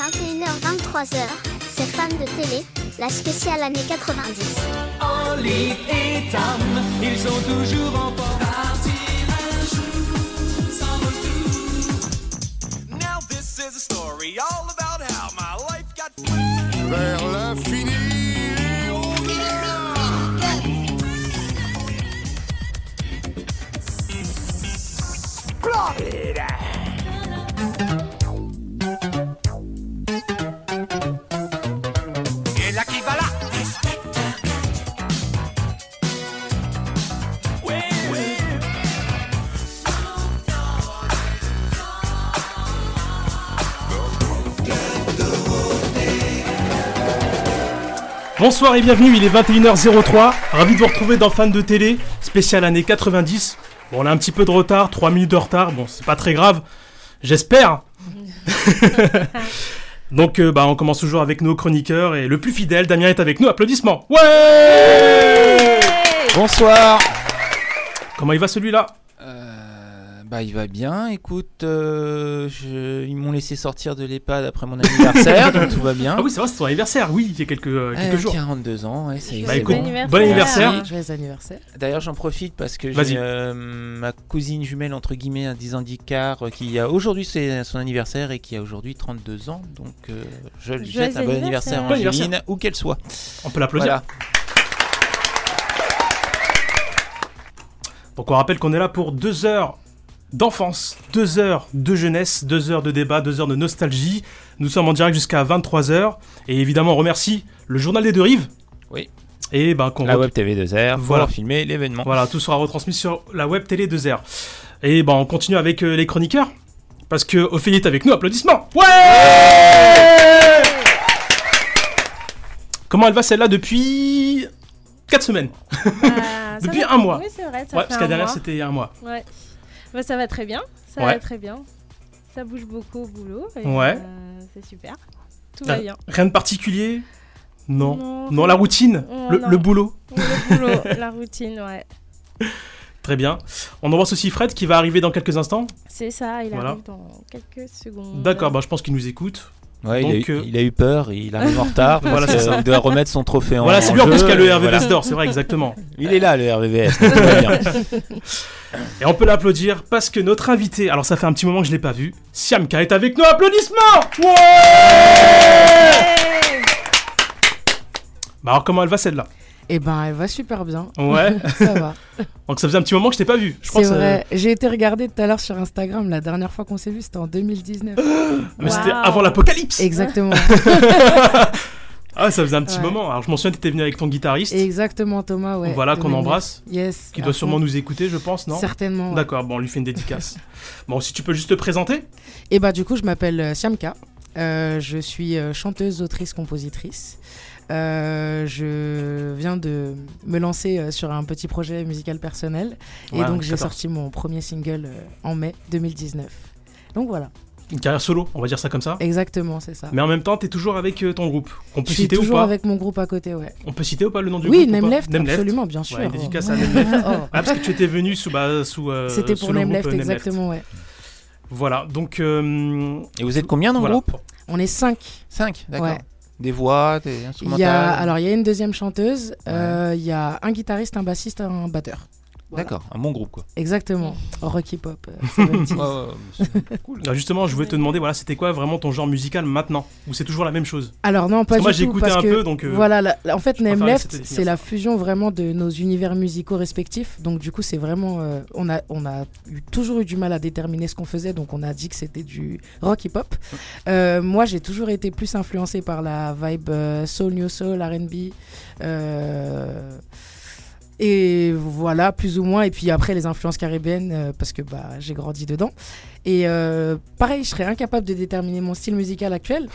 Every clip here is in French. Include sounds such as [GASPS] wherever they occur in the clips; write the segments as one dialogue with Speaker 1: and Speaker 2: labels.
Speaker 1: 21h-23h, c'est fan de télé, la spéciale année 90.
Speaker 2: Enlite et Tam, ils sont toujours en port. Partir un jour sans retour. Now this is a story all about how my life got
Speaker 3: Vers l'infini et au-delà.
Speaker 2: Florida. Et là qui va là Oui, oui.
Speaker 4: Bonsoir et bienvenue, il est 21h03. Ravi de vous retrouver dans Fan de télé, spécial année 90. Bon, on a un petit peu de retard, 3 minutes de retard. Bon, c'est pas très grave, j'espère. Donc, euh, bah, on commence toujours avec nos chroniqueurs et le plus fidèle, Damien est avec nous. Applaudissements. Ouais
Speaker 5: Bonsoir.
Speaker 4: Comment il va celui-là
Speaker 5: Bah il va bien, écoute, euh, je- ils m'ont laissé sortir de l'EHPAD après mon anniversaire, donc tout va bien.
Speaker 4: Ah oui, c'est vrai, c'est ton anniversaire, oui, il y a quelques, euh, quelques
Speaker 5: Euh,
Speaker 4: jours.
Speaker 5: 42 ans, ouais, ça y est,
Speaker 4: Bah,
Speaker 5: c'est
Speaker 4: écoute,
Speaker 5: bon.
Speaker 4: bon anniversaire.
Speaker 6: Joyeux anniversaire.
Speaker 5: D'ailleurs j'en profite parce que
Speaker 4: Vas-y.
Speaker 5: j'ai euh, ma cousine jumelle entre guillemets, un 10 ans d'écart, euh, qui a aujourd'hui c'est son anniversaire et qui a aujourd'hui 32 ans, donc euh, je lui
Speaker 6: Joyeux
Speaker 5: souhaite un bon anniversaire
Speaker 4: Bon anniversaire.
Speaker 5: Angeline, où qu'elle soit.
Speaker 4: On peut l'applaudir.
Speaker 5: Voilà.
Speaker 4: Donc on rappelle qu'on est là pour deux heures d'enfance, deux heures de jeunesse, deux heures de débat, deux heures de nostalgie. Nous sommes en direct jusqu'à 23h. Et évidemment, on remercie le Journal des Deux Rives.
Speaker 5: Oui.
Speaker 4: Et ben qu'on
Speaker 5: La
Speaker 4: re-
Speaker 5: Web TV 2R,
Speaker 4: Voilà.
Speaker 5: voilà. filmer l'événement.
Speaker 4: Voilà, tout sera retransmis sur la web télé 2R. Et ben on continue avec euh, les chroniqueurs. Parce que Ophélie est avec nous, applaudissements Ouais Comment elle va celle-là depuis 4 semaines
Speaker 7: Ah, ça
Speaker 4: Depuis
Speaker 7: va-
Speaker 4: un mois.
Speaker 7: Oui, c'est vrai, ça
Speaker 4: Ouais,
Speaker 7: fait
Speaker 4: parce
Speaker 7: un
Speaker 4: que la dernière
Speaker 7: mois.
Speaker 4: c'était il y a un mois.
Speaker 7: Ouais. Bah, ça va très bien, ça
Speaker 4: Ouais.
Speaker 7: va très bien. Ça bouge beaucoup au boulot. et,
Speaker 4: Ouais.
Speaker 7: euh, c'est super. Tout va
Speaker 4: Euh,
Speaker 7: bien.
Speaker 4: Rien de particulier Non.
Speaker 7: Non.
Speaker 4: Non, la routine
Speaker 7: Non,
Speaker 4: le,
Speaker 7: non.
Speaker 4: le boulot
Speaker 7: Le
Speaker 4: [LAUGHS]
Speaker 7: boulot, la routine, ouais.
Speaker 4: Très bien. On embrasse aussi Fred qui va arriver dans quelques instants.
Speaker 7: C'est ça, il
Speaker 4: Voilà.
Speaker 7: arrive dans quelques secondes.
Speaker 4: D'accord, bah, je pense qu'il nous écoute.
Speaker 5: Ouais,
Speaker 4: Donc,
Speaker 5: il, a eu,
Speaker 4: euh,
Speaker 5: il a eu peur, il arrive en
Speaker 4: [LAUGHS]
Speaker 5: retard,
Speaker 4: Voilà,
Speaker 5: voilà,
Speaker 4: c'est ça.
Speaker 5: il doit remettre son trophée en
Speaker 4: voilà, c'est lui en
Speaker 5: jeu,
Speaker 4: plus qui a le
Speaker 5: et
Speaker 4: RVVS
Speaker 5: voilà.
Speaker 4: d'or, c'est vrai, exactement.
Speaker 5: Il est là, le RVVS. donc tout va bien.
Speaker 4: [LAUGHS] Et on peut l'applaudir parce que notre invité, alors ça fait un petit moment que je l'ai pas vu, Siamka est avec nous, applaudissements Ouais Bah alors comment elle va celle-là
Speaker 6: Eh ben, elle va super bien. [LAUGHS]
Speaker 4: Ouais.
Speaker 6: ça va.
Speaker 4: Donc ça faisait un petit moment que je t'ai pas vu. Je
Speaker 6: C'est
Speaker 4: pense. euh,
Speaker 6: vrai. J'ai été regarder tout à l'heure sur Instagram. La dernière fois qu'on s'est vu, c'était en 2019.
Speaker 4: [GASPS] mais c'était
Speaker 7: Waouh.
Speaker 4: avant l'apocalypse.
Speaker 6: Exactement.
Speaker 4: [LAUGHS] Ah ça faisait un petit
Speaker 6: Ouais.
Speaker 4: moment. Alors je m'en souviens t'étais venu avec ton guitariste.
Speaker 6: Exactement, Thomas. Ouais.
Speaker 4: voilà qu'on
Speaker 6: 2009.
Speaker 4: embrasse,
Speaker 6: Yes.
Speaker 4: qui
Speaker 6: à
Speaker 4: doit
Speaker 6: fond.
Speaker 4: sûrement nous écouter, je pense, non
Speaker 6: Certainement. ouais.
Speaker 4: D'accord, bon, on lui fait une
Speaker 6: [LAUGHS]
Speaker 4: dédicace. bon, si tu peux juste te présenter.
Speaker 6: Et bah du coup, je m'appelle euh, Siamka. Euh, je suis euh, chanteuse, autrice, compositrice. Euh, je viens de me lancer euh, sur un petit projet musical personnel.
Speaker 4: Ouais,
Speaker 6: et donc, j'ai
Speaker 4: d'accord.
Speaker 6: sorti mon premier single euh, en mai 2019. Donc voilà,
Speaker 4: Une carrière solo, on va dire ça comme ça.
Speaker 6: exactement, c'est ça.
Speaker 4: Mais en même temps, t'es toujours avec euh, ton groupe. On peut
Speaker 6: je suis
Speaker 4: citer ou
Speaker 6: toujours
Speaker 4: pas
Speaker 6: avec mon groupe à côté, ouais.
Speaker 4: On peut citer ou pas le nom du
Speaker 6: oui,
Speaker 4: groupe ou
Speaker 6: Name
Speaker 4: pas
Speaker 6: Left,
Speaker 4: Name Left.
Speaker 6: absolument, bien sûr.
Speaker 4: Ouais, une dédicace à
Speaker 6: Oh.
Speaker 4: Name Left.
Speaker 6: [LAUGHS] Oh.
Speaker 4: Ah, parce que tu étais venu sous, bah, sous. euh,
Speaker 6: C'était
Speaker 4: sous
Speaker 6: pour
Speaker 4: le
Speaker 6: Name
Speaker 4: groupe,
Speaker 6: Left,
Speaker 4: euh,
Speaker 6: exactement, ouais.
Speaker 4: Voilà, donc. euh,
Speaker 5: Et vous êtes combien dans
Speaker 4: voilà.
Speaker 5: le groupe
Speaker 6: On est cinq.
Speaker 5: 5, d'accord.
Speaker 6: Ouais.
Speaker 5: Des voix, des
Speaker 6: Il
Speaker 5: instrumentales.
Speaker 6: y a, alors, il y a une deuxième chanteuse, euh, il y a un guitariste, un bassiste, un batteur. voilà.
Speaker 5: D'accord, un bon groupe quoi.
Speaker 6: Exactement, rock hip-hop.
Speaker 5: [LAUGHS]
Speaker 6: euh, 70s.
Speaker 5: cool.
Speaker 4: Alors justement, je voulais te demander, voilà, c'était quoi vraiment ton genre musical maintenant Ou c'est toujours la même chose
Speaker 6: Alors non, pas
Speaker 4: Parce que moi,
Speaker 6: du
Speaker 4: j'ai
Speaker 6: tout.
Speaker 4: écouté
Speaker 6: parce
Speaker 4: un
Speaker 6: que,
Speaker 4: peu, donc, euh,
Speaker 6: voilà, la- la- en fait,
Speaker 4: je
Speaker 6: Name
Speaker 4: préfère laisser te
Speaker 6: Left,
Speaker 4: définir
Speaker 6: c'est
Speaker 4: ça.
Speaker 6: la fusion vraiment de nos univers musicaux respectifs. Donc du coup, c'est vraiment, euh, on a, on a eu- toujours eu du mal à déterminer ce qu'on faisait. Donc on a dit que c'était du rock hip hop. Euh, moi, j'ai toujours été plus influencé par la vibe euh, soul, new soul, R&B. euh, et voilà, plus ou moins. Et puis après, les influences caribéennes, euh, parce que bah, j'ai grandi dedans. Et euh, pareil, je serais incapable de déterminer mon style
Speaker 4: [LAUGHS]
Speaker 6: musical actuel.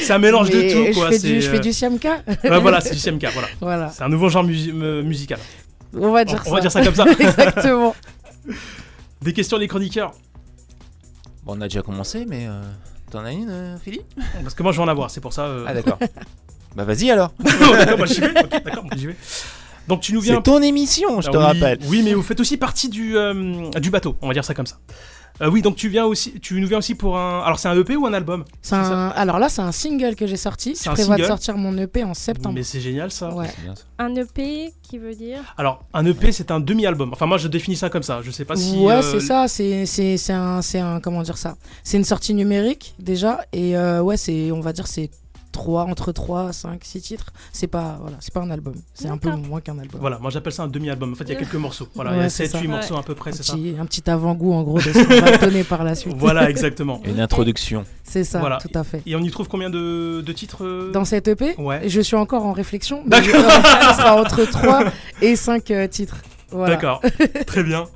Speaker 4: C'est un mélange
Speaker 6: Mais
Speaker 4: de tout, quoi.
Speaker 6: Je fais,
Speaker 4: c'est,
Speaker 6: du, je fais
Speaker 4: euh,
Speaker 6: du Siamka.
Speaker 4: ouais, voilà, c'est du CMK, voilà.
Speaker 6: [LAUGHS] Voilà,
Speaker 4: C'est un nouveau genre musi- euh, musical.
Speaker 6: on va
Speaker 4: On,
Speaker 6: dire
Speaker 4: on
Speaker 6: ça.
Speaker 4: va dire ça comme ça.
Speaker 6: [LAUGHS] Exactement.
Speaker 4: Des questions des chroniqueurs
Speaker 5: Bon, on a déjà commencé, mais euh, t'en as une, euh, Philippe
Speaker 4: Parce que moi, je vais en avoir, c'est pour ça. euh,
Speaker 5: Ah
Speaker 4: [LAUGHS]
Speaker 5: d'accord. bah vas-y alors.
Speaker 4: Oh, d'accord, bah, j'y vais. Ok, d'accord, bah, j'y vais. Donc tu nous viens.
Speaker 5: C'est ton émission, je
Speaker 4: Ah
Speaker 5: te
Speaker 4: oui,
Speaker 5: rappelle.
Speaker 4: Oui, mais vous faites aussi partie du, euh, du bateau, on va dire ça comme ça. Euh, oui, donc tu viens aussi, tu nous viens aussi pour un. Alors c'est un EP ou un album
Speaker 6: C'est
Speaker 4: C'est ça
Speaker 6: un- Alors là, c'est un single que j'ai sorti.
Speaker 4: C'est
Speaker 6: Je
Speaker 4: un
Speaker 6: prévois de
Speaker 4: single
Speaker 6: sortir mon EP en septembre.
Speaker 4: Mais c'est génial ça.
Speaker 6: Ouais.
Speaker 5: C'est bien ça.
Speaker 7: Un E EP qui veut dire
Speaker 4: Alors un EP c'est un demi-album. Enfin moi je définis ça comme ça. Je sais pas si.
Speaker 6: ouais,
Speaker 4: euh,
Speaker 6: c'est ça. C'est c'est c'est un c'est un comment dire ça. C'est une sortie numérique déjà et euh, ouais, c'est on va dire c'est trois entre 3, 5, 6 titres. C'est pas voilà, c'est pas un album. C'est un peu
Speaker 7: D'accord.
Speaker 6: moins qu'un album.
Speaker 4: Voilà, moi j'appelle ça un demi-album. En fait il y a quelques morceaux. Voilà,
Speaker 6: Ouais,
Speaker 4: il y a
Speaker 6: c'est
Speaker 4: 7
Speaker 6: ça.
Speaker 4: 8 morceaux à peu
Speaker 6: Un
Speaker 4: près, c'est ça.
Speaker 6: petit, un petit avant-goût en gros de
Speaker 4: [LAUGHS]
Speaker 6: ce qu'on va donner par la suite. [LAUGHS]
Speaker 4: Voilà, exactement.
Speaker 5: Une introduction.
Speaker 6: C'est ça,
Speaker 4: Voilà.
Speaker 6: tout à fait.
Speaker 4: Et on y trouve combien de, de titres euh,
Speaker 6: Dans E cette EP,
Speaker 4: Ouais.
Speaker 6: je suis encore en réflexion.
Speaker 4: [LAUGHS]
Speaker 6: mais je- en fait, ce sera entre 3 et 5 titres. Voilà. [LAUGHS]
Speaker 4: D'accord, très bien.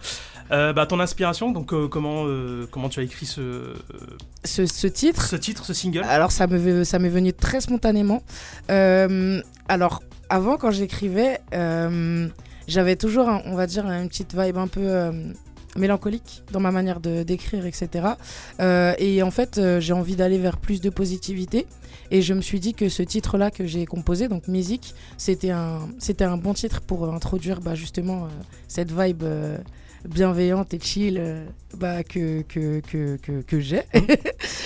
Speaker 4: Euh, bah, ton inspiration, donc euh, comment, euh, comment tu as écrit ce, euh,
Speaker 6: Ce, ce titre,
Speaker 4: ce titre, ce single
Speaker 6: Alors ça me ça m'est venu très spontanément. Euh, alors avant quand j'écrivais, euh, j'avais toujours un- on va dire une petite vibe un peu euh, mélancolique dans ma manière de d'écrire etc. Euh, et en fait euh, j'ai envie d'aller vers plus de positivité et je me suis dit que ce titre là que j'ai composé donc musique c'était un c'était un bon titre pour introduire bah, justement euh, cette vibe euh, bienveillante et chill euh, bah, que que que que, que j'ai.
Speaker 4: Ah,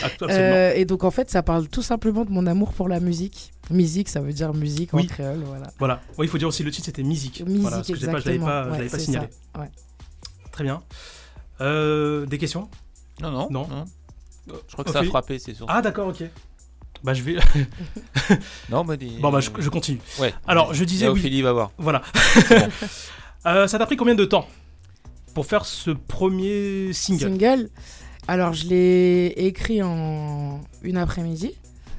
Speaker 4: Absolument.
Speaker 6: [LAUGHS] Euh, et donc en fait, ça parle tout simplement de mon amour pour la musique. Musique, ça veut dire musique en
Speaker 4: Oui.
Speaker 6: créole, voilà.
Speaker 4: Voilà. Oui, il faut dire aussi le titre c'était Musique.
Speaker 6: Musique,
Speaker 4: Voilà, parce que je l'ai pas- je l'avais
Speaker 6: exactement.
Speaker 4: pas, je
Speaker 6: Ouais,
Speaker 4: l'avais pas
Speaker 6: c'est
Speaker 4: signalé.
Speaker 6: ça, ouais.
Speaker 4: Très bien. Euh, des questions
Speaker 5: Non, non.
Speaker 4: Non.
Speaker 5: Je crois que ça a
Speaker 4: Ophélie
Speaker 5: frappé, c'est sûr.
Speaker 4: Ah d'accord, ok. Bah je vais.
Speaker 5: [LAUGHS] non, mais des-
Speaker 4: bon bah je, je continue.
Speaker 5: Ouais.
Speaker 4: Alors, je disais
Speaker 5: Et
Speaker 4: oui.
Speaker 5: Ophélie va voir. [LAUGHS]
Speaker 4: Voilà.
Speaker 5: bon.
Speaker 4: Euh, ça t'a pris combien de temps pour faire ce premier single,
Speaker 6: Single. Alors je l'ai écrit en une après-midi.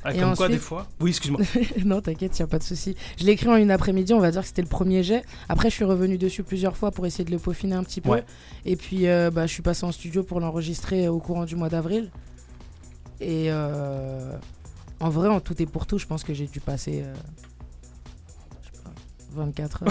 Speaker 4: Ah,
Speaker 6: Et
Speaker 4: Comme quoi
Speaker 6: ensuite-
Speaker 4: des fois Oui, excuse-moi.
Speaker 6: [LAUGHS] non, t'inquiète, y a pas de souci. Je l'ai écrit en une après-midi, on va dire que c'était le premier jet. Après, je suis revenu dessus plusieurs fois pour essayer de le peaufiner un petit peu.
Speaker 4: Ouais.
Speaker 6: Et puis, euh, bah, je suis passé en studio pour l'enregistrer au courant du mois d'avril. Et euh, en vrai, en tout et pour tout, je pense que j'ai dû passer. euh, je sais pas, 24 heures.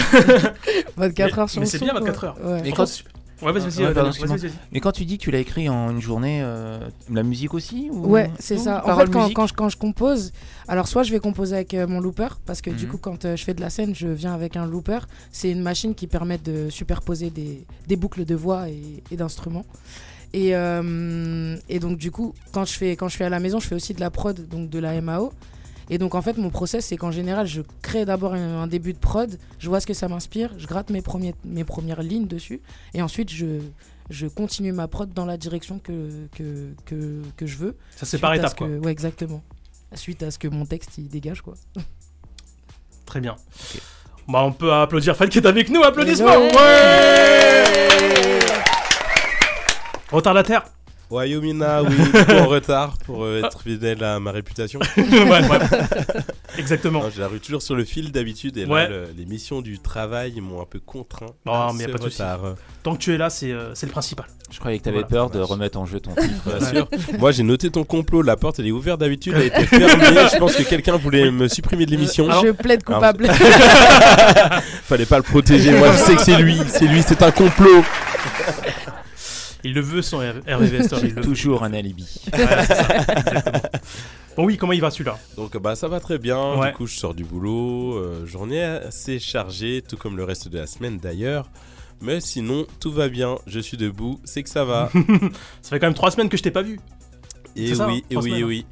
Speaker 4: [LAUGHS]
Speaker 6: 24
Speaker 4: Mais-
Speaker 6: heures sur
Speaker 4: mais
Speaker 6: le
Speaker 4: c'est
Speaker 6: son,
Speaker 4: bien,
Speaker 6: quoi.
Speaker 4: 24 heures.
Speaker 6: Ouais.
Speaker 5: Mais
Speaker 4: Franchement,
Speaker 5: quand-
Speaker 4: c'est super. Ouais, vas-y, vas-y,
Speaker 5: Ouais,
Speaker 4: euh,
Speaker 5: pardon,
Speaker 4: Damien, vas-y,
Speaker 5: excuse-moi.
Speaker 4: vas-y.
Speaker 5: Mais quand tu dis que tu l'as écrit en une journée, euh, la musique aussi ou...
Speaker 6: Ouais, c'est
Speaker 5: Non,
Speaker 6: ça. En
Speaker 5: paroles,
Speaker 6: fait, quand,
Speaker 5: musique
Speaker 6: quand je, quand je compose, alors soit je vais composer avec euh, mon looper, parce que du
Speaker 5: Mhm.
Speaker 6: coup, quand euh, je fais de la scène, je viens avec un looper. C'est une machine qui permet de superposer des, des boucles de voix et, et d'instruments. Et, euh, et donc, du coup, quand je, fais, quand je suis à la maison, je fais aussi de la prod, donc de la MAO. Et donc, en fait, mon process, c'est qu'en général, je crée d'abord un, un début de prod, je vois ce que ça m'inspire, je gratte mes, premiers, mes premières lignes dessus, et ensuite, je, je continue ma prod dans la direction que, que, que, que je veux.
Speaker 4: Ça c'est
Speaker 6: Suite
Speaker 4: par
Speaker 6: à
Speaker 4: étapes
Speaker 6: ce
Speaker 4: quoi.
Speaker 6: que- Ouais, exactement. Suite à ce que mon texte il dégage quoi.
Speaker 4: Très bien. Bah, on peut applaudir Fred qui est avec nous. Applaudissements
Speaker 6: Hello.
Speaker 4: Ouais Retardataire
Speaker 8: Ouais, Yumina, ah
Speaker 4: [LAUGHS]
Speaker 8: oui, du coup, en retard pour euh, être fidèle à ma réputation.
Speaker 4: Ouais, bref. Exactement.
Speaker 8: Non, je la rue toujours sur le fil d'habitude et là,
Speaker 4: Ouais.
Speaker 8: le- les missions du travail m'ont un peu contraint.
Speaker 4: Non,
Speaker 8: à
Speaker 4: mais y a
Speaker 8: ce
Speaker 4: pas de souci.
Speaker 8: Ah, retard.
Speaker 4: Tant que tu es là, c'est euh, c'est le principal.
Speaker 5: Je croyais que t'avais
Speaker 4: Voilà,
Speaker 5: peur
Speaker 8: ça
Speaker 5: de
Speaker 8: marche.
Speaker 5: remettre en jeu
Speaker 4: [LAUGHS]
Speaker 5: ton titre.
Speaker 8: Bien
Speaker 4: Ouais.
Speaker 8: sûr. Moi, j'ai noté ton complot. La porte, elle est ouverte d'habitude, elle était fermée. je pense que quelqu'un voulait me supprimer de l'émission.
Speaker 6: je plaide
Speaker 8: alors-
Speaker 6: coupable.
Speaker 8: [LAUGHS] Fallait pas le protéger. Moi, je sais que c'est lui. C'est lui. C'est un complot.
Speaker 4: Il le veut son R- RV
Speaker 5: [LAUGHS]
Speaker 4: Store. Il le veut.
Speaker 5: Toujours un alibi.
Speaker 4: Bon, oui, comment il va celui-là
Speaker 8: Donc, bah, ça va très bien.
Speaker 4: Ouais.
Speaker 8: Du coup, je sors du boulot. euh, journée assez chargée, tout comme le reste de la semaine d'ailleurs. Mais sinon, tout va bien. Je suis debout. C'est que ça va.
Speaker 4: [LAUGHS] Ça fait quand même trois semaines que je t'ai pas vu.
Speaker 8: Et
Speaker 4: C'est ça, hein,
Speaker 8: oui, et
Speaker 4: trois
Speaker 8: oui,
Speaker 4: semaines,
Speaker 8: et
Speaker 4: hein.
Speaker 8: oui.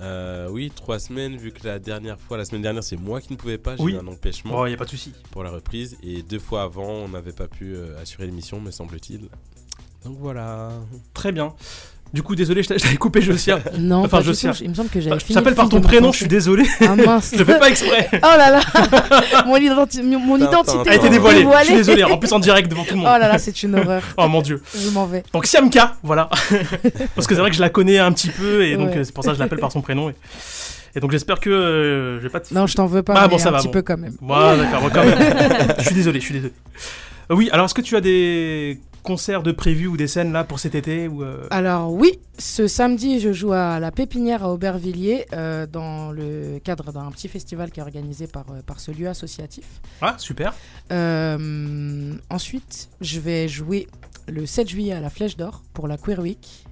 Speaker 8: Euh, oui, trois semaines, vu que la dernière fois, la semaine dernière, c'est moi qui ne pouvais pas. J'ai
Speaker 4: Oui.
Speaker 8: eu un empêchement
Speaker 4: Bon, il y a pas de souci.
Speaker 8: pour la reprise. Et deux fois avant, on n'avait pas pu euh, assurer l'émission, me semble-t-il. Donc voilà.
Speaker 4: Très bien. Du coup, désolé, je t'a- je t'avais coupé, Josiane.
Speaker 6: non,
Speaker 4: Enfin,
Speaker 6: pas
Speaker 4: je
Speaker 6: du
Speaker 4: sais.
Speaker 6: tout, Il me semble que j'avais
Speaker 4: Enfin, Je
Speaker 6: fini.
Speaker 4: t'appelle
Speaker 6: le
Speaker 4: par
Speaker 6: fil
Speaker 4: ton
Speaker 6: de
Speaker 4: prénom,
Speaker 6: mon
Speaker 4: je suis désolé.
Speaker 6: pensée. [LAUGHS] Ah mince.
Speaker 4: [LAUGHS] Je le fais pas exprès.
Speaker 6: [LAUGHS] Oh
Speaker 4: [LAUGHS]
Speaker 6: là là. mon identi- mon- mon
Speaker 8: Tintin,
Speaker 6: identité.
Speaker 4: Elle a été
Speaker 8: Oh,
Speaker 4: dévoilée. Je suis désolé. En plus, en direct devant
Speaker 6: [LAUGHS]
Speaker 4: tout le
Speaker 6: Oh
Speaker 4: monde.
Speaker 6: là là, c'est une horreur.
Speaker 4: [LAUGHS] Oh mon dieu.
Speaker 6: Je m'en vais.
Speaker 4: Donc Siamka,
Speaker 6: [LAUGHS]
Speaker 4: voilà. Parce que c'est vrai que je la connais un petit peu et donc
Speaker 6: Ouais.
Speaker 4: euh, c'est pour ça que je l'appelle par son prénom. Et, et donc j'espère que euh, je vais pas te.
Speaker 6: Non, je t'en veux pas.
Speaker 4: Ah,
Speaker 6: mais
Speaker 4: bon, ça
Speaker 6: un
Speaker 4: va,
Speaker 6: petit
Speaker 4: bon.
Speaker 6: peu quand même.
Speaker 4: Ouais, d'accord, bon, quand
Speaker 6: [LAUGHS]
Speaker 4: même. je suis désolé, je suis désolé. Euh, oui, alors est-ce que tu as des concerts de prévus ou des scènes là pour cet été ou euh,
Speaker 6: Alors oui, ce samedi, je joue à la Pépinière à Aubervilliers euh, dans le cadre d'un petit festival qui est organisé par, euh, par ce lieu associatif.
Speaker 4: Ah, super.
Speaker 6: Euh, ensuite, je vais jouer le 7 juillet à la Flèche d'Or pour la Queer Week.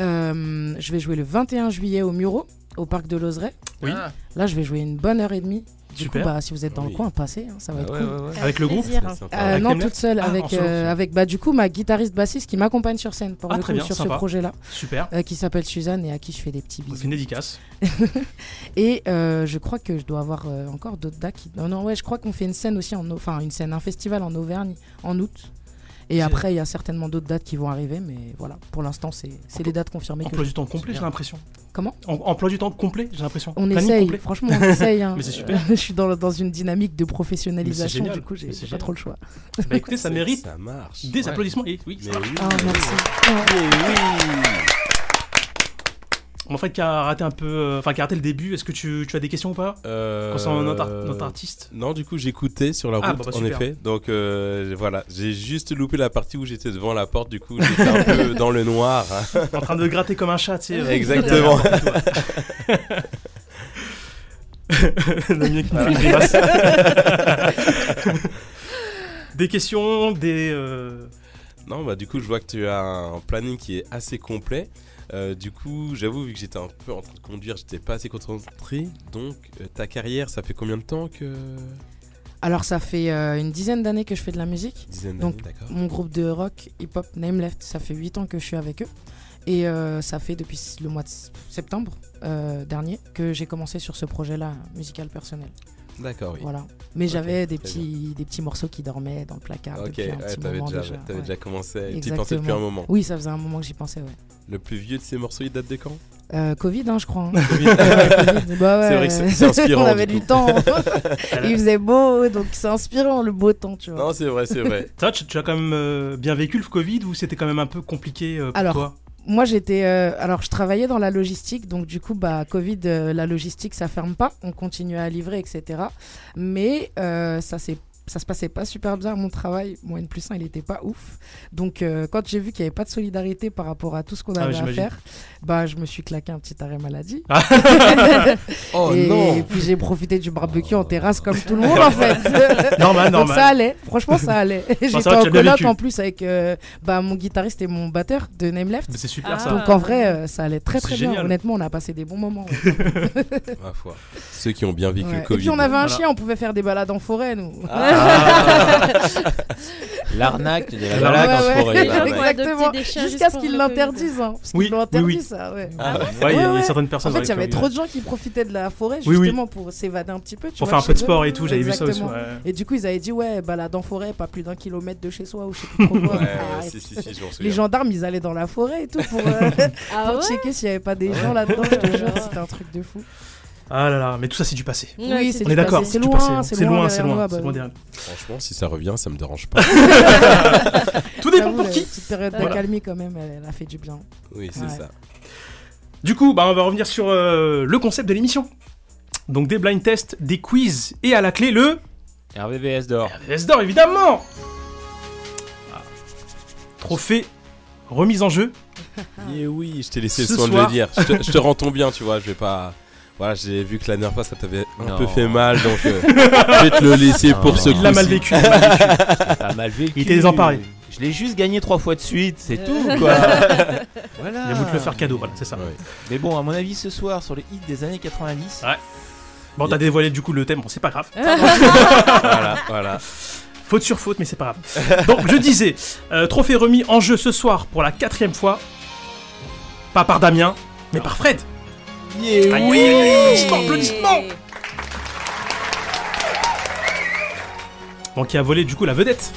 Speaker 6: Euh, je vais jouer le 21 juillet au Muro, au parc de Lozeret.
Speaker 4: Oui.
Speaker 6: Là, je vais jouer une bonne heure et demie Du
Speaker 4: Super. Ah
Speaker 6: coup, bah, si vous êtes dans
Speaker 8: Oui.
Speaker 6: le coin, passez, hein, ça va être cool.
Speaker 4: Avec le groupe
Speaker 7: plaisir.
Speaker 8: C'est sympa.
Speaker 6: Euh,
Speaker 4: Avec
Speaker 6: non,
Speaker 4: Hamlet
Speaker 6: toute seule,
Speaker 4: Ah, en
Speaker 6: avec,
Speaker 4: solo,
Speaker 6: euh,
Speaker 4: ok.
Speaker 6: avec bah, du coup ma guitariste bassiste qui m'accompagne sur scène pour
Speaker 4: Ah,
Speaker 6: le
Speaker 4: très
Speaker 6: coup,
Speaker 4: bien,
Speaker 6: sur
Speaker 4: sympa.
Speaker 6: ce projet-là,
Speaker 4: Super.
Speaker 6: euh, qui s'appelle Suzanne et à qui je fais des petits
Speaker 4: On fait
Speaker 6: bisous.
Speaker 4: une dédicace.
Speaker 6: Et euh, je crois que je dois avoir euh, encore d'autres dates. Qui... Non, non, ouais, je crois qu'on fait une scène aussi, en... au- enfin une scène, un festival en Auvergne en août. Et après, il y a certainement d'autres dates qui vont arriver, mais voilà, pour l'instant, c'est c'est les dates confirmées. Que
Speaker 4: Emploi du temps complet,
Speaker 5: bien.
Speaker 4: j'ai l'impression.
Speaker 6: Comment
Speaker 4: En- Emploi du temps complet, j'ai l'impression.
Speaker 6: On
Speaker 4: Planning
Speaker 6: essaye,
Speaker 4: complet.
Speaker 6: franchement, on essaye. hein.
Speaker 4: [LAUGHS] Mais c'est super.
Speaker 6: je suis dans, le- dans une dynamique de professionnalisation,
Speaker 4: génial,
Speaker 6: du coup, j'ai
Speaker 4: mais c'est
Speaker 6: j'ai pas
Speaker 4: génial.
Speaker 6: trop le choix.
Speaker 4: Bah écoutez,
Speaker 6: [LAUGHS]
Speaker 4: ça
Speaker 8: C'est-
Speaker 4: mérite
Speaker 8: Ça marche.
Speaker 4: des
Speaker 5: Ouais.
Speaker 4: applaudissements. Et oui,
Speaker 8: Mais oui.
Speaker 6: Oh, merci.
Speaker 8: Mais oui.
Speaker 4: mon frère qui a raté un peu, euh, enfin qui a raté le début, est-ce que tu, tu as des questions ou pas
Speaker 8: Euh,
Speaker 4: Concernant notre, ar- notre
Speaker 8: [LAUGHS]
Speaker 4: artiste
Speaker 8: Non, du coup, j'écoutais sur la route,
Speaker 4: Ah, bah, bah,
Speaker 8: en
Speaker 4: super.
Speaker 8: effet. Donc euh, voilà, j'ai juste loupé la partie où j'étais devant la porte, du coup, j'étais un
Speaker 4: [LAUGHS]
Speaker 8: peu dans le noir. hein.
Speaker 4: En train de gratter comme un chat, tu sais. euh,
Speaker 8: Exactement.
Speaker 4: [LAUGHS]
Speaker 8: [LAUGHS]
Speaker 4: Le mien qui me fait une grimace. [LAUGHS] des questions, des. euh,
Speaker 8: Non, bah du coup, je vois que tu as un planning qui est assez complet. Euh, du coup, j'avoue, vu que j'étais un peu en train de conduire, j'étais pas assez concentré. Donc, euh, ta carrière, ça fait combien de temps que.
Speaker 6: Alors, ça fait euh, une dizaine d'années que je fais de la musique.
Speaker 8: Dizaine d'années,
Speaker 6: Donc,
Speaker 8: d'accord.
Speaker 6: Mon groupe de rock, hip-hop, Name Left, ça fait 8 ans que je suis avec eux. Et euh, ça fait depuis le mois de s- septembre euh, dernier que j'ai commencé sur ce projet-là, musical personnel.
Speaker 8: D'accord, oui.
Speaker 6: Voilà. Mais
Speaker 8: Ok,
Speaker 6: j'avais des
Speaker 8: très
Speaker 6: petits, des petits morceaux qui dormaient dans le placard
Speaker 8: Ok,
Speaker 6: depuis un
Speaker 8: ouais,
Speaker 6: petit
Speaker 8: t'avais
Speaker 6: moment
Speaker 8: déjà,
Speaker 6: déjà.
Speaker 8: t'avais
Speaker 6: ouais.
Speaker 8: déjà commencé, tu y pensais depuis
Speaker 6: Exactement.
Speaker 8: un moment.
Speaker 6: Oui, ça faisait un moment que j'y pensais, ouais.
Speaker 8: Le plus vieux de ces morceaux, il date de quand
Speaker 6: Euh, Covid, hein, je crois. hein.
Speaker 8: [LAUGHS]
Speaker 6: Ouais, Covid. Bah ouais,
Speaker 8: C'est vrai que c'est-
Speaker 6: euh,
Speaker 8: c'est inspirant,
Speaker 6: [LAUGHS] On avait
Speaker 8: du
Speaker 6: du
Speaker 8: coup. [LAUGHS]
Speaker 6: temps. Il faisait beau, donc c'est inspirant le beau temps, tu vois.
Speaker 8: [LAUGHS] Non, c'est vrai, c'est vrai.
Speaker 4: Toi, tu, tu as quand même euh, bien vécu le Covid ou c'était quand même un peu compliqué euh, pour
Speaker 6: Alors,
Speaker 4: toi
Speaker 6: Moi, j'étais. euh, alors, je travaillais dans la logistique, donc du coup, bah, Covid, euh, la logistique, ça ferme pas. On continue à livrer, etc. Mais euh, ça s'est. Ça se passait pas super bien à mon travail. Mon N plus 1, il était pas ouf. Donc, euh, quand j'ai vu qu'il n'y avait pas de solidarité par rapport à tout ce qu'on
Speaker 4: Ah,
Speaker 6: avait à
Speaker 4: j'imagine. Ah.
Speaker 6: faire, bah, je me suis claqué un petit arrêt maladie. [LAUGHS]
Speaker 8: Oh
Speaker 6: et,
Speaker 8: non
Speaker 6: puis, j'ai profité du barbecue en terrasse comme tout le
Speaker 4: [LAUGHS]
Speaker 6: monde, en fait.
Speaker 4: Normal,
Speaker 6: Donc
Speaker 4: normal.
Speaker 6: ça allait, franchement ça
Speaker 4: [LAUGHS]
Speaker 6: allait. [LAUGHS] J'étais
Speaker 4: ça va, tu l'as
Speaker 6: en
Speaker 4: bien
Speaker 6: coloc
Speaker 4: vécu.
Speaker 6: en plus avec euh, bah, mon guitariste et mon batteur de Name Left.
Speaker 4: Mais C'est super
Speaker 7: Ah.
Speaker 4: ça.
Speaker 6: Donc en vrai, euh, ça allait très
Speaker 4: C'est
Speaker 6: très bien.
Speaker 4: génial.
Speaker 6: Honnêtement, on a passé des bons moments. ouais.
Speaker 8: [LAUGHS] Ma foi. Ceux qui ont bien vécu
Speaker 6: Ouais.
Speaker 8: le
Speaker 6: Et
Speaker 8: Covid.
Speaker 6: puis on avait un
Speaker 4: Voilà.
Speaker 6: chien, on pouvait faire des balades en forêt, nous.
Speaker 8: Ah.
Speaker 6: [LAUGHS]
Speaker 5: L'arnaque de la
Speaker 4: Ouais,
Speaker 5: balade en
Speaker 6: ouais,
Speaker 5: forêt.
Speaker 7: Les gens
Speaker 5: l'arnaque.
Speaker 7: qui ont adopté
Speaker 6: Exactement.
Speaker 7: des chiens
Speaker 6: Jusqu'à
Speaker 7: juste
Speaker 6: ce
Speaker 7: pour
Speaker 6: qu'ils
Speaker 7: le Covid.
Speaker 6: l'interdisent. hein, parce qu'ils
Speaker 4: Oui,
Speaker 6: l'ont
Speaker 4: oui,
Speaker 6: interdit
Speaker 4: oui.
Speaker 6: ça. Ouais.
Speaker 8: Ah, ouais.
Speaker 4: Ouais, il y a- il y a
Speaker 6: Ouais,
Speaker 4: certaines
Speaker 6: En
Speaker 4: personnes.
Speaker 6: fait, il
Speaker 4: dans
Speaker 6: y
Speaker 4: les
Speaker 6: avait
Speaker 4: Covid,
Speaker 6: trop de gens qui profitaient de la forêt
Speaker 4: Oui, oui.
Speaker 6: justement pour s'évader un petit peu. Tu
Speaker 4: Pour
Speaker 6: vois,
Speaker 4: faire un peu de
Speaker 6: chez eux.
Speaker 4: sport et tout, j'avais vu ça aussi.
Speaker 6: Exactement.
Speaker 4: ouais.
Speaker 6: Et du coup, ils avaient dit ouais, balade en forêt, pas plus d'un kilomètre de chez soi ou je sais plus
Speaker 8: [LAUGHS]
Speaker 6: trop
Speaker 8: Ouais,
Speaker 6: quoi. Ah,
Speaker 8: ouais, si,
Speaker 6: et
Speaker 8: si, si, je m'en souviens.
Speaker 6: Les gendarmes, ils allaient dans la forêt et tout [LAUGHS] pour, euh,
Speaker 7: Ah
Speaker 6: pour
Speaker 7: ouais
Speaker 6: checker s'il n'y avait pas des
Speaker 8: Ah
Speaker 6: gens là-dedans. Je te jure, c'était un truc de fou.
Speaker 4: Ah là là, mais tout ça, c'est du passé.
Speaker 7: Ouais,
Speaker 6: Oui,
Speaker 7: c'est
Speaker 6: c'est
Speaker 4: On
Speaker 6: du
Speaker 4: est d'accord,
Speaker 6: passé, c'est loin,
Speaker 4: c'est loin, c'est
Speaker 6: derrière moi,
Speaker 4: loin,
Speaker 6: bah
Speaker 4: c'est
Speaker 6: oui.
Speaker 4: loin derrière.
Speaker 8: Franchement, si ça revient, ça me dérange pas.
Speaker 4: [LAUGHS] Tout dépend
Speaker 6: J'avoue,
Speaker 4: pour
Speaker 6: la
Speaker 4: qui.
Speaker 6: petite période
Speaker 4: Voilà.
Speaker 6: d'accalmie quand même, elle, elle a fait du bien.
Speaker 8: Oui, c'est
Speaker 6: Ouais.
Speaker 8: ça.
Speaker 4: Du coup, bah, on va revenir sur euh, le concept de l'émission. Donc des blind tests, des quiz et à la clé le
Speaker 5: RVVS d'or.
Speaker 4: RVS d'or évidemment. Ah. Trophée remise
Speaker 8: [LAUGHS]
Speaker 4: en jeu.
Speaker 8: Et Eh oui, je t'ai laissé
Speaker 4: Ce
Speaker 8: le soin de
Speaker 4: soir.
Speaker 8: le dire. Je te,
Speaker 4: [LAUGHS]
Speaker 8: je te rends ton bien, tu vois. Je vais pas. Voilà, j'ai vu que la dernière fois ça t'avait un
Speaker 5: Non.
Speaker 8: peu fait mal, donc euh, je vais te le laisser
Speaker 5: Non.
Speaker 8: pour ce
Speaker 5: Il
Speaker 4: Ah, Il l'a
Speaker 8: coup-ci.
Speaker 4: mal vécu. il l'a mal vécu.
Speaker 5: Pas mal vécu.
Speaker 4: Il était désemparé.
Speaker 5: Je l'ai juste gagné trois fois de suite, c'est tout
Speaker 4: [LAUGHS]
Speaker 5: quoi. voilà.
Speaker 4: Il a voulu te le faire cadeau, voilà, c'est ça.
Speaker 8: Ouais.
Speaker 5: Mais bon, à mon avis, ce soir, sur les hits des années 90,
Speaker 4: Ah. Bon, t'as dévoilé du coup le thème, bon, c'est pas grave.
Speaker 8: voilà, voilà.
Speaker 4: Faute sur faute, mais c'est pas grave. Donc, je disais, euh, trophée remis en jeu ce soir pour la quatrième fois. Pas par Damien, mais par Fred. Aïe, aïe, aïe, aïe, applaudissements, applaudissements. Bon, qui a volé du coup la vedette.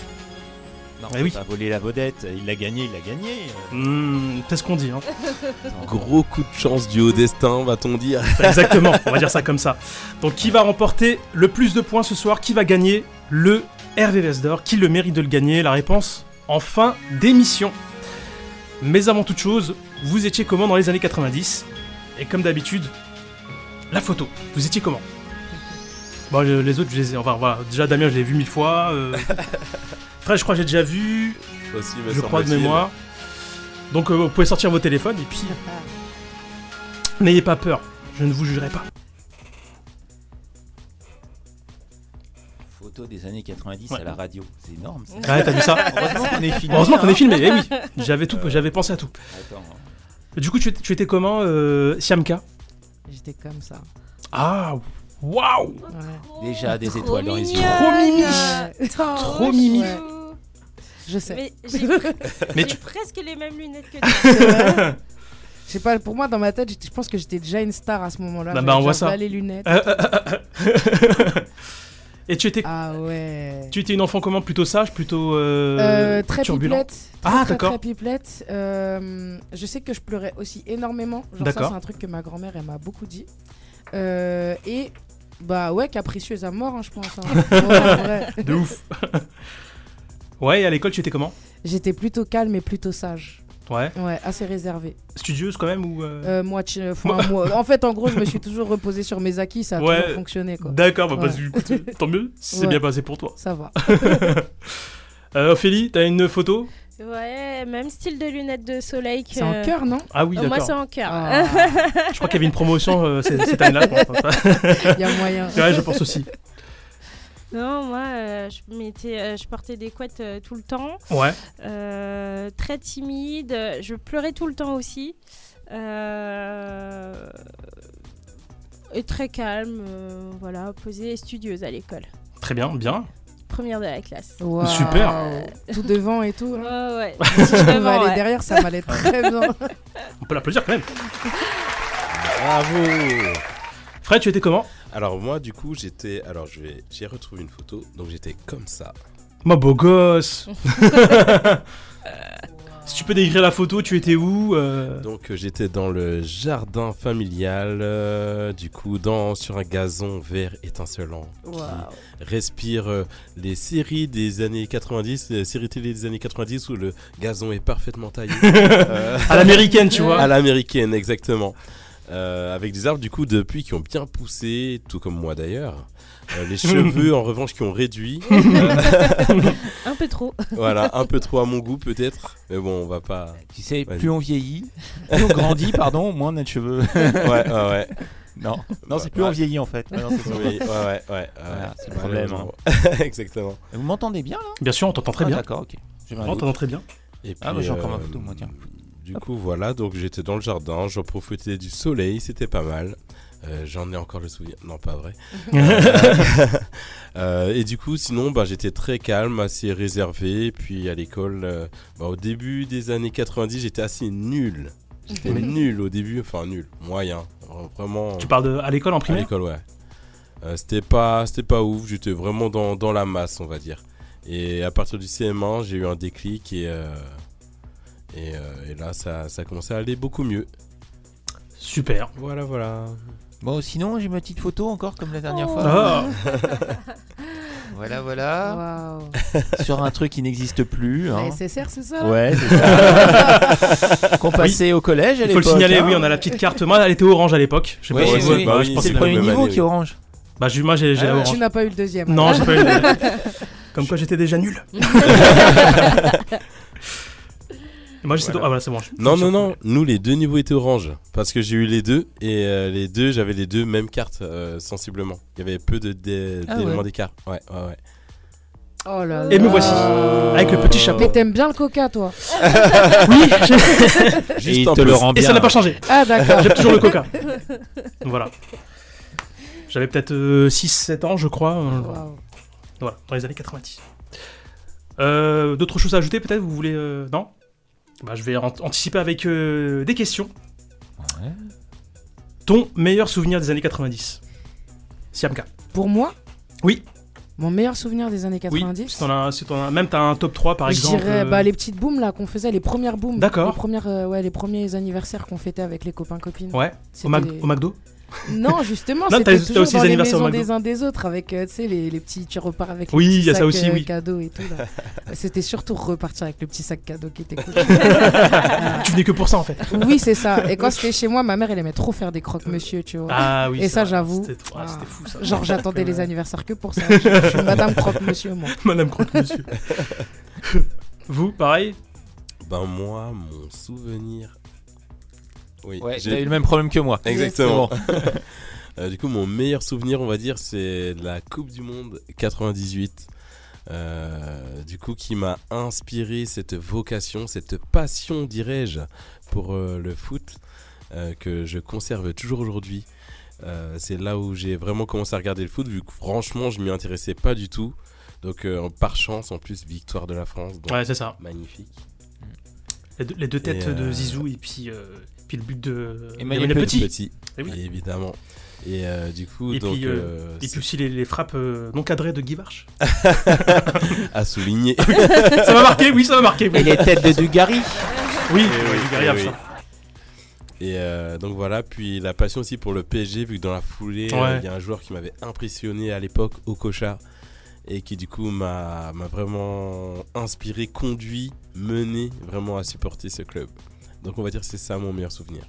Speaker 5: non,
Speaker 4: Mais oui.
Speaker 5: il a volé la vedette, il l'a gagné, il l'a euh. gagné.
Speaker 4: Hmm, c'est ce qu'on dit, hein. [LAUGHS]
Speaker 8: Gros coup de chance du haut destin, va-t-on dire.
Speaker 4: Exactement, on va dire ça comme ça. Donc qui va remporter le plus de points ce soir Qui va gagner le RVVS d'or Qui le mérite de le gagner La réponse en fin d'émission. Mais avant toute chose, vous étiez comment dans les années 90 Et comme d'habitude, la photo. Vous étiez comment Bon, le- les autres, je les ai. Enfin, voilà. Déjà, Damien, je l'ai vu mille fois. euh, Fred, je crois que j'ai déjà vu.
Speaker 8: Aussi, me
Speaker 4: Je crois de
Speaker 8: semble-t-il.
Speaker 4: mémoire. Donc, euh, vous pouvez sortir vos téléphones et puis. euh, N'ayez pas peur, je ne vous jugerai pas.
Speaker 5: Photo des années 90
Speaker 4: Ouais.
Speaker 5: à la radio, c'est énorme. ça.
Speaker 4: Ah Ouais, t'as vu ça
Speaker 5: [LAUGHS] Heureusement qu'on est filmé.
Speaker 4: Heureusement qu'on est
Speaker 5: hein. Euh,
Speaker 4: filmé,
Speaker 5: [LAUGHS]
Speaker 4: eh oui J'avais tout, j'avais pensé à tout.
Speaker 5: Attends, hein.
Speaker 4: Du coup, tu, étais- tu étais comment, euh, Siamka
Speaker 6: J'étais comme ça.
Speaker 4: Ah, Waouh
Speaker 5: Déjà des
Speaker 7: Trop
Speaker 5: étoiles dans les yeux.
Speaker 7: mignonne.
Speaker 4: Trop mimi.
Speaker 7: [LAUGHS] Euh,
Speaker 4: Trop mimi.
Speaker 7: chou.
Speaker 6: Je
Speaker 4: [LAUGHS]
Speaker 6: sais. [LAUGHS]
Speaker 7: Mais j'ai
Speaker 4: Mais
Speaker 7: j'ai
Speaker 4: tu-
Speaker 7: presque les mêmes lunettes
Speaker 4: [LAUGHS]
Speaker 7: que toi.
Speaker 6: C'est vrai. Je sais pas, pour moi, dans ma tête, j'étais- je pense que j'étais déjà une star à ce moment-là.
Speaker 4: Bah, bah,
Speaker 6: J'avais
Speaker 4: on voit
Speaker 6: déjà
Speaker 4: ça.
Speaker 6: les lunettes.
Speaker 4: [LAUGHS] Euh, euh, euh, euh. [LAUGHS] Et tu étais,
Speaker 6: Ah ouais.
Speaker 4: tu étais une enfant comment Plutôt sage, plutôt euh,
Speaker 6: Euh, très
Speaker 4: turbulent.
Speaker 6: pipelette.
Speaker 4: Ah
Speaker 6: Très,
Speaker 4: d'accord.
Speaker 6: très pipelette. Euh, je sais que je pleurais aussi énormément. Genre, ça, c'est
Speaker 4: D'accord.
Speaker 6: un truc que ma grand-mère, elle m'a beaucoup dit. Euh, et bah ouais, capricieuse à mort, hein, je pense. hein.
Speaker 4: [LAUGHS]
Speaker 6: Ouais, en vrai.
Speaker 4: De ouf. ouais, et à l'école tu étais comment
Speaker 6: J'étais plutôt calme et plutôt sage.
Speaker 4: Ouais.
Speaker 6: Ouais, assez réservée.
Speaker 4: Studieuse quand même ou euh
Speaker 6: Euh, moi,
Speaker 4: [LAUGHS]
Speaker 6: tu- enfin, moi- en fait, en gros, je me suis toujours reposée sur mes acquis, ça a
Speaker 4: Ouais.
Speaker 6: toujours fonctionné, quoi.
Speaker 4: D'accord, bah,
Speaker 6: Ouais.
Speaker 4: bah, du coup, t- tant mieux, c'est
Speaker 6: Ouais.
Speaker 4: bien passé pour toi.
Speaker 6: Ça va.
Speaker 4: [LAUGHS] Euh, Ophélie, t'as une photo
Speaker 7: Ouais, même style de lunettes de soleil que.
Speaker 6: C'est en cœur, non
Speaker 4: Ah oui,
Speaker 7: Oh, moi,
Speaker 4: d'accord.
Speaker 7: c'est en cœur.
Speaker 6: Ah,
Speaker 4: Je crois qu'il y avait une promotion euh, cette, cette année-là, je pense. hein,
Speaker 6: [LAUGHS] Il y a moyen.
Speaker 4: Ouais, je pense aussi.
Speaker 7: Non, moi, euh, je, mettais, euh, je portais des couettes euh, tout le temps.
Speaker 4: Ouais.
Speaker 7: Euh, très timide. euh, Je pleurais tout le temps aussi. Euh, Et très calme, euh, voilà, posée et studieuse à l'école.
Speaker 4: Très bien, Ah, bien.
Speaker 7: Première de la classe.
Speaker 6: Waouh.
Speaker 4: Super.
Speaker 6: Tout devant et tout.
Speaker 7: Ouais,
Speaker 6: hein.
Speaker 7: ouais.
Speaker 6: On va
Speaker 7: Vraiment,
Speaker 6: aller
Speaker 7: ouais.
Speaker 6: derrière, ça m'allait très
Speaker 7: [LAUGHS]
Speaker 6: bien.
Speaker 4: On peut l'applaudir
Speaker 6: [LAUGHS]
Speaker 4: quand même.
Speaker 8: Bravo
Speaker 4: Fred, tu étais comment
Speaker 8: Alors moi du coup j'étais... Alors je vais- j'ai retrouvé une photo, donc j'étais comme ça.
Speaker 4: Moi, beau gosse. [LAUGHS] si tu peux décrire la photo, tu étais où euh,
Speaker 8: Donc euh, j'étais dans le jardin familial, euh, du coup dans, sur un gazon vert étincelant. qui respire euh, les séries des années 90, les séries télé des années 90 où le gazon est parfaitement
Speaker 4: [LAUGHS]
Speaker 8: taillé. Euh,
Speaker 4: À l'américaine, tu vois.
Speaker 8: à l'américaine, exactement. Euh, avec des arbres du coup depuis qui ont bien poussé, tout comme moi d'ailleurs. Euh,
Speaker 4: [LAUGHS]
Speaker 8: les cheveux en revanche qui ont réduit. Euh,
Speaker 7: Un peu trop.
Speaker 8: voilà, un peu trop à mon goût peut-être. Mais bon, on va pas.
Speaker 5: Tu sais,
Speaker 8: Vas-y.
Speaker 5: plus on vieillit, plus on grandit, pardon, moins on a de cheveux.
Speaker 8: [LAUGHS] Ouais,
Speaker 5: [LAUGHS]
Speaker 8: ouais, ouais.
Speaker 5: non,
Speaker 4: Bah,
Speaker 5: non, c'est plus
Speaker 8: Ouais.
Speaker 5: on vieillit en fait. Ouais, non, c'est ça.
Speaker 8: Oui, ouais, ouais, ouais, ouais.
Speaker 5: [LAUGHS] Voilà, c'est le problème, hein.
Speaker 8: [LAUGHS]
Speaker 4: [LAUGHS]
Speaker 8: exactement.
Speaker 5: Vous m'entendez bien là
Speaker 4: Bien sûr, on t'entend très
Speaker 5: Ah,
Speaker 4: bien.
Speaker 5: D'accord, ok. J'ai
Speaker 4: On
Speaker 5: mal au-
Speaker 4: t'entend très bien.
Speaker 8: Et
Speaker 5: Ah,
Speaker 8: puis,
Speaker 5: bah, j'ai encore ma
Speaker 8: euh,
Speaker 5: photo, moi, tiens.
Speaker 8: Du coup, voilà, donc j'étais dans le jardin, j'en profitais du soleil, c'était pas mal. Euh, j'en ai encore le souvenir. Non, pas vrai. [LAUGHS] Euh, et du coup, sinon, bah, j'étais très calme, assez réservé. Puis à l'école, euh, bah, au début des années 90, j'étais assez nul. J'étais nul au début, enfin nul, moyen. Vraiment. euh,
Speaker 4: tu parles de, à l'école en
Speaker 8: À
Speaker 4: primaire
Speaker 8: l'école, ouais. Euh, c'était pas, c'était pas ouf. J'étais vraiment dans, dans la masse, on va dire. Et à partir du CM1, j'ai eu un déclic et euh, et, euh, et là, ça, ça commençait à aller beaucoup mieux.
Speaker 4: Super.
Speaker 8: Voilà, voilà.
Speaker 5: Bon, sinon, j'ai ma petite photo encore comme la dernière
Speaker 7: Oh.
Speaker 5: fois.
Speaker 4: Ah,
Speaker 5: [LAUGHS] Voilà, voilà.
Speaker 6: Waouh.
Speaker 5: Sur un truc qui n'existe plus. hein.
Speaker 6: La SSR, c'est ça
Speaker 5: Ouais,
Speaker 6: [LAUGHS]
Speaker 5: c'est ça. Qu'on passait au collège à
Speaker 4: il faut le
Speaker 5: l'époque.
Speaker 4: signaler,
Speaker 5: hein.
Speaker 4: oui, on a la petite carte. Moi, elle était orange à l'époque. Je sais
Speaker 5: Oui,
Speaker 4: pas
Speaker 5: oui,
Speaker 4: si
Speaker 5: oui.
Speaker 4: vous- bah, je pense
Speaker 5: c'est
Speaker 4: que
Speaker 5: le premier
Speaker 8: même
Speaker 5: niveau
Speaker 8: année,
Speaker 5: qui est
Speaker 8: oui.
Speaker 5: orange.
Speaker 4: Bah, j'ai- moi, j'ai j'ai
Speaker 5: Ah
Speaker 4: la
Speaker 5: ouais.
Speaker 4: orange.
Speaker 6: Tu n'as pas eu le deuxième.
Speaker 4: Non,
Speaker 6: hein.
Speaker 4: j'ai pas eu
Speaker 6: [LAUGHS]
Speaker 4: le- Comme quoi j'étais déjà nul. Et moi j'étais. Ah voilà, c'est bon. je-
Speaker 8: Non,
Speaker 4: je-
Speaker 8: non, non. Nous, les deux niveaux étaient orange parce que j'ai eu les deux et euh, les deux, j'avais les deux mêmes cartes euh, sensiblement. Il y avait peu de dé-
Speaker 5: Ah
Speaker 8: d'éléments
Speaker 5: ouais.
Speaker 8: d'écart. Ouais, ouais, ouais.
Speaker 6: Oh là là.
Speaker 4: Et me voici. Avec le petit chapeau.
Speaker 6: Mais t'aimes bien le coca, toi
Speaker 4: [LAUGHS] Oui, j'ai-
Speaker 8: Juste
Speaker 5: il
Speaker 8: un
Speaker 5: te
Speaker 8: peu.
Speaker 5: le rend
Speaker 4: et
Speaker 5: bien.
Speaker 4: ça n'a pas changé.
Speaker 6: Ah, d'accord.
Speaker 4: J'aime toujours le
Speaker 6: [LAUGHS]
Speaker 4: coca. Voilà. J'avais peut-être 6-7 ans, je crois. euh,
Speaker 6: Waouh.
Speaker 4: Voilà, dans les années 90. Euh, D'autres choses à ajouter peut-être Vous voulez. euh, non bah, Je vais an- anticiper avec euh, des questions.
Speaker 5: Ouais.
Speaker 4: Ton meilleur souvenir des années 90 Siamka.
Speaker 6: [LAUGHS] Pour moi
Speaker 4: Oui.
Speaker 6: Mon meilleur souvenir des années
Speaker 4: Oui,
Speaker 6: 90
Speaker 4: si t'en as- si t'en as- même t'as un top 3 par
Speaker 6: Je
Speaker 4: exemple.
Speaker 6: dirais
Speaker 4: euh,
Speaker 6: bah, les petites booms là qu'on faisait, les premières booms.
Speaker 4: D'accord.
Speaker 6: Les, premières, euh, ouais, les premiers anniversaires qu'on fêtait avec les copains-copines.
Speaker 4: Ouais,
Speaker 6: C'était-
Speaker 4: au, Mac- au McDo
Speaker 6: Non, justement,
Speaker 4: [LAUGHS] Non,
Speaker 6: c'était
Speaker 4: t'as- t'as
Speaker 6: toujours
Speaker 4: aussi
Speaker 6: dans
Speaker 4: des
Speaker 6: les
Speaker 4: anniversaires au
Speaker 6: maisons
Speaker 4: McDo.
Speaker 6: des uns des autres avec euh, tu sais, les, les petits tu repars avec
Speaker 4: Oui,
Speaker 6: les petits
Speaker 4: il y a ça
Speaker 6: sacs,
Speaker 4: aussi,
Speaker 6: euh,
Speaker 4: oui.
Speaker 6: cadeaux et tout.
Speaker 4: [LAUGHS]
Speaker 6: là. c'était surtout repartir avec le petit sac cadeau qui était cool.
Speaker 4: Tu venais que pour ça en fait.
Speaker 6: oui, c'est ça. Et quand c'était chez moi, ma mère, elle aimait trop faire des croque-monsieur, tu vois.
Speaker 4: Ah oui.
Speaker 6: Et
Speaker 4: c'est
Speaker 6: ça,
Speaker 4: vrai,
Speaker 6: j'avoue.
Speaker 4: C'était ah,
Speaker 6: Ah.
Speaker 4: c'était fou ça.
Speaker 6: Genre, j'attendais les anniversaires que pour ça. Je suis madame croque-monsieur, moi.
Speaker 4: [LAUGHS] Madame
Speaker 6: [LAUGHS]
Speaker 4: Croque-Monsieur. Vous, pareil
Speaker 8: Ben moi, mon souvenir. Oui.
Speaker 5: Ouais,
Speaker 8: j'ai-
Speaker 5: j'ai eu le même problème que moi.
Speaker 8: Exactement.
Speaker 5: [LAUGHS]
Speaker 8: Euh, du coup, mon meilleur souvenir, on va dire, c'est de la Coupe du Monde 98. Euh, du coup, qui m'a inspiré cette vocation, cette passion, dirais-je, pour euh, le foot, euh, que je conserve toujours aujourd'hui. Euh, c'est là où j'ai vraiment commencé à regarder le foot, vu que franchement, je m'y intéressais pas du tout. Donc, euh, par chance, en plus, victoire de la France. donc
Speaker 4: Ouais, c'est ça.
Speaker 8: Magnifique.
Speaker 4: Les deux, les deux têtes
Speaker 8: Et, euh,
Speaker 4: de Zizou et puis, euh, puis le but de
Speaker 5: Emmanuel
Speaker 4: Emmanuel Petit. Eh oui.
Speaker 8: évidemment. Et euh, du coup,
Speaker 4: Et
Speaker 8: donc,
Speaker 4: puis,
Speaker 8: euh,
Speaker 4: Et puis
Speaker 8: c'est
Speaker 4: aussi les, les frappes euh, non cadrées de Guy Varche.
Speaker 8: [LAUGHS]
Speaker 4: [LAUGHS]
Speaker 8: à souligner.
Speaker 4: ça m'a marqué, oui, ça m'a marqué.
Speaker 5: Et
Speaker 4: Oui,
Speaker 5: les têtes de Dugarry
Speaker 4: oui,
Speaker 8: Eh oui,
Speaker 4: Guy Varche,
Speaker 8: eh oui.
Speaker 4: ça.
Speaker 8: Et euh, donc voilà, puis la passion aussi pour le PSG, vu que dans la foulée,
Speaker 4: Ouais.
Speaker 8: euh, il y a un joueur qui m'avait impressionné à l'époque, Okocha, et qui du coup m'a m'a vraiment inspiré, conduit, mené vraiment à supporter ce club. Donc on va dire que c'est ça mon meilleur souvenir.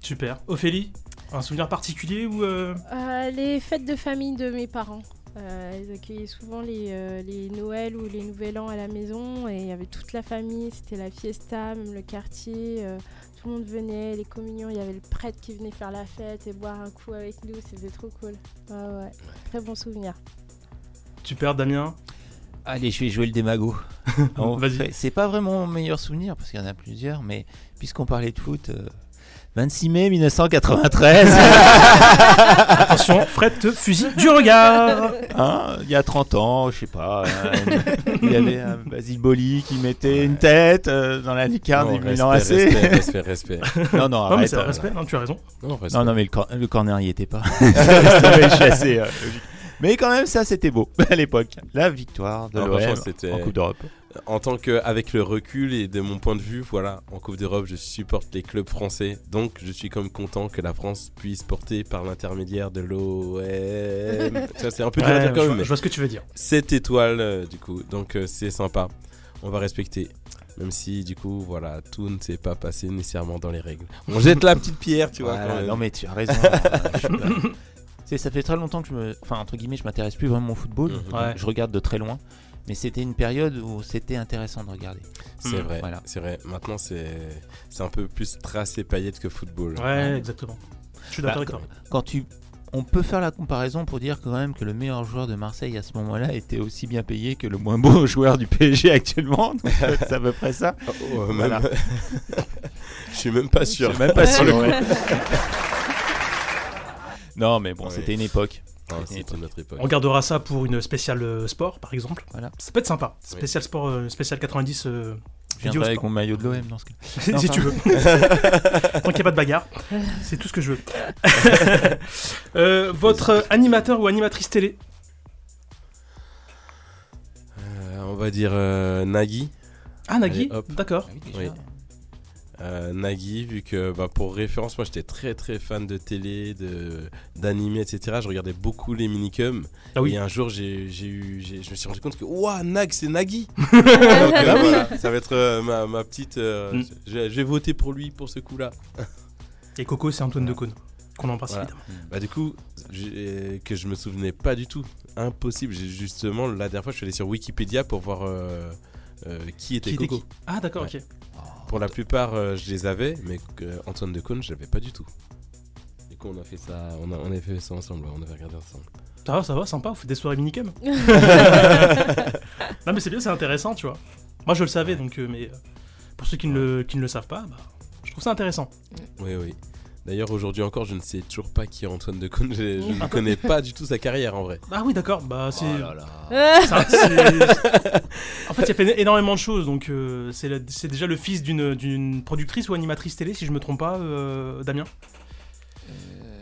Speaker 4: Super. Ophélie, un souvenir particulier ou euh,
Speaker 7: Euh, les fêtes de famille de mes parents. Euh, ils accueillaient souvent les, euh, les Noëls ou les Nouvel An à la maison et il y avait toute la famille, c'était la fiesta, même le quartier, euh, tout le monde venait, les communions, il y avait le prêtre qui venait faire la fête et boire un coup avec nous, c'était trop cool. Ouais, ouais, très bon souvenir.
Speaker 4: Super, Damien.
Speaker 5: Allez, je vais jouer le
Speaker 4: [LAUGHS]
Speaker 5: démago. En
Speaker 4: Vas-y.
Speaker 5: fait, C'est pas vraiment mon meilleur souvenir parce qu'il y en a plusieurs, mais puisqu'on parlait de foot, euh, 26 mai 1993,
Speaker 4: [LAUGHS] Attention, Fred te fusille du regard.
Speaker 5: hein, il y a 30 ans, je sais pas, hein, il y avait un Basile Boli qui mettait une tête euh, dans la lucarne
Speaker 8: Non,
Speaker 5: du Milan AC.
Speaker 8: respect, respect, respect, respect.
Speaker 5: [LAUGHS] Non, non,
Speaker 4: Non, mais
Speaker 5: arrête,
Speaker 4: c'est
Speaker 5: euh,
Speaker 4: un respect, hein, tu as raison.
Speaker 8: Non, respect.
Speaker 5: Non, non, mais le, cor- le corner y était
Speaker 8: [LAUGHS]
Speaker 5: pas. [LAUGHS] Ça avait chassé, euh, logique. mais quand même, ça c'était beau [LAUGHS] à l'époque. La victoire de
Speaker 8: Non,
Speaker 5: l'OM
Speaker 8: franchement, c'était-
Speaker 5: en Coupe d'Europe.
Speaker 8: En tant qu'avec le recul et de mon point de vue, voilà, en Coupe d'Europe, je supporte les clubs français. Donc, je suis comme content que la France puisse porter par l'intermédiaire de
Speaker 5: [LAUGHS]
Speaker 8: l'OM. Ça, c'est un peu dur à
Speaker 4: Ouais,
Speaker 8: dire
Speaker 4: je,
Speaker 8: quand
Speaker 4: vois,
Speaker 8: même. mais
Speaker 4: je vois ce que tu veux dire.
Speaker 8: Cette étoile, euh, du coup. Donc, euh, c'est sympa. On va respecter. Même si, du coup, voilà, tout ne s'est pas passé nécessairement dans les règles. On jette la petite pierre, tu vois.
Speaker 5: Voilà,
Speaker 8: quand même.
Speaker 5: non mais tu as
Speaker 8: [LAUGHS]
Speaker 5: raison. Euh, je- euh, c'est- ça fait très longtemps que je me, enfin entre guillemets, je m'intéresse plus vraiment au football.
Speaker 8: Mhm.
Speaker 4: Ouais.
Speaker 5: Je regarde de très loin, mais c'était une période où c'était intéressant de regarder.
Speaker 8: C'est
Speaker 4: Mm,
Speaker 8: vrai.
Speaker 5: Hmm. voilà.
Speaker 8: C'est vrai. Maintenant, c'est c'est un peu plus tracé paillette que football.
Speaker 4: Ouais, exactement. Je suis d'accord avec toi.
Speaker 5: Bah, Quand tu, on peut faire la comparaison pour dire quand même que le meilleur joueur de Marseille à ce moment-là était aussi bien payé que le moins beau [LAUGHS] joueur du PSG
Speaker 8: [LAUGHS]
Speaker 5: actuellement. Donc, C'est à peu près ça.
Speaker 8: Oh, oh, même-
Speaker 5: Voilà.
Speaker 8: [LAUGHS] je suis même pas sûr.
Speaker 5: Je suis même
Speaker 8: [LAUGHS]
Speaker 5: pas
Speaker 8: Sur le
Speaker 5: sûr,
Speaker 8: coup.
Speaker 5: ouais. [LAUGHS] Non mais bon,
Speaker 8: Ouais.
Speaker 5: c'était une époque.
Speaker 8: Ah,
Speaker 5: C'était une
Speaker 8: C'était notre époque.
Speaker 4: On gardera ça pour une spéciale euh, sport, par exemple.
Speaker 5: Voilà.
Speaker 4: Ça peut être sympa.
Speaker 8: Oui.
Speaker 4: Spécial sport, euh, spécial 90, euh,
Speaker 5: Je
Speaker 4: Vidéo
Speaker 5: viendrai avec
Speaker 4: sport.
Speaker 5: mon maillot de l'OM dans
Speaker 4: [LAUGHS]
Speaker 5: ce cas.
Speaker 4: si
Speaker 5: Non, [LAUGHS]
Speaker 4: tu veux. Tant qu'il n'y a pas de bagarre, c'est tout ce que [LAUGHS] je veux.
Speaker 5: [LAUGHS]
Speaker 4: Euh, votre animateur ou animatrice télé
Speaker 8: Euh, on va dire euh, Nagui.
Speaker 4: Ah, Nagui
Speaker 8: Allez, hop.
Speaker 4: D'accord.
Speaker 8: Oui. Euh, Nagui, vu que bah, pour référence, moi j'étais très très fan de télé, de d'animé, etc. Je regardais beaucoup les minicums.
Speaker 4: Ah oui.
Speaker 8: Et un jour, j'ai j'ai eu, j'ai- je me suis rendu compte que Ouah, Nag, c'est
Speaker 4: [LAUGHS]
Speaker 8: Nagui. Donc, [LAUGHS] euh, voilà, ça va être euh, ma, ma petite. euh,
Speaker 4: Mm.
Speaker 8: J'ai j'ai voté pour lui pour ce coup-là.
Speaker 4: Et Coco, c'est Antoine Decaune, qu'on embrasse
Speaker 8: Voilà.
Speaker 4: évidemment.
Speaker 8: Bah du coup, j'ai- que je me souvenais pas du tout. Impossible. J'ai justement la dernière fois, je suis allé sur Wikipédia pour voir euh, euh, qui était
Speaker 4: Qui était
Speaker 8: Coco.
Speaker 4: qui Ah, d'accord,
Speaker 8: Ouais.
Speaker 4: ok.
Speaker 8: Pour la plupart, euh, je les avais, mais euh, Antoine de Caunes, je l'avais pas du tout. Du coup, on a fait ça, on a, on a fait ça ensemble, on avait regardé ensemble.
Speaker 4: Ça va, ça va, sympa, on fait des soirées [LAUGHS] minicum. non, mais c'est bien, c'est intéressant, tu vois. Moi, je le savais, donc, euh, mais euh, pour ceux qui ne, le, qui ne le savent pas, bah, je trouve ça intéressant.
Speaker 8: Oui, oui. D'ailleurs, aujourd'hui encore, je ne sais toujours pas qui est Antoine de Caunes. Je, je ne connais pas du tout sa carrière en vrai.
Speaker 4: Ah oui, d'accord,
Speaker 5: Oh
Speaker 4: bah, c'est.
Speaker 7: Euh,
Speaker 4: [LAUGHS] ça,
Speaker 6: [LAUGHS]
Speaker 4: c'est- en fait, il a fait énormément de choses, donc euh, c'est la- c'est déjà le fils d'une- d'une productrice ou animatrice télé, si je me trompe pas, euh, Damien.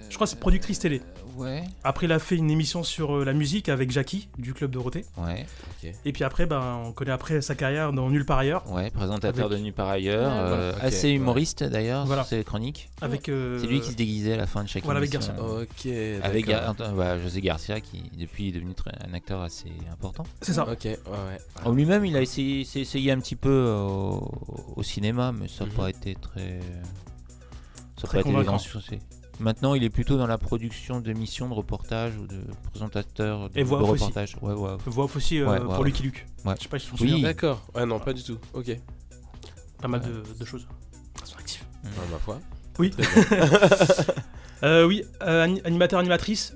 Speaker 4: Je crois que c'est productrice télé.
Speaker 5: Euh, Ouais.
Speaker 4: Après, il a fait une émission sur euh, la musique avec Jackie du Club Dorothée.
Speaker 5: Ouais.
Speaker 4: Et puis après, ben, on connaît après sa carrière dans Nulle part ailleurs,
Speaker 5: Ouais, présentateur
Speaker 4: Avec-
Speaker 5: de nuit par ailleurs,
Speaker 7: Ah,
Speaker 5: euh,
Speaker 8: ok,
Speaker 5: assez
Speaker 8: ouais.
Speaker 5: humoriste d'ailleurs
Speaker 4: Voilà.
Speaker 5: sur ses chroniques.
Speaker 4: avec. euh,
Speaker 5: C'est lui qui se déguisait à la fin de chaque
Speaker 4: voilà, avec
Speaker 5: émission.
Speaker 4: Garcia.
Speaker 8: Ok.
Speaker 5: Avec Gar-
Speaker 8: d'accord.
Speaker 5: Ant- bah, José Garcia qui depuis est devenu très- un acteur assez important.
Speaker 4: C'est ça.
Speaker 8: Ok, ouais, ouais.
Speaker 5: En lui-même, il a essayé, s'est essayé un petit peu euh, au, au cinéma, mais ça n'a
Speaker 8: Mhm.
Speaker 5: pas été très, ça a pas été
Speaker 4: Très
Speaker 5: des
Speaker 4: convaincant.
Speaker 5: grands succès. Maintenant, il est plutôt dans la production d'émissions, de reportages ou de présentateurs de,
Speaker 4: Et voix
Speaker 5: de
Speaker 4: off aussi.
Speaker 5: reportages. Ouais, voix off.
Speaker 4: Voix off aussi euh,
Speaker 5: Ouais, ouais,
Speaker 4: pour
Speaker 5: ouais.
Speaker 4: Lucky Luke.
Speaker 5: Ouais.
Speaker 4: Je sais pas si tu t'en
Speaker 5: Oui.
Speaker 4: souviens,
Speaker 8: D'accord. Ouais, non, pas du tout. Ok.
Speaker 4: Pas mal de, de choses. Ils sont actifs.
Speaker 8: Enfin, ma foi.
Speaker 4: Oui.
Speaker 8: Très bien.
Speaker 4: [LAUGHS] Euh, oui, euh, ani- animateur, animatrice.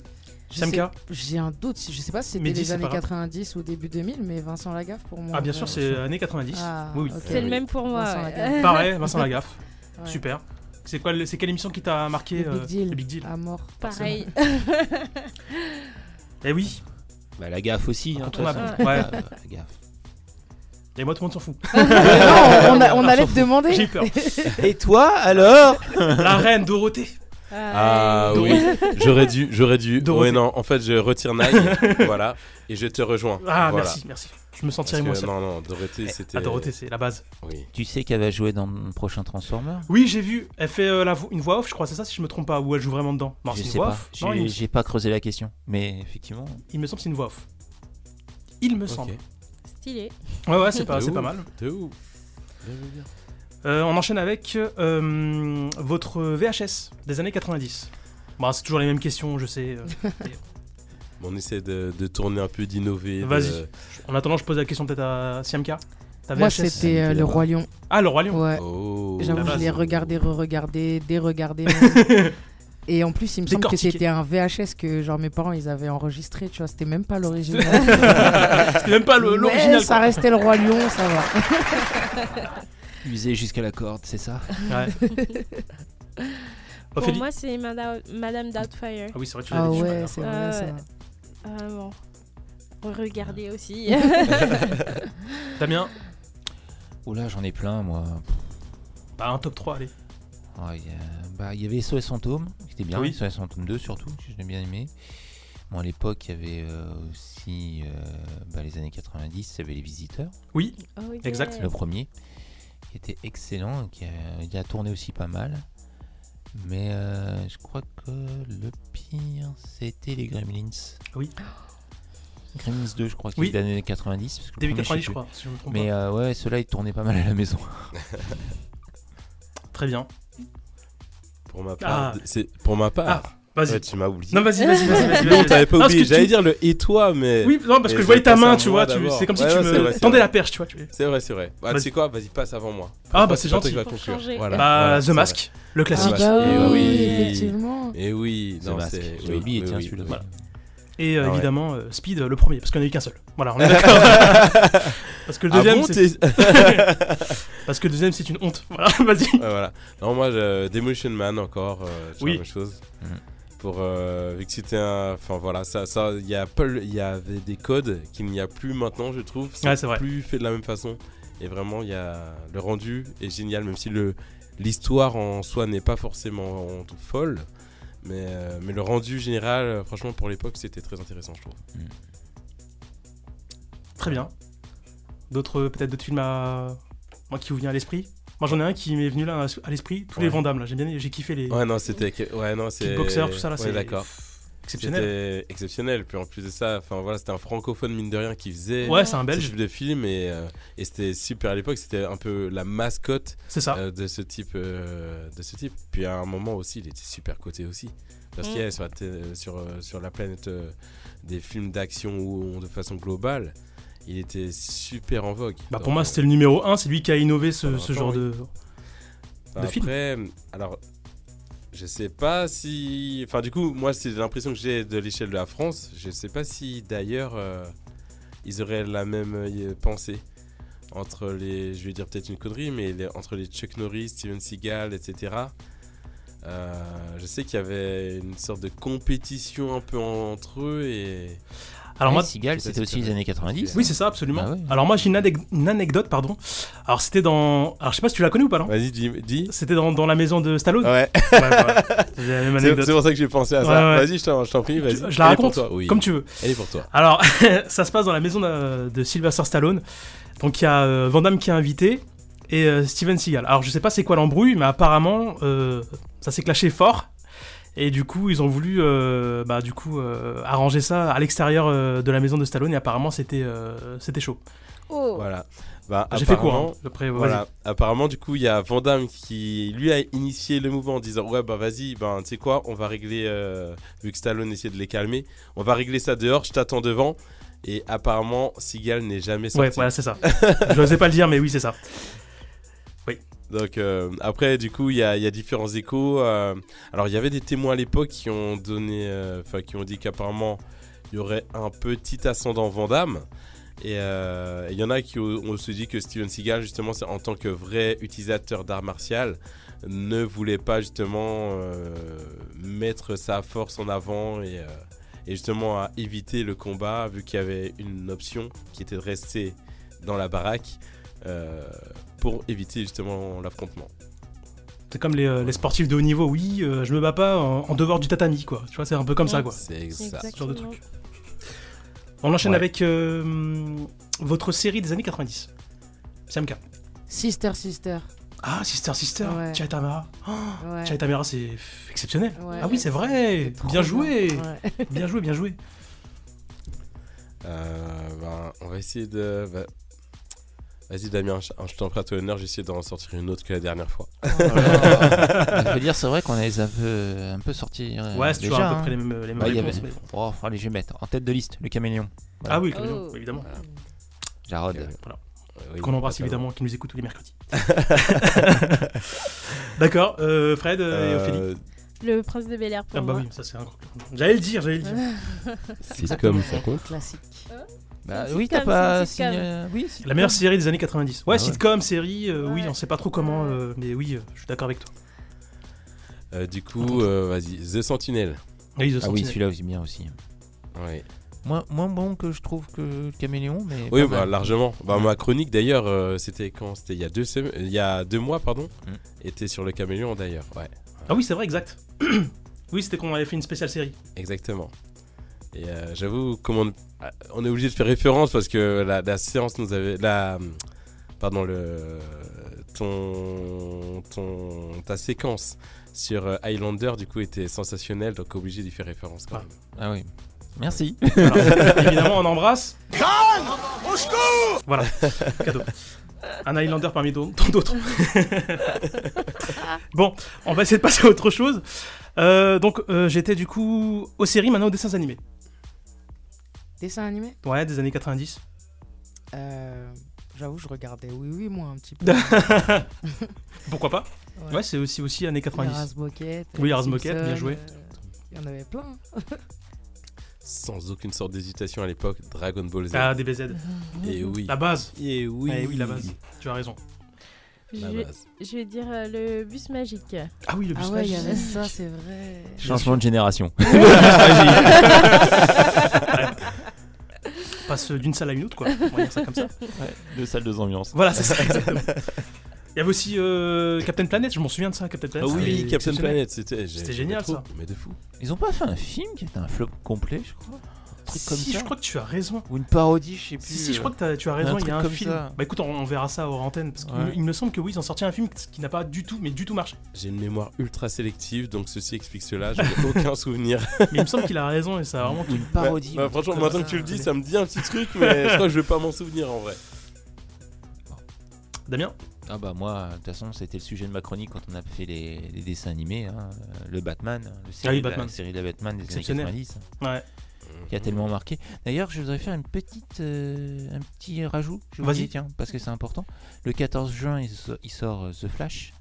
Speaker 6: Je sais-
Speaker 4: Samka.
Speaker 6: J'ai un doute, je sais pas si c'était
Speaker 4: Mehdi,
Speaker 6: les
Speaker 4: c'est
Speaker 6: années
Speaker 4: pas grave.
Speaker 6: 90 ou début 2000, mais Vincent Lagaffe pour moi.
Speaker 4: Ah, bien sûr,
Speaker 6: euh,
Speaker 4: c'est années 90.
Speaker 6: Ah,
Speaker 4: oui, oui.
Speaker 6: ok.
Speaker 7: c'est le même pour moi.
Speaker 6: Vincent
Speaker 7: ouais.
Speaker 6: [LAUGHS] Lagaffe.
Speaker 4: Pareil, Vincent Lagaffe.
Speaker 6: Ouais.
Speaker 4: Super. C'est quoi le- c'est quelle émission qui t'a marqué
Speaker 6: Le
Speaker 4: euh,
Speaker 6: Big Deal.
Speaker 4: le Big Deal
Speaker 6: À mort.
Speaker 4: [LAUGHS]
Speaker 7: Pareil.
Speaker 4: Eh oui.
Speaker 5: Bah, la gaffe aussi. Hein, de toute
Speaker 4: Incontournable.
Speaker 5: façon.
Speaker 4: Ouais.
Speaker 5: Ah, bah, la gaffe.
Speaker 4: Et moi tout le monde s'en fout.
Speaker 6: [LAUGHS] non, on, a- on
Speaker 5: On
Speaker 6: allait
Speaker 5: s'en
Speaker 6: te
Speaker 5: fout.
Speaker 6: demander.
Speaker 4: J'ai eu peur.
Speaker 5: [LAUGHS] Et toi alors
Speaker 4: [LAUGHS] La reine Dorothée.
Speaker 8: Ah
Speaker 7: Euh,
Speaker 4: [LAUGHS]
Speaker 8: oui, j'aurais dû, j'aurais dû.
Speaker 4: Dorothée.
Speaker 8: Ouais, non, en fait, je retire Nike,
Speaker 4: [LAUGHS]
Speaker 8: voilà, et je te rejoins.
Speaker 4: Ah
Speaker 8: Voilà.
Speaker 4: merci, merci. Je me
Speaker 8: Parce
Speaker 4: sentirais
Speaker 8: que,
Speaker 4: moins seul.
Speaker 8: non, non, Dorothée, c'était.
Speaker 4: Ah, Dorothée, c'est la base.
Speaker 8: Oui.
Speaker 5: Tu sais qu'elle va jouer dans le prochain Transformer
Speaker 4: Oui, j'ai vu. Elle fait euh, la vo- une voix off, je crois, c'est ça, si je me trompe pas, ou elle joue vraiment dedans. Non,
Speaker 5: Je
Speaker 4: c'est une
Speaker 5: sais
Speaker 4: voix
Speaker 5: pas.
Speaker 4: off. Non, il,
Speaker 5: J'ai
Speaker 4: me-
Speaker 5: j'ai pas creusé la question. Mais effectivement.
Speaker 4: il me semble que c'est une voix off. Il me semble.
Speaker 8: Ok.
Speaker 7: Stylé.
Speaker 4: Ouais,
Speaker 7: [LAUGHS]
Speaker 4: ouais, c'est pas,
Speaker 8: De
Speaker 4: c'est pas
Speaker 8: ouf,
Speaker 4: mal.
Speaker 8: De ouf. Bien, bien, bien.
Speaker 4: Euh, on enchaîne avec euh, votre VHS des années 90. Bah, c'est toujours les mêmes questions, je sais. euh.
Speaker 8: [LAUGHS] Bon, on essaie de, de tourner un peu, d'innover. de-
Speaker 4: Vas-y. En attendant, je pose la question peut-être à Siamka. Ta
Speaker 6: Moi,
Speaker 4: VHS
Speaker 6: c'était euh, Le Roi Lion.
Speaker 4: Ah, le Roi Lion.
Speaker 6: Ouais.
Speaker 8: Oh.
Speaker 4: la
Speaker 6: J'avoue, je
Speaker 4: base.
Speaker 6: l'ai regardé, re-regardé,
Speaker 4: [LAUGHS]
Speaker 6: dé-regardé. même. Et en plus, il me semble que
Speaker 4: Décortiqué.
Speaker 6: c'était un VHS que genre mes parents ils avaient enregistré, tu vois, c'était même pas l'original.
Speaker 4: [LAUGHS] c'était même pas le-
Speaker 6: Mais
Speaker 4: l'original.
Speaker 6: ça
Speaker 4: quoi.
Speaker 6: restait le roi lion, ça va.
Speaker 4: [LAUGHS]
Speaker 5: Usé jusqu'à la corde, c'est ça
Speaker 4: Ouais.
Speaker 6: [LAUGHS]
Speaker 7: Pour
Speaker 4: Ophélie.
Speaker 7: moi, c'est Madame, Madame Doubtfire.
Speaker 4: Bah, Ah oui, c'est vrai, tu l'as
Speaker 6: Ah
Speaker 4: dit, je suis
Speaker 6: ouais,
Speaker 4: pas
Speaker 6: c'est
Speaker 7: Ah
Speaker 6: vrai ça.
Speaker 7: ouais. Ah bon. Regardez
Speaker 6: [LAUGHS]
Speaker 7: aussi.
Speaker 4: d'accord. Damien,
Speaker 5: Oula, j'en ai plein moi.
Speaker 4: bah, un top 3, allez.
Speaker 5: Ouais, il y a- bah, il y avait SOS Fantôme, qui était bien,
Speaker 4: Oui.
Speaker 5: SOS Fantôme 2 surtout, que j'ai bien aimé. Bon, à l'époque, il y avait euh, aussi euh, bah, les années 90, il y avait Les Visiteurs,
Speaker 7: Oh, yeah.
Speaker 4: Exact.
Speaker 5: le premier, qui était excellent, qui a, il a tourné aussi pas mal. Mais euh, je crois que le pire, c'était les Gremlins.
Speaker 4: Oui.
Speaker 5: [GASPS] Gremlins 2, je crois, qui
Speaker 4: Oui.
Speaker 5: est des années 90. Parce que le
Speaker 4: Début
Speaker 5: premier, je sais
Speaker 4: 90, je
Speaker 5: plus.
Speaker 4: crois, si je me trompe
Speaker 5: Mais
Speaker 4: pas.
Speaker 5: euh, ouais, ceux-là, ils tournaient pas mal à la
Speaker 4: [LAUGHS]
Speaker 5: maison.
Speaker 4: Très bien.
Speaker 8: Pour ma part,
Speaker 4: Ah.
Speaker 8: c'est pour ma part.
Speaker 4: Vas-y.
Speaker 8: Ouais, tu m'as oublié.
Speaker 4: Non, vas-y, vas-y, vas-y. vas-y,
Speaker 8: Non,
Speaker 4: vas-y.
Speaker 8: t'avais pas
Speaker 4: Non, parce
Speaker 8: oublié.
Speaker 4: que tu-
Speaker 8: J'allais dire le et toi, mais.
Speaker 4: Oui, non,
Speaker 8: Mais
Speaker 4: parce que je
Speaker 8: je
Speaker 4: voyais ta
Speaker 8: passe
Speaker 4: main,
Speaker 8: à
Speaker 4: tu
Speaker 8: moi
Speaker 4: vois. tu-
Speaker 8: d'abord.
Speaker 4: C'est comme si
Speaker 8: Ouais,
Speaker 4: tu
Speaker 8: ouais, c'est vrai,
Speaker 4: me
Speaker 8: c'est
Speaker 4: tendais
Speaker 8: vrai.
Speaker 4: la perche, tu vois. tu-
Speaker 8: C'est vrai, c'est vrai. Bah,
Speaker 4: Vas-y.
Speaker 8: tu sais quoi Vas-y, passe avant moi.
Speaker 4: Ah, bah, c'est
Speaker 8: toi qui
Speaker 4: gentil.
Speaker 8: vas
Speaker 7: Pour
Speaker 8: conclure.
Speaker 7: changer.
Speaker 8: Voilà,
Speaker 4: Bah,
Speaker 8: voilà,
Speaker 4: The
Speaker 8: c'est
Speaker 4: Mask, le
Speaker 6: Ah
Speaker 4: classique.
Speaker 8: Masque.
Speaker 6: bah
Speaker 8: Eh
Speaker 6: oui,
Speaker 8: oui.
Speaker 6: effectivement.
Speaker 8: vrai. Et oui,
Speaker 5: The
Speaker 8: non,
Speaker 5: Mask,
Speaker 8: c'est.
Speaker 5: j'ai
Speaker 8: oui,
Speaker 5: oublié,
Speaker 8: oui,
Speaker 5: tiens,
Speaker 8: oui,
Speaker 5: celui-là.
Speaker 8: oui.
Speaker 4: Et euh,
Speaker 8: Ah ouais.
Speaker 4: évidemment, euh, Speed, euh, le premier, parce qu'il n'y en a eu qu'un seul. Voilà, on
Speaker 8: [LAUGHS]
Speaker 4: est d'accord. parce que le
Speaker 8: Ah
Speaker 4: deuxième,
Speaker 8: bon,
Speaker 4: c'est-
Speaker 8: t'es-
Speaker 4: [LAUGHS] parce que le deuxième, c'est une honte. [LAUGHS] Voilà, vas-y.
Speaker 8: Ouais, voilà. Non, moi, je- Demolition Man encore, euh, c'est
Speaker 4: Oui.
Speaker 8: la même chose.
Speaker 5: Mhm.
Speaker 8: Pour, euh, vu que c'était un. Enfin voilà, ça, ça, il y, a pas le- il y avait des codes qu'il n'y a plus maintenant, je trouve.
Speaker 4: Ouais, c'est vrai.
Speaker 8: plus fait de la même façon. Et vraiment, il y a le rendu est génial, même si le l'histoire en soi n'est pas forcément en- folle. Mais, euh, mais le rendu général, euh, franchement, pour l'époque, c'était très intéressant, je trouve.
Speaker 4: Très bien. D'autres, euh, peut-être d'autres films à. Moi qui vous vient à l'esprit Moi, j'en ai un qui m'est venu là à l'esprit. Tous les
Speaker 8: Ouais.
Speaker 4: Vandamme, là. J'ai bien j'ai kiffé les
Speaker 8: Ouais, non, c'était. que- Ouais, non, c'est.
Speaker 4: kickboxers, tout ça, là.
Speaker 8: Ouais,
Speaker 4: c'est
Speaker 8: d'accord.
Speaker 4: Exceptionnel.
Speaker 8: C'était exceptionnel. Puis en plus de ça, enfin voilà, c'était un francophone, mine de rien, qui faisait.
Speaker 4: Ouais, c'est un
Speaker 8: ce
Speaker 4: belge.
Speaker 8: type de film et, euh, et c'était super à l'époque c'était un peu la mascotte
Speaker 4: C'est ça.
Speaker 8: euh, de ce type euh, de ce type puis à un moment aussi il était super coté aussi parce qu'il y a sur la, té- sur, euh, sur la planète euh, des films d'action ou de façon globale il était super en vogue
Speaker 4: Bah,
Speaker 8: Donc,
Speaker 4: pour moi,
Speaker 8: euh,
Speaker 4: c'était le numéro 1. C'est lui qui a innové ce,
Speaker 8: pendant
Speaker 4: ce
Speaker 8: un
Speaker 4: genre
Speaker 8: temps,
Speaker 4: de.
Speaker 8: Enfin,
Speaker 4: de film.
Speaker 8: Après, alors, je sais pas si. Enfin, du coup, moi, c'est l'impression que j'ai de l'échelle de la France. Je sais pas si d'ailleurs euh, ils auraient la même euh, pensée entre les. Je vais dire peut-être une connerie, mais les- entre les Chuck Norris, Steven Seagal, etc. Euh, je sais qu'il y avait une sorte de compétition un peu en- entre eux et.
Speaker 4: Alors, moi,
Speaker 5: Ouais, Seagal,
Speaker 8: je sais pas
Speaker 5: c'était
Speaker 8: si
Speaker 5: aussi
Speaker 8: t'as-
Speaker 5: les années 90.
Speaker 4: Oui, c'est ça, absolument.
Speaker 5: Ah ouais.
Speaker 4: Alors moi j'ai une, anec- une anecdote, pardon. Alors c'était dans... Alors je sais pas si tu la connais ou pas, non
Speaker 8: Vas-y, dis. dis.
Speaker 4: C'était dans, dans la maison de Stallone.
Speaker 8: Ouais,
Speaker 4: Ouais, voilà. J'ai la
Speaker 8: [LAUGHS]
Speaker 4: même
Speaker 8: c'est c'est
Speaker 4: anecdote.
Speaker 8: pour ça que j'ai pensé à ça.
Speaker 4: Ouais, ouais.
Speaker 8: Vas-y, je t'en- je t'en prie, vas-y. Elle
Speaker 4: Je la
Speaker 8: est pour
Speaker 4: raconte
Speaker 8: toi, oui.
Speaker 4: comme tu veux.
Speaker 8: Elle est pour toi.
Speaker 4: Alors [LAUGHS] ça se passe dans la maison de, de Sylvester Stallone. Donc il y a euh, Van Damme qui est invité et euh, Steven Seagal. Alors je sais pas c'est quoi l'embrouille, mais apparemment euh, ça s'est clashé fort. Et du coup, ils ont voulu euh, bah, du coup, euh, arranger ça à l'extérieur euh, de la maison de Stallone et apparemment c'était euh, c'était chaud.
Speaker 7: Oh.
Speaker 8: Voilà. Bah,
Speaker 4: J'ai fait court.
Speaker 8: apparemment,
Speaker 4: hein. Après, vas-y.
Speaker 8: Voilà, apparemment du coup il y a Vandamme qui lui a initié le mouvement en disant ouais bah vas-y ben tu sais quoi on va régler euh, vu que Stallone essayait de les calmer on va régler ça dehors je t'attends devant et apparemment Seagal n'est jamais sorti
Speaker 4: Ouais, voilà,
Speaker 8: [LAUGHS]
Speaker 4: c'est ça. je n'osais pas le dire, mais oui, c'est ça.
Speaker 8: donc euh, après du coup il y, a il y a différents échos euh, alors il y avait des témoins à l'époque qui ont donné euh, enfin qui ont dit qu'apparemment il y aurait un petit ascendant Vandamme Et euh, il y en a qui ont ont se dit que Steven Seagal, justement, c'est- en tant que vrai utilisateur d'art martial, ne voulait pas justement euh, mettre sa force en avant et, euh, et justement à éviter le combat, vu qu'il y avait une option qui était de rester dans la baraque euh, pour éviter justement l'affrontement.
Speaker 4: C'est comme les, euh, les sportifs de haut niveau. Oui, euh, je me bats pas en, en dehors du tatami, quoi. Tu vois, c'est un peu comme ça, quoi.
Speaker 8: C'est exact.
Speaker 4: Ce genre de truc. On enchaîne
Speaker 5: Ouais.
Speaker 4: avec euh, hum, votre série des années 90. Samka.
Speaker 6: Sister, sister.
Speaker 4: Ah, Sister Sister,
Speaker 6: Ouais.
Speaker 4: Chaitamara. Oh,
Speaker 6: Ouais.
Speaker 4: Chaitamara, c'est exceptionnel.
Speaker 6: Ouais.
Speaker 4: ah oui, c'est vrai.
Speaker 6: C'était trop
Speaker 4: Bien joué.
Speaker 6: bien, ouais.
Speaker 4: bien joué, bien joué.
Speaker 8: Euh, ben, on va essayer de. va- Vas-y Damien, je je t'en prie à toi l'honneur, j'essaie d'en sortir une autre que la dernière fois.
Speaker 5: Oh,
Speaker 4: [LAUGHS]
Speaker 5: Je veux dire, c'est vrai qu'on les a un peu, un peu sortis. euh,
Speaker 4: Ouais, c'est toujours
Speaker 5: déjà,
Speaker 4: à peu
Speaker 5: hein.
Speaker 4: près les mêmes, les mêmes
Speaker 5: Ouais, il y
Speaker 4: réponses.
Speaker 5: avait-
Speaker 4: mais bon.
Speaker 5: Oh, allez, je vais mettre en tête de liste le caméléon.
Speaker 4: Ah oui, comme-
Speaker 7: Oh.
Speaker 4: évidemment.
Speaker 5: Jarod.
Speaker 8: Ok.
Speaker 4: Voilà.
Speaker 8: Euh, oui,
Speaker 4: Qu'on embrasse
Speaker 8: pas tellement.
Speaker 4: évidemment, qui nous écoute tous les mercredis. [LAUGHS] D'accord, euh, Fred euh, et Ophélie.
Speaker 8: Euh,
Speaker 7: Le prince de Bel Air pour
Speaker 4: Ah bah
Speaker 7: moi.
Speaker 4: oui, ça c'est un gros clou. J'allais le dire, j'allais le dire.
Speaker 8: C'est comme ça compte.
Speaker 6: Classique.
Speaker 7: Hein
Speaker 5: Bah,
Speaker 7: C'est un
Speaker 5: oui, t'as
Speaker 7: sitcom,
Speaker 5: pas
Speaker 7: c'est un
Speaker 5: signé.
Speaker 7: sitcom.
Speaker 5: euh, Oui, c'est-
Speaker 4: La meilleure série des années 90. Ouais,
Speaker 5: Ah ouais.
Speaker 4: sitcom, série, euh, oui,
Speaker 7: Ouais.
Speaker 4: on sait pas trop comment, euh, mais oui, euh, je suis d'accord avec toi.
Speaker 8: Euh, du coup, euh, vas-y, The Sentinel.
Speaker 4: Oui,
Speaker 5: Ah
Speaker 4: The
Speaker 5: oui,
Speaker 4: Sentinel.
Speaker 5: celui-là aussi bien aussi.
Speaker 8: Oui,
Speaker 5: Moins, moins bon que je trouve que le caméléon, mais.
Speaker 8: oui
Speaker 5: pas
Speaker 8: bah,
Speaker 5: mal.
Speaker 8: largement. Bah, ma chronique d'ailleurs, euh, c'était quand C'était il y a deux semaines, il y a deux mois, pardon.
Speaker 5: Mm.
Speaker 8: Était sur le caméléon d'ailleurs. Ouais,
Speaker 4: Ah oui, c'est vrai, exact. [CLEARS THROAT] oui, c'était qu'on avait fait une spéciale série.
Speaker 8: exactement. Et euh, j'avoue, comment on... ah, on est obligé de faire référence parce que la, la séance nous avait, la, pardon, le ton, ton ta séquence sur euh, Highlander du coup était sensationnelle, donc obligé d'y faire référence quand
Speaker 4: Ah.
Speaker 8: même.
Speaker 5: Ah oui.
Speaker 4: [LAUGHS]
Speaker 5: Merci.
Speaker 8: [LAUGHS]
Speaker 4: Voilà. Évidemment, on embrasse. Voilà, cadeau. Un Highlander parmi d'au- tant d'autres. bon, on va essayer de passer à autre chose. Euh, donc, euh, j'étais du coup aux séries, maintenant aux dessins animés.
Speaker 6: Dessin animé
Speaker 4: Ouais, des années 90.
Speaker 6: Euh, J'avoue, je regardais oui, oui, moi
Speaker 7: [LAUGHS]
Speaker 6: un petit peu.
Speaker 4: Pourquoi pas Ouais, c'est aussi, aussi années 90.
Speaker 6: Lars Boquette.
Speaker 4: Oui, Lars
Speaker 6: Simpson,
Speaker 4: Boquette, bien joué.
Speaker 6: euh, Il y en avait plein. [LAUGHS]
Speaker 8: Sans aucune sorte d'hésitation à l'époque, Dragon Ball Z.
Speaker 4: Ah, DBZ.
Speaker 8: Et oui.
Speaker 4: La base.
Speaker 8: Et oui.
Speaker 4: Eh oui, la base. Tu as raison.
Speaker 6: bah,
Speaker 8: La
Speaker 7: Je-
Speaker 8: base.
Speaker 7: Je vais dire euh, le bus magique.
Speaker 4: Ah oui, le
Speaker 6: Ah
Speaker 4: bus
Speaker 6: ouais, il y
Speaker 4: magique.
Speaker 6: avait ça, c'est vrai.
Speaker 5: Changement de [LAUGHS]
Speaker 4: [LAUGHS]
Speaker 5: génération.
Speaker 4: On Passe d'une salle à une autre, quoi. On va dire ça
Speaker 8: [LAUGHS]
Speaker 4: comme ça.
Speaker 5: Deux salles, deux ambiances.
Speaker 4: Voilà, c'est ça, exactement. Il y avait aussi euh, Captain Planet, je m'en souviens de ça, Captain
Speaker 8: Ah
Speaker 4: Planet.
Speaker 8: oui,
Speaker 4: c'était
Speaker 8: Captain
Speaker 4: exceptionnel.
Speaker 8: Planet, c'était
Speaker 4: C'était
Speaker 8: j'avais
Speaker 4: génial,
Speaker 8: trop-
Speaker 4: ça.
Speaker 8: Mais de fou.
Speaker 5: Ils ont pas fait un film qui était un flop complet, je crois. Un truc comme
Speaker 4: si,
Speaker 5: ça.
Speaker 4: je crois que tu as raison.
Speaker 5: Ou une parodie, je sais plus.
Speaker 4: Si, si, je crois
Speaker 5: euh,
Speaker 4: que t'as- tu as raison,
Speaker 5: un
Speaker 4: il y
Speaker 5: truc
Speaker 4: a un
Speaker 5: comme
Speaker 4: film.
Speaker 5: ça.
Speaker 4: Bah écoute, on, on verra ça hors antenne, parce qu'il
Speaker 5: Ouais.
Speaker 4: me- il me semble que oui, ils ont sorti un film qui n'a pas du tout, mais du tout marché.
Speaker 8: J'ai une mémoire ultra sélective, donc ceci explique cela. J'en
Speaker 4: [LAUGHS]
Speaker 8: ai aucun souvenir.
Speaker 4: Mais il me semble qu'il a raison et ça a vraiment...
Speaker 5: Ou une parodie. un
Speaker 8: Bah,
Speaker 5: truc
Speaker 8: franchement,
Speaker 5: comme
Speaker 8: maintenant que tu le dis, ça me dit un petit truc, mais je crois que je vais pas m'en souvenir en vrai.
Speaker 4: Damien
Speaker 5: Ah bah moi, de toute façon, c'était le sujet de ma chronique quand on a fait les, les dessins animés, hein, euh, le Batman, hein, le série,
Speaker 4: Ah oui,
Speaker 5: de la-
Speaker 4: Batman.
Speaker 5: la série de la Batman des années
Speaker 4: Exceptionnel.
Speaker 5: 90, hein,
Speaker 4: Ouais.
Speaker 5: qui a tellement marqué. D'ailleurs, je voudrais faire une petite, euh, un petit rajout, je vous
Speaker 4: Vas-y.
Speaker 5: dis, tiens, parce que c'est important. Le 14 juin, il, so- il sort euh, The Flash,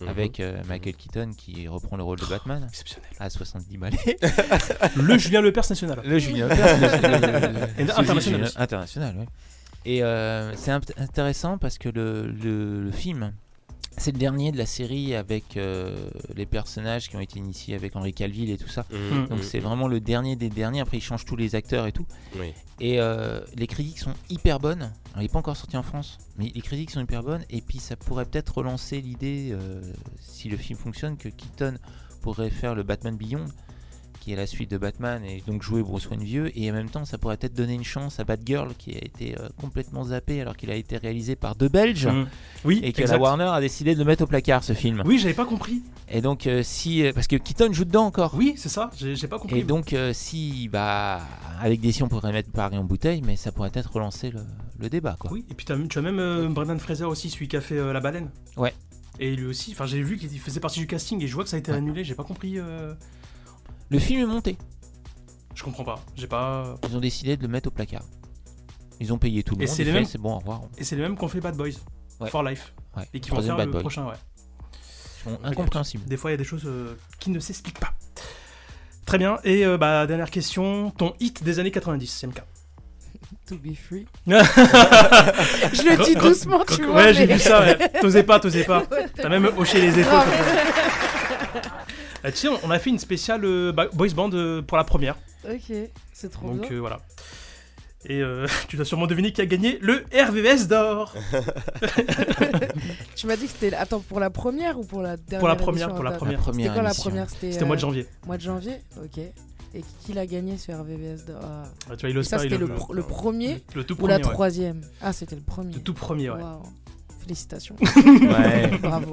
Speaker 8: Mhm.
Speaker 5: avec euh, Michael Keaton qui reprend le rôle de Batman
Speaker 4: Oh, Exceptionnel.
Speaker 5: à 70 balles.
Speaker 4: Le Julien Lepers national.
Speaker 5: Le Julien Lepers, le- le- le-
Speaker 4: International
Speaker 5: celui-
Speaker 4: aussi.
Speaker 5: International, oui. Et euh, c'est int- intéressant parce que le, le- le film, c'est le dernier de la série avec euh, les personnages qui ont été initiés avec Henri Calville et tout ça.
Speaker 8: Mhm.
Speaker 5: Donc
Speaker 8: Mhm.
Speaker 5: c'est vraiment le dernier des derniers. Après, ils changent tous les acteurs et tout.
Speaker 8: Oui.
Speaker 5: Et euh, les critiques sont hyper bonnes. Alors, il n'est pas encore sorti en France, mais les critiques sont hyper bonnes. Et puis ça pourrait peut-être relancer l'idée, euh, si le film fonctionne, que Keaton pourrait faire le Batman Beyond, qui est la suite de Batman, et donc jouer Bruce Wayne vieux. Et en même temps, ça pourrait peut-être donner une chance à Batgirl, qui a été euh, complètement zappé alors qu'il a été réalisé par deux Belges.
Speaker 4: Mhm. Oui,
Speaker 5: Et que
Speaker 4: exact.
Speaker 5: la Warner a décidé de le mettre au placard ce film.
Speaker 4: Oui, j'avais pas compris.
Speaker 5: Et donc, euh, si. euh, Parce que Keaton joue dedans encore.
Speaker 4: Oui, c'est ça, j'ai j'ai pas compris.
Speaker 5: Et donc, euh, si, bah, avec des si, on pourrait mettre Paris en bouteille, mais ça pourrait peut-être relancer le, le débat, quoi.
Speaker 4: Oui, et puis t'as- tu as même euh, Brendan Fraser aussi, celui qui a fait euh, La Baleine.
Speaker 5: Ouais.
Speaker 4: Et lui aussi, enfin j'ai vu qu'il faisait partie du casting et je vois que ça a été
Speaker 5: Ouais.
Speaker 4: annulé, j'ai pas compris. euh,
Speaker 5: Le film est monté.
Speaker 4: Je comprends pas, j'ai pas.
Speaker 5: Ils ont décidé de le mettre au placard. Ils ont payé tout le
Speaker 4: Et
Speaker 5: monde.
Speaker 4: c'est
Speaker 5: ils
Speaker 4: les
Speaker 5: fait,
Speaker 4: mêmes-
Speaker 5: C'est bon, au revoir.
Speaker 4: Et c'est les mêmes qu'on fait Bad Boys,
Speaker 5: Ouais.
Speaker 4: For Life,
Speaker 5: Ouais.
Speaker 4: et qui vont
Speaker 5: Troisième Bad
Speaker 4: faire le
Speaker 5: Boy.
Speaker 4: prochain, ouais.
Speaker 5: Ils sont incompréhensibles.
Speaker 4: Des fois il y a des choses euh, qui ne s'expliquent pas. Très bien, et euh, bah dernière question, ton hit des années 90, CMK.
Speaker 6: [LAUGHS] to
Speaker 4: [LAUGHS]
Speaker 6: be free.
Speaker 4: je
Speaker 6: le dis doucement, tu vois,
Speaker 4: Ouais, j'ai
Speaker 6: mais-
Speaker 4: vu ça. ouais. T'osais pas, t'osais pas.
Speaker 6: Ouais.
Speaker 4: T'as même hoché les épaules.
Speaker 6: Non,
Speaker 4: comme ça. Euh, tu sais, on- on a fait une spéciale euh, bah, boys band euh, pour la première.
Speaker 6: Ok, c'est trop
Speaker 4: Donc
Speaker 6: bien.
Speaker 4: euh, voilà. Et euh, [LAUGHS] tu dois sûrement deviner qui a gagné le RVS d'or.
Speaker 6: Tu m'as dit que c'était. Attends, pour la première ou pour la dernière
Speaker 4: pour la première,
Speaker 6: émission
Speaker 4: pour la
Speaker 6: Inter-
Speaker 4: première.
Speaker 6: C'était quand la
Speaker 5: émission.
Speaker 6: première C'était
Speaker 4: C'était au
Speaker 6: euh,
Speaker 4: mois de janvier.
Speaker 6: Mois de janvier Ok. Et qui l'a gagné sur RVVS d'or Ah.
Speaker 4: Ah, tu vois, il
Speaker 6: Et
Speaker 4: ose
Speaker 6: Ça,
Speaker 4: pas, il
Speaker 6: c'était le,
Speaker 4: ose pas.
Speaker 6: pr- le premier
Speaker 4: Le- le tout
Speaker 6: ou
Speaker 4: premier.
Speaker 6: la
Speaker 4: ouais.
Speaker 6: troisième Ah, c'était le premier.
Speaker 4: Le tout premier, ouais.
Speaker 6: Waouh. Félicitations.
Speaker 5: [LAUGHS] Ouais.
Speaker 6: Bravo.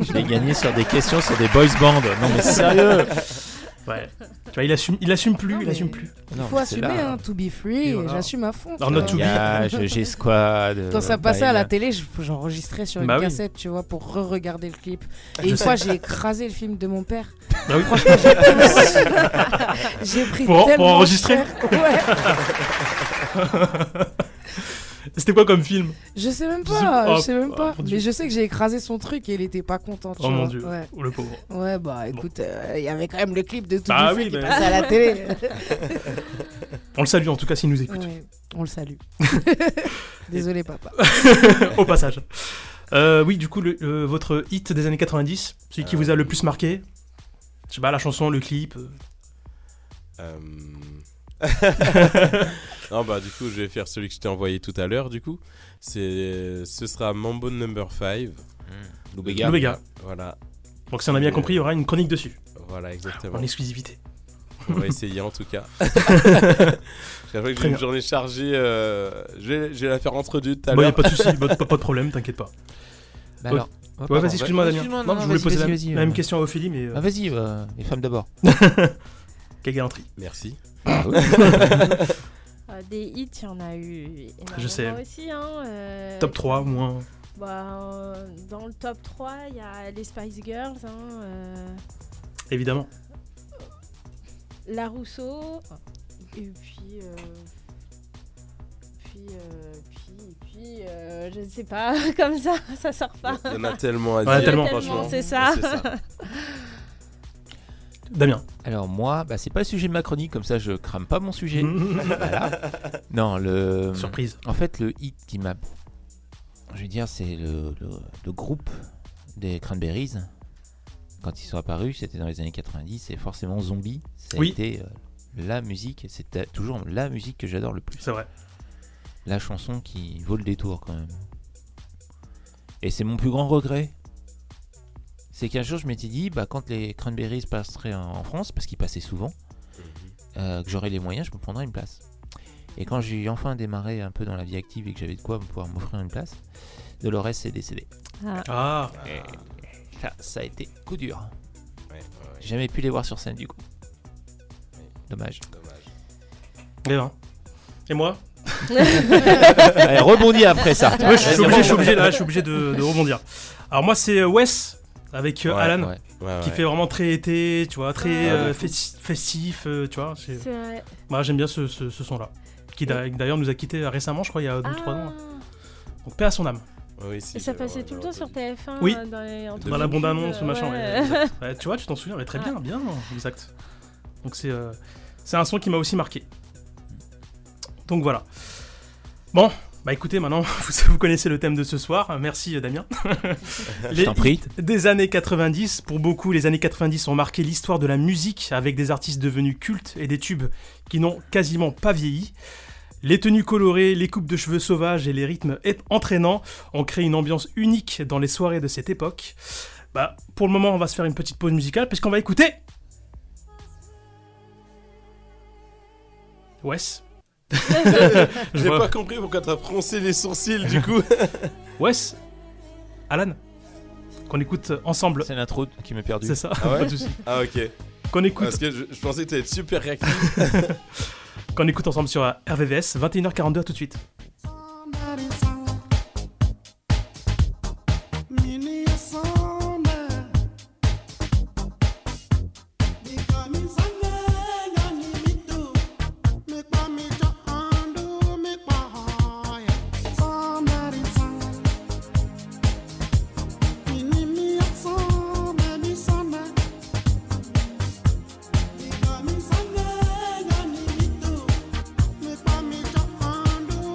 Speaker 5: Je l'ai gagné sur des questions sur des boys bands. Non mais sérieux
Speaker 4: [LAUGHS] Ouais. Tu vois, il assume, il assume plus,
Speaker 6: Non,
Speaker 4: il
Speaker 6: mais-
Speaker 4: assume plus.
Speaker 6: Il faut assumer, hein, to be free,
Speaker 4: Et voilà.
Speaker 6: j'assume à fond.
Speaker 4: Alors,
Speaker 6: tu
Speaker 4: not to
Speaker 6: vois.
Speaker 5: Gage, [LAUGHS] G-Squad.
Speaker 6: Quand ça passait à
Speaker 5: Vine.
Speaker 6: la télé, je- j'enregistrais sur une
Speaker 4: euh, Bah oui.
Speaker 6: cassette, tu vois, pour re-regarder le clip.
Speaker 4: Je
Speaker 6: Et une
Speaker 4: sais.
Speaker 6: fois, j'ai écrasé le film de mon père.
Speaker 4: Bah oui.
Speaker 6: Franchement,
Speaker 4: [LAUGHS]
Speaker 6: j'ai pris- [LAUGHS] j'ai pris
Speaker 4: Pour- pour
Speaker 6: tellement
Speaker 4: enregistrer
Speaker 6: cher. Ouais.
Speaker 4: [LAUGHS] C'était quoi comme film
Speaker 6: Je sais même
Speaker 4: Je sais pas.
Speaker 6: pas, je sais même
Speaker 4: Ah,
Speaker 6: pas.
Speaker 4: pour Dieu.
Speaker 6: Mais je sais que j'ai écrasé son truc et il était pas content. tu
Speaker 4: Oh mon
Speaker 6: vois.
Speaker 4: dieu.
Speaker 6: Ouais.
Speaker 4: Oh, le pauvre.
Speaker 6: Ouais, bah écoute, euh, il y avait quand même le clip de tout
Speaker 4: Bah
Speaker 6: le
Speaker 4: oui,
Speaker 6: qui
Speaker 4: bah-
Speaker 6: passait à la télé.
Speaker 4: [LAUGHS] On le salue en tout cas s'il nous écoute.
Speaker 6: Ouais, on
Speaker 4: [LAUGHS]
Speaker 6: le salue. Désolé, papa.
Speaker 4: [LAUGHS] Au passage. Euh, oui, du coup, le- euh, votre hit des années 90, celui qui vous a le plus marqué Je sais pas, la chanson, le clip. euh.
Speaker 8: [LAUGHS] Euh, non, bah, du coup, je vais faire celui que je t'ai envoyé tout à l'heure, du coup. C'est... Ce sera Mambo Number 5.
Speaker 4: Hmm.
Speaker 5: Loubega.
Speaker 4: Loubega.
Speaker 8: Voilà,
Speaker 4: Donc, si on a bien
Speaker 8: Euh,
Speaker 4: compris, il y aura une chronique dessus,
Speaker 8: voilà, exactement.
Speaker 4: en exclusivité.
Speaker 8: On va essayer en tout
Speaker 4: [LAUGHS]
Speaker 8: cas. J'avoue que
Speaker 4: Très
Speaker 8: j'ai une
Speaker 4: bien.
Speaker 8: journée chargée. euh, je, vais, je vais la faire entre deux tout à
Speaker 4: Bon, y a
Speaker 8: l'heure.
Speaker 4: pas de souci,
Speaker 8: [LAUGHS]
Speaker 4: bah, pas, pas de problème, t'inquiète pas.
Speaker 5: Bah alors.
Speaker 4: Ouais,
Speaker 5: pardon,
Speaker 4: vas-y, excuse-moi,
Speaker 5: bah,
Speaker 4: Damien.
Speaker 5: excuse-moi,
Speaker 4: Non,
Speaker 5: non, non,
Speaker 4: je voulais
Speaker 5: vas-y,
Speaker 4: poser la,
Speaker 5: vas-y, vas-y,
Speaker 4: la même
Speaker 5: euh.
Speaker 4: question à Ophélie, mais euh,
Speaker 5: Ah, vas-y, euh, les femmes d'abord.
Speaker 4: [LAUGHS] quelle galanterie.
Speaker 8: Merci.
Speaker 7: Euh, des hits, il y en a eu énormément
Speaker 4: [LAUGHS] Je sais.
Speaker 7: aussi. Hein, euh,
Speaker 4: Top 3, au moins.
Speaker 7: bah, euh, dans le top 3, il y a les Spice Girls, hein, euh,
Speaker 4: Évidemment.
Speaker 7: La Rousseau, et puis. euh, puis, euh, puis, puis euh, je ne sais pas, [LAUGHS] comme ça, ça sort pas.
Speaker 8: Il y en a tellement à
Speaker 4: Ouais,
Speaker 8: dire.
Speaker 4: tellement.
Speaker 8: franchement.
Speaker 7: c'est ça.
Speaker 4: Damien.
Speaker 5: Alors, moi, bah, c'est pas le sujet de ma chronique, comme ça, je crame pas mon
Speaker 4: [LAUGHS]
Speaker 5: sujet.
Speaker 4: Mhm.
Speaker 5: Voilà. Non, le.
Speaker 4: Surprise.
Speaker 5: En fait, le hit qui m'a. Je veux dire, c'est le, le- le groupe des Cranberries. Quand ils sont apparus, c'était dans les années 90, c'est forcément Zombie. Ça a
Speaker 4: Oui.
Speaker 5: été euh, la musique, c'était toujours la musique que j'adore le plus.
Speaker 4: C'est vrai.
Speaker 5: La chanson qui vaut le détour quand même. Et c'est mon plus grand regret. C'est qu'un jour, je m'étais dit, bah, quand les Cranberries passeraient en en France, parce qu'ils passaient souvent, euh, que j'aurai les moyens, je me prendrai une place. Et quand j'ai enfin démarré un peu dans la vie active et que j'avais de quoi pouvoir m'offrir une place, Dolores est décédé.
Speaker 4: Ah,
Speaker 5: Et Eh, ça, ça a été coup dur.
Speaker 8: Ouais, ouais,
Speaker 5: J'ai jamais pu les voir sur scène du coup. Dommage.
Speaker 8: dommage.
Speaker 4: eh ben.
Speaker 5: [LAUGHS]
Speaker 4: Et moi
Speaker 5: Allez, Eh, rebondis après ça.
Speaker 4: Ouais, je suis obligé, je suis obligé, là, je suis obligé de,
Speaker 5: [LAUGHS]
Speaker 4: de rebondir. Alors moi, c'est euh, Wes avec euh,
Speaker 8: Ouais,
Speaker 4: Alan,
Speaker 5: Ouais.
Speaker 8: Ouais,
Speaker 4: qui
Speaker 8: ouais.
Speaker 4: fait vraiment très été, tu vois,
Speaker 5: Ah,
Speaker 4: très
Speaker 7: Ouais,
Speaker 4: euh,
Speaker 8: de
Speaker 4: festi- festif, euh, tu vois. c'est-
Speaker 7: [LAUGHS] C'est vrai.
Speaker 4: Moi, Bah, j'aime bien ce, ce- ce son-là, qui d'a- d'ailleurs nous a quitté euh, récemment, je crois, il y a 2 ou 3 ans.
Speaker 7: Ah.
Speaker 4: Donc paix à son âme.
Speaker 8: Oui, si,
Speaker 7: Et ça
Speaker 8: j'ai-
Speaker 7: passait
Speaker 8: ouais,
Speaker 7: tout le
Speaker 8: j'ai
Speaker 7: temps sur
Speaker 8: entendu.
Speaker 7: TF1
Speaker 4: Oui.
Speaker 7: euh, dans, les, entre
Speaker 4: Dans la
Speaker 7: les pubs,
Speaker 4: bande-annonce,
Speaker 7: euh,
Speaker 4: machin.
Speaker 7: ouais.
Speaker 4: ouais, exact. Ouais, tu vois, tu t'en souviens, mais très bien, bien, exact. Donc c'est euh, c'est un son qui m'a aussi marqué. Donc voilà. Bon, bah écoutez, maintenant, [LAUGHS] vous, vous connaissez le thème de ce soir. Merci
Speaker 5: [LAUGHS]
Speaker 4: euh, Damien.
Speaker 5: Je t'en prie.
Speaker 4: des années 90. Pour beaucoup, les années 90 ont marqué l'histoire de la musique avec des artistes devenus cultes et des tubes qui n'ont quasiment pas vieilli. Les tenues colorées, les coupes de cheveux sauvages et les rythmes é- entraînants ont créé une ambiance unique dans les soirées de cette époque. Bah, pour le moment, on va se faire une petite pause musicale puisqu'on va écouter. Wes. Je
Speaker 8: J'ai
Speaker 4: vois-
Speaker 8: pas compris pourquoi t'as froncé les sourcils
Speaker 4: [LAUGHS]
Speaker 8: du coup.
Speaker 4: Wes. Alan. Qu'on écoute ensemble.
Speaker 5: C'est l'intro qui m'a perdu.
Speaker 4: C'est ça.
Speaker 8: Ah ouais
Speaker 4: Pas de souci.
Speaker 8: ah ok.
Speaker 4: Qu'on écoute
Speaker 8: Parce que je, je pensais que t'allais être super réactif.
Speaker 4: [LAUGHS] qu'on écoute ensemble sur euh, RVVS, 21h42 à tout de suite.
Speaker 9: Make me jump and do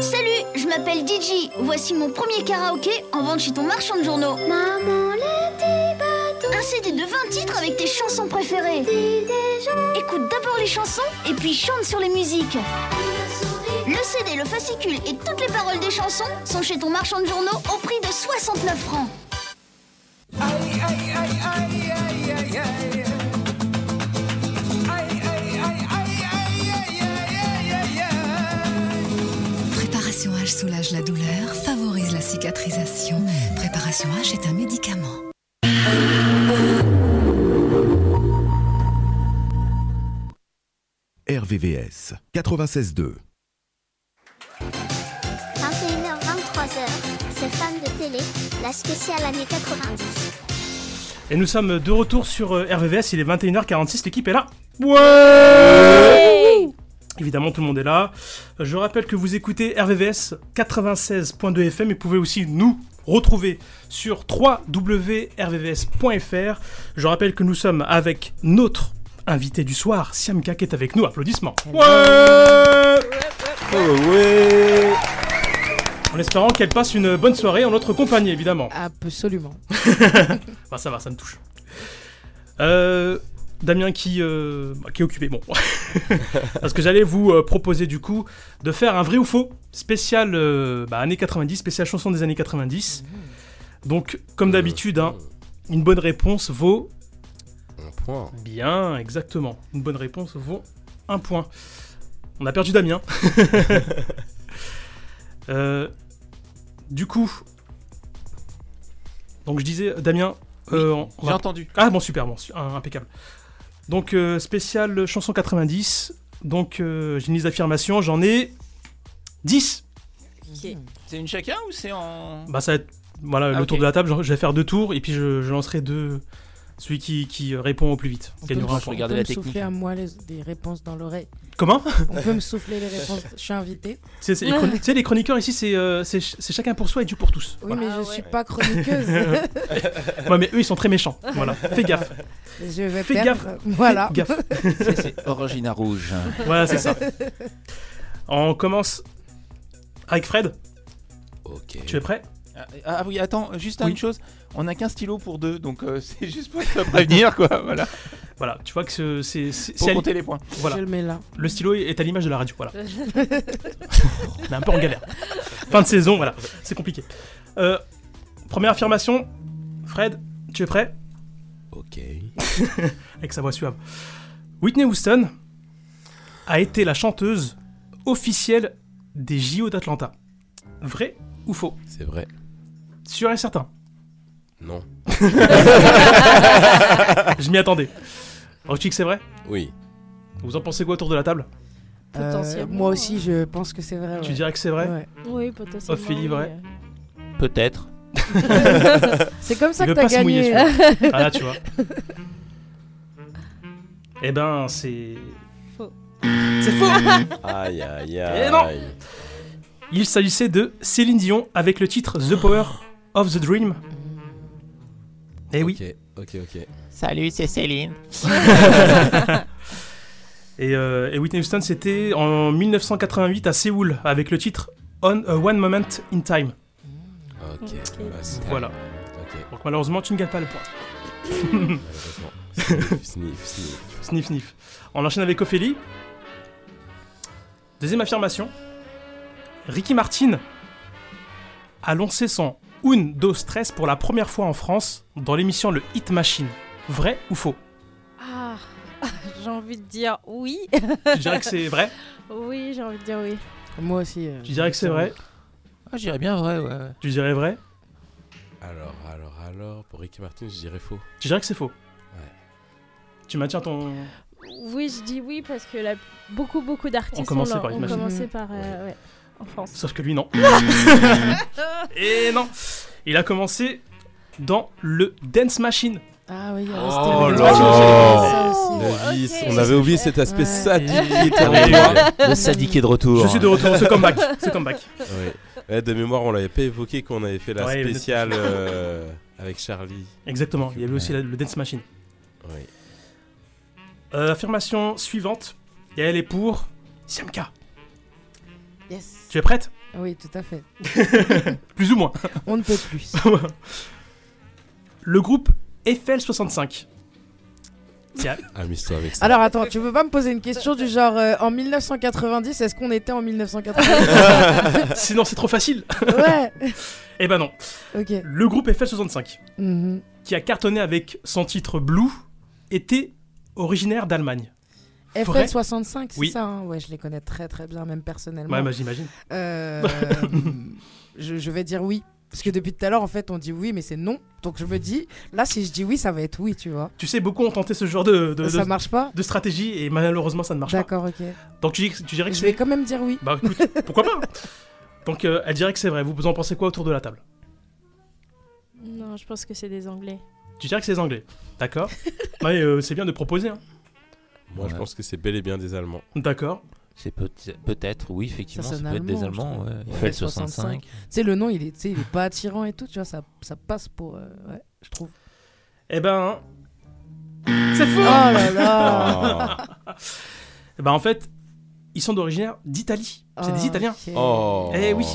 Speaker 9: Salut, je m'appelle Digi. Voici mon premier karaoké en vente chez ton marchand de journaux. Maman, le petit bateau. Un CD de 20 titres avec tes chansons préférées. Écoute d'abord les chansons et puis chante sur les musiques. Le CD, le fascicule et toutes les paroles des chansons sont chez ton marchand de journaux au prix de 69 francs.
Speaker 10: Préparation H soulage la douleur, favorise la cicatrisation. Préparation H est un médicament.
Speaker 11: RVVS 96.2.
Speaker 1: 21h-23h, c'est Femmes de télé, la spéciale années 90.
Speaker 4: Et nous sommes de retour sur euh, RVVS, il est 21h46, l'équipe est là. Ouais Évidemment, tout le monde est là. Euh, Je rappelle que vous écoutez RVVS 96.2 FM et pouvez aussi nous retrouver sur www.rvvs.fr. Je rappelle que nous sommes avec notre invité du soir, Siamka, qui est avec nous. Applaudissements. Ouais En espérant qu'elle passe une bonne soirée en notre compagnie, évidemment. [LAUGHS]
Speaker 6: Absolument.
Speaker 4: Bah, ça va, ça me touche. Euh, Damien qui, euh, bah, qui est occupé, bon. [LAUGHS] Parce que j'allais vous euh, proposer du coup de faire un vrai ou faux spécial euh, bah, années 90, spécial chanson des années 90. Donc, comme d'habitude, hein, une bonne réponse vaut
Speaker 8: Un point.
Speaker 4: Bien, exactement. Une bonne réponse vaut un point. On a
Speaker 8: [LAUGHS]
Speaker 4: perdu Damien. Euh, du coup, donc je disais, Damien, euh, on- on
Speaker 5: j'ai
Speaker 4: va-
Speaker 5: entendu.
Speaker 4: Ah bon, super, bon, su- un- impeccable. Donc euh, spécial euh, chanson 90. Donc euh, j'ai une liste d'affirmations, j'en ai 10.
Speaker 5: C'est une chacun ou c'est en.
Speaker 4: Bah ça va être voilà le
Speaker 5: Ah, ok.
Speaker 4: tour de la table. Je je vais faire deux tours et puis je, je lancerai deux. Celui qui, qui répond au plus vite.
Speaker 6: On peut
Speaker 4: gagnera
Speaker 6: me-
Speaker 4: un point.
Speaker 6: on peut me souffler à moi les, des réponses dans l'oreille.
Speaker 4: Comment
Speaker 6: On peut me souffler les réponses. Je suis invitée.
Speaker 4: [LAUGHS] C'est- c'est- les
Speaker 6: [LAUGHS]
Speaker 4: chroni- tu sais, les chroniqueurs ici, c'est euh, c'est ch- c'est chacun pour soi et Dieu pour tous.
Speaker 6: Oui, mais
Speaker 5: Ah
Speaker 6: je suis pas chroniqueuse.
Speaker 4: Ah [LAUGHS] ouais, mais eux, ils sont très méchants. Voilà, fais gaffe.
Speaker 6: Je vais
Speaker 4: fais
Speaker 6: perdre. [LAUGHS]
Speaker 4: gaffe.
Speaker 6: Voilà.
Speaker 4: Fais gaffe.
Speaker 5: Ça, c'est Orangina Rouge.
Speaker 4: Voilà, c'est
Speaker 6: [LAUGHS]
Speaker 4: ça. On commence avec Fred.
Speaker 8: Ok.
Speaker 4: Tu es prêt
Speaker 5: Ah, ah oui, attends, juste
Speaker 4: Oui.
Speaker 5: une chose. On a qu'un stylo pour deux, donc euh, [LAUGHS] c'est juste pour te prévenir, quoi. Voilà.
Speaker 4: Voilà, tu vois que ce- c'est. c'est-
Speaker 5: Pour
Speaker 4: c'est à
Speaker 5: compter
Speaker 4: li-
Speaker 5: les points.
Speaker 4: Voilà.
Speaker 6: Je le mets là.
Speaker 4: Le stylo est à l'image de la radio,
Speaker 6: [LAUGHS]
Speaker 4: voilà. On est un peu en galère. Fin de saison, voilà. C'est compliqué. Euh, première affirmation. Fred, tu es prêt
Speaker 8: Ok.
Speaker 4: [LAUGHS] Avec sa voix suave. Whitney Houston a été la chanteuse officielle des JO d'Atlanta. Vrai ou faux
Speaker 8: C'est vrai.
Speaker 4: Sûr et
Speaker 8: [LAUGHS]
Speaker 4: certain. [LAUGHS]
Speaker 8: Non.
Speaker 4: Je m'y attendais. Alors, tu dis que c'est vrai
Speaker 8: Oui.
Speaker 4: Vous en pensez quoi autour de la table
Speaker 6: Euh,
Speaker 7: Potentiellement.
Speaker 6: moi aussi, je pense que c'est vrai.
Speaker 4: Tu
Speaker 6: ouais.
Speaker 4: dirais que c'est vrai Oh,
Speaker 6: Ouais.
Speaker 7: Oui, potentiellement.
Speaker 4: Euh, Ophélie, vrai.
Speaker 7: oui.
Speaker 5: Peut-être.
Speaker 6: [LAUGHS] C'est comme ça
Speaker 4: Il
Speaker 6: que
Speaker 4: veut
Speaker 6: t'as
Speaker 4: pas se mouiller,
Speaker 6: gagné. [LAUGHS]
Speaker 4: celui-là. Ah là, tu vois. Eh ben, c'est.
Speaker 7: Faux.
Speaker 4: C'est faux
Speaker 8: Aïe, aïe,
Speaker 4: [LAUGHS] Eh
Speaker 8: aïe.
Speaker 4: non. Il s'agissait de Céline Dion avec le titre The Power of the Dream. Eh oui.
Speaker 8: Ok, ok, ok.
Speaker 5: Salut, c'est Céline.
Speaker 4: [LAUGHS] Et, euh, et Whitney Houston, c'était en 1988 à Séoul avec le titre On a One Moment in Time.
Speaker 8: Ok.
Speaker 7: Ok.
Speaker 8: Vas-y.
Speaker 4: Voilà.
Speaker 8: Ok.
Speaker 4: Donc malheureusement, tu ne gagnes pas le point.
Speaker 8: Malheureusement. Sniff, sniff, sniff.
Speaker 4: Sniff, sniff. On enchaîne avec Ophélie. Deuxième affirmation. Ricky Martin a lancé son Un, dos, stress pour la première fois en France dans l'émission Le Hit Machine. Vrai ou faux
Speaker 7: [LAUGHS] Ah, [LAUGHS] j'ai envie de dire oui.
Speaker 4: Tu dirais que c'est vrai
Speaker 7: oui, j'ai envie de dire oui.
Speaker 6: Moi aussi. euh,
Speaker 4: Tu dirais que c'est vrai
Speaker 5: Ah, j'irais bien vrai, ouais.
Speaker 4: Tu dirais vrai
Speaker 8: Alors, alors, alors. Pour Ricky Martin, je dirais faux.
Speaker 4: Tu dirais que c'est faux Tu maintiens ton...
Speaker 7: Oui, je dis oui parce que la- beaucoup, beaucoup d'artistes
Speaker 4: On commençait
Speaker 7: ont-
Speaker 4: par
Speaker 7: ont
Speaker 4: Imagine.
Speaker 7: commencé par, euh, ouais, en France.
Speaker 4: Sauf que
Speaker 8: [LAUGHS]
Speaker 4: lui, non.
Speaker 5: Mmh.
Speaker 4: [LAUGHS] Et non Il a commencé dans le Dance Machine.
Speaker 6: Ah oui, il y a
Speaker 8: Oh
Speaker 6: Rostel.
Speaker 8: là là.
Speaker 6: Ça aussi.
Speaker 8: Oh. Le vice.
Speaker 7: ok.
Speaker 8: On avait oublié cet aspect
Speaker 6: Ouais.
Speaker 8: sadique.
Speaker 5: Le sadique est de retour.
Speaker 4: Je suis de retour, ce comeback. Ce comeback.
Speaker 8: Ouais. Ouais, de mémoire, on l'avait pas évoqué qu'on avait fait la
Speaker 4: Ouais,
Speaker 8: spéciale euh, avec Charlie.
Speaker 4: Exactement, il y avait aussi la- le Dance Machine.
Speaker 8: Oui.
Speaker 4: Euh, affirmation suivante. Et elle est pour Siamka.
Speaker 6: Yes.
Speaker 4: Tu es prête
Speaker 6: Oui, tout à fait.
Speaker 4: [LAUGHS] Plus ou moins.
Speaker 6: On ne peut plus.
Speaker 4: [LAUGHS] Le groupe Eiffel65. Tiens.
Speaker 8: Amuse-toi avec ça.
Speaker 6: Alors attends, tu veux pas me poser une question du genre euh, en 1990, est-ce qu'on était
Speaker 4: [LAUGHS]
Speaker 6: en 1990
Speaker 4: Sinon, c'est trop facile.
Speaker 6: Ouais.
Speaker 4: [LAUGHS] Eh ben non.
Speaker 6: Ok.
Speaker 4: Le groupe Eiffel65,
Speaker 6: Mhm.
Speaker 4: qui a cartonné avec son titre Blue, était originaire d'Allemagne. Vrai
Speaker 6: FL65, c'est
Speaker 4: Oui.
Speaker 6: ça hein Ouais, je les connais très très bien, même personnellement.
Speaker 4: Ouais, bah, j'imagine.
Speaker 6: Euh, [LAUGHS] je, je vais dire oui. Parce que depuis tout à l'heure, en fait, on dit oui, mais c'est non. Donc je me dis, là, si je dis oui, ça va être oui, tu vois.
Speaker 4: Tu sais, beaucoup ont tenté ce genre de, de-
Speaker 6: Ça
Speaker 4: de-
Speaker 6: marche pas
Speaker 4: de stratégie et malheureusement ça ne marche pas.
Speaker 6: D'accord, ok.
Speaker 4: Donc tu, dis- tu dirais que
Speaker 6: Je
Speaker 4: c'est.
Speaker 6: vais quand même dire oui.
Speaker 4: Bah
Speaker 6: [LAUGHS]
Speaker 4: écoute, pourquoi pas Donc euh, elle dirait que c'est vrai. Vous vous en pensez quoi autour de la table
Speaker 7: Non, je pense que c'est des Anglais.
Speaker 4: Tu dirais que c'est les Anglais.
Speaker 6: [LAUGHS]
Speaker 4: D'accord Ouais, euh, c'est bien de proposer. hein.
Speaker 8: Moi, je
Speaker 5: Ouais.
Speaker 8: pense que c'est bel et bien des Allemands.
Speaker 4: D'accord.
Speaker 5: C'est peut- peut-être, oui, effectivement, ça,
Speaker 6: sonne
Speaker 5: peut être des
Speaker 6: allemand, je
Speaker 5: Allemands.
Speaker 6: trouve.
Speaker 5: ouais.
Speaker 6: Ouais,
Speaker 5: Eiffel 65.
Speaker 6: Tu sais, le nom, il est, tu sais, il est pas attirant et tout, tu vois, ça, ça passe pour. euh, ouais, je trouve.
Speaker 4: Eh ben. C'est faux
Speaker 6: Oh
Speaker 4: [LAUGHS]
Speaker 6: là là
Speaker 4: Eh ben en fait, ils sont d'origine d'Italie. C'est des
Speaker 6: Oh,
Speaker 4: Italiens.
Speaker 6: ok.
Speaker 8: Oh
Speaker 4: Eh oui.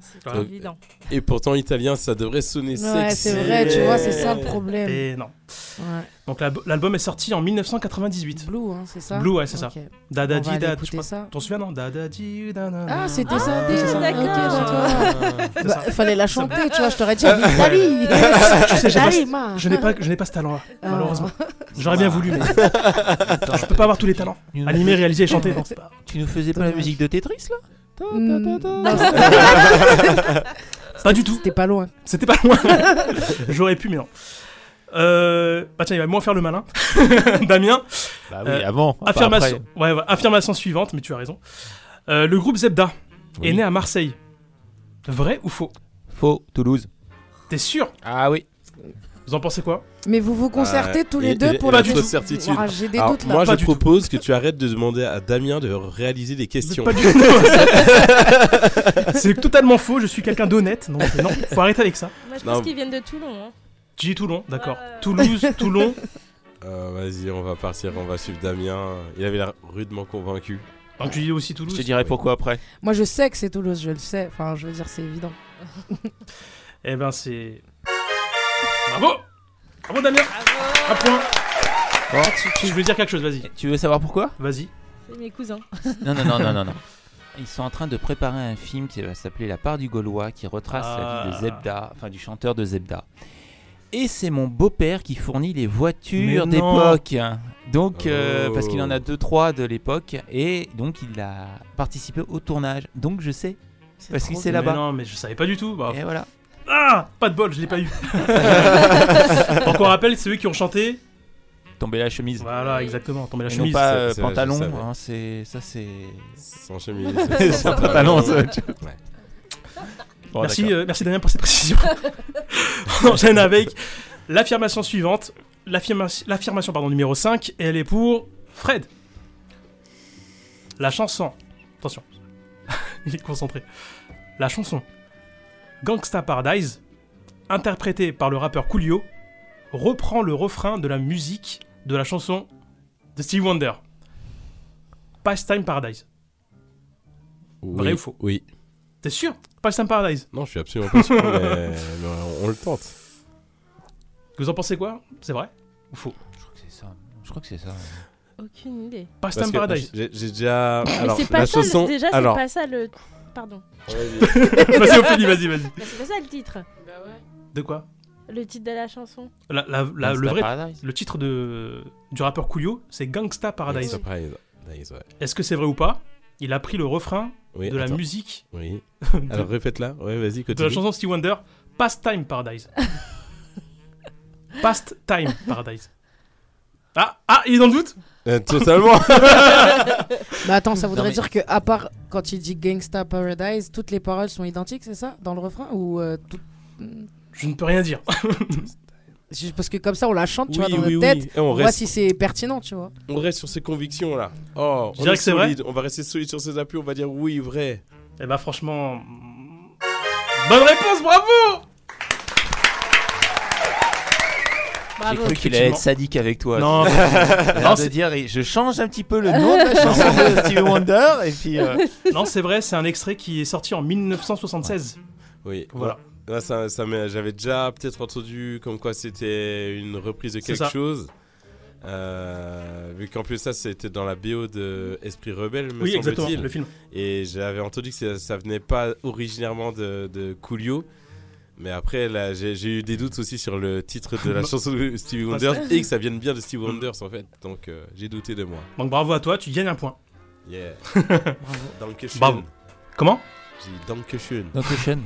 Speaker 7: C'est
Speaker 4: Voilà.
Speaker 7: évident.
Speaker 8: Et pourtant, italien, ça devrait sonner
Speaker 6: Ouais,
Speaker 8: sexy.
Speaker 6: c'est vrai, tu vois, c'est ça le problème.
Speaker 4: Et non.
Speaker 6: Ouais.
Speaker 4: Donc l'alb- l'album est sorti en 1998.
Speaker 6: Blue, hein, c'est ça
Speaker 4: Blue, ouais, c'est
Speaker 6: Ok.
Speaker 4: ça. Dada
Speaker 6: On va
Speaker 4: di
Speaker 6: aller
Speaker 4: da.
Speaker 6: écouter
Speaker 4: tu crois-
Speaker 6: ça.
Speaker 4: T'en souviens, non Dada di da na na.
Speaker 6: Ah, c'était ça,
Speaker 4: c'est
Speaker 6: déjà.
Speaker 4: ça.
Speaker 6: Ok, bah,
Speaker 4: [LAUGHS]
Speaker 6: toi.
Speaker 4: C'est
Speaker 6: Bah,
Speaker 4: ça.
Speaker 6: fallait la chanter, tu vois, je
Speaker 4: [LAUGHS]
Speaker 6: t'aurais dit Italie [LAUGHS]
Speaker 4: Je sais, j'ai pas
Speaker 6: Italie,
Speaker 4: ce-
Speaker 6: ma
Speaker 4: Je n'ai pas, je n'ai pas ce talent-là,
Speaker 6: Ah.
Speaker 4: malheureusement. J'aurais bien voulu, mais
Speaker 6: [LAUGHS]
Speaker 5: Attends,
Speaker 4: je peux pas avoir tous les talents.
Speaker 5: tu nous
Speaker 4: Animé,
Speaker 5: fais-
Speaker 4: réalisé et chanté. non, c'est pas-
Speaker 5: Tu nous faisais pas la
Speaker 6: Dommage.
Speaker 5: musique de Tetris là Ta, ta, ta,
Speaker 7: [LAUGHS]
Speaker 5: ta.
Speaker 6: Mm, non,
Speaker 4: Hmm. Pas du tout.
Speaker 6: C'était pas loin.
Speaker 4: C'était pas
Speaker 6: [LAUGHS]
Speaker 4: loin. [LAUGHS] J'aurais pu, mais non. Euh, bah tiens, il va moins faire le malin. [LAUGHS] Damien,
Speaker 5: Bah
Speaker 4: Euh,
Speaker 5: avant. pas
Speaker 4: affirmation,
Speaker 5: après.
Speaker 4: ouais, ouais, affirmation suivante, mais tu as raison. Euh, le groupe Zebda est
Speaker 5: Oui.
Speaker 4: né à Marseille. Vrai ou faux
Speaker 5: Faux, Toulouse.
Speaker 4: T'es sûr
Speaker 5: Ah oui.
Speaker 4: Vous en pensez quoi
Speaker 6: Mais vous vous concertez
Speaker 8: Euh,
Speaker 6: tous
Speaker 8: et-
Speaker 6: les deux
Speaker 8: et-
Speaker 6: pour
Speaker 8: et
Speaker 6: la
Speaker 8: la fausse
Speaker 6: doute.
Speaker 8: certitude.
Speaker 6: Ah, J'ai des
Speaker 8: Alors,
Speaker 6: doutes là.
Speaker 8: moi,
Speaker 4: Pas
Speaker 8: je
Speaker 4: du tout.
Speaker 8: propose que tu arrêtes de demander à Damien de réaliser des questions.
Speaker 4: Pas du tout. [LAUGHS] C'est totalement faux, je suis quelqu'un d'honnête. Donc euh, non, faut arrêter avec ça.
Speaker 7: Moi, je
Speaker 8: Non.
Speaker 7: pense qu'ils viennent de Toulon. hein.
Speaker 4: Tu dis Toulon, d'accord.
Speaker 7: Ouais, ouais.
Speaker 4: Toulouse, Toulon.
Speaker 8: Euh, Vas-y, on va partir, on va suivre Damien. Il avait l'air rudement convaincu.
Speaker 4: Donc tu dis aussi
Speaker 5: Je te
Speaker 4: Toulouse.
Speaker 5: dirai pourquoi après.
Speaker 6: Moi je sais que c'est Toulouse, je le sais. Enfin, je veux dire, c'est évident.
Speaker 4: Eh ben c'est. Bravo Bravo Damien Un point
Speaker 5: Oh. Ah,
Speaker 4: Tu veux dire quelque chose, vas-y.
Speaker 5: Eh, Tu veux savoir pourquoi
Speaker 4: Vas-y.
Speaker 7: C'est mes cousins.
Speaker 5: Non, non, non, non,
Speaker 4: [LAUGHS]
Speaker 5: non, non. Ils sont en train de préparer un film qui va s'appeler La part du Gaulois, qui retrace la vie
Speaker 4: Ah.
Speaker 5: de Zebda, enfin du chanteur de Zebda. Et c'est mon beau-père qui fournit les voitures
Speaker 4: Mais non.
Speaker 5: d'époque. Donc, euh,
Speaker 8: Oh.
Speaker 5: parce qu'il en a deux, trois de l'époque, et donc il a participé au tournage. Donc je sais, parce qu'il
Speaker 6: trop
Speaker 5: c'est
Speaker 4: Mais
Speaker 5: là-bas.
Speaker 4: Non, mais je savais pas du tout. bah.
Speaker 5: Et voilà.
Speaker 4: Ah Pas de bol, je
Speaker 5: [LAUGHS]
Speaker 4: l'ai pas eu. Donc on rappelle, c'est eux qui ont chanté.
Speaker 5: Tomber la chemise.
Speaker 4: Voilà, exactement. Tombé la
Speaker 5: Et non
Speaker 4: chemise.
Speaker 5: pas
Speaker 8: ça-
Speaker 5: euh,
Speaker 8: ça, je
Speaker 5: pantalon,
Speaker 8: savais.
Speaker 5: hein, c'est ça c'est.
Speaker 8: Sans chemise.
Speaker 5: [LAUGHS] C'est un pantalon, ça, tu vois.
Speaker 8: Ouais.
Speaker 5: Bon,
Speaker 4: merci,
Speaker 5: Oh, d'accord.
Speaker 4: euh, merci Damien pour cette précision. on enchaîne avec l'affirmation suivante. L'affirma- L'affirmation pardon, numéro 5, et elle est pour Fred. La chanson. Attention, [LAUGHS] il est concentré. La chanson Gangsta Paradise, interprétée par le rappeur Coolio, reprend le refrain de la musique de la chanson de Steve Wonder. Pastime Paradise.
Speaker 8: Oui,
Speaker 4: Vrai ou faux
Speaker 8: Oui.
Speaker 4: T'es sûr Pastime Paradise.
Speaker 8: Non, je suis absolument pas
Speaker 6: [LAUGHS]
Speaker 8: sûr,
Speaker 4: [LAUGHS]
Speaker 8: mais, mais on, on le tente.
Speaker 4: Vous en pensez quoi C'est vrai ou faux
Speaker 5: Je crois que c'est ça. Je crois que c'est ça.
Speaker 7: Aucune idée.
Speaker 8: Parce
Speaker 4: Pastime
Speaker 8: que
Speaker 4: Paradise.
Speaker 8: J'ai j'ai déjà. Alors,
Speaker 7: mais c'est pas
Speaker 8: la
Speaker 7: ça, le-
Speaker 8: chanson.
Speaker 7: déjà,
Speaker 8: Alors,
Speaker 7: c'est pas ça le. Pardon.
Speaker 4: [LAUGHS] Vas-y, Ophélie, vas-y, vas-y.
Speaker 7: Bah, c'est pas ça le titre.
Speaker 4: De quoi
Speaker 7: Le titre de la chanson.
Speaker 4: La- la- la- Le
Speaker 5: Gangsta
Speaker 4: vrai.
Speaker 5: Paradise.
Speaker 4: Le titre de, du rappeur Coolio, c'est Gangsta Paradise.
Speaker 8: Surprise. Nice, ouais.
Speaker 4: Est-ce que c'est vrai ou pas Il a pris le refrain
Speaker 8: Oui,
Speaker 4: de la
Speaker 8: attends.
Speaker 4: musique [LAUGHS]
Speaker 8: Oui.
Speaker 4: de,
Speaker 8: Alors, répète-la. Ouais, vas-y,
Speaker 4: de la
Speaker 8: continue.
Speaker 4: chanson Steve Wonder, Pastime
Speaker 8: [LAUGHS]
Speaker 4: Paradise. Pastime Paradise. Ah, ah, il est dans le doute
Speaker 8: Euh, [LAUGHS]
Speaker 4: [LAUGHS]
Speaker 6: [LAUGHS]
Speaker 8: totalement.
Speaker 6: Mais Bah, attends, ça voudrait
Speaker 5: mais-
Speaker 6: dire que à part quand il dit Gangsta Paradise, toutes les paroles sont identiques, c'est ça Dans le refrain ou euh, tout-
Speaker 4: Je ne peux rien
Speaker 6: [LAUGHS]
Speaker 4: dire.
Speaker 6: Juste Parce que comme ça, on la chante, tu
Speaker 8: Oui,
Speaker 6: vois, dans
Speaker 8: oui,
Speaker 6: notre
Speaker 8: oui.
Speaker 6: tête.
Speaker 8: Et on
Speaker 6: On voit
Speaker 8: reste-
Speaker 6: si c'est pertinent, tu vois.
Speaker 8: On reste sur ces convictions là. Oh,
Speaker 4: Tu
Speaker 8: on
Speaker 4: dirais
Speaker 8: est
Speaker 4: que c'est vrai
Speaker 8: solide. On va rester solide sur ses appuis. On va dire oui, vrai.
Speaker 4: Eh bah, franchement. mm, Bonne réponse, bravo
Speaker 5: J'ai cru qu'il allait être sadique avec toi. [LAUGHS]
Speaker 4: Ah Non,
Speaker 5: Il a l'air
Speaker 4: Non,
Speaker 5: de
Speaker 4: c'est-
Speaker 5: dire, et je change un petit peu
Speaker 4: [LAUGHS]
Speaker 5: le nom de la [LAUGHS] chanson de Stevie Wonder et puis. euh,
Speaker 4: Non, c'est vrai, c'est un extrait qui est sorti en 1976.
Speaker 8: Oui,
Speaker 4: Voilà.
Speaker 8: voilà. Là, ça, ça m'a- j'avais déjà peut-être entendu comme quoi c'était une reprise de
Speaker 4: C'est
Speaker 8: quelque
Speaker 4: ça.
Speaker 8: chose. Euh, vu qu'en plus ça c'était dans la BO de Esprit Rebelle, me
Speaker 4: Oui, exactement,
Speaker 8: semble-t-il.
Speaker 4: le film.
Speaker 8: Et j'avais entendu que ça, ça venait pas originairement de, de Coolio. Mais après, là, j'ai j'ai eu des doutes aussi sur le titre de
Speaker 4: [LAUGHS]
Speaker 8: la
Speaker 4: Non.
Speaker 8: chanson de Stevie
Speaker 4: Pas
Speaker 8: Wonder
Speaker 4: ça.
Speaker 8: et que ça vienne bien de Stevie Wonder en fait. Donc euh, j'ai douté de moi.
Speaker 4: Donc bravo à toi, tu gagnes un point. [LAUGHS]
Speaker 6: [LAUGHS]
Speaker 8: Yeah. Dankeschön.
Speaker 4: Bravo. Comment
Speaker 8: J'ai dit Dankeschön.
Speaker 5: Dankeschön.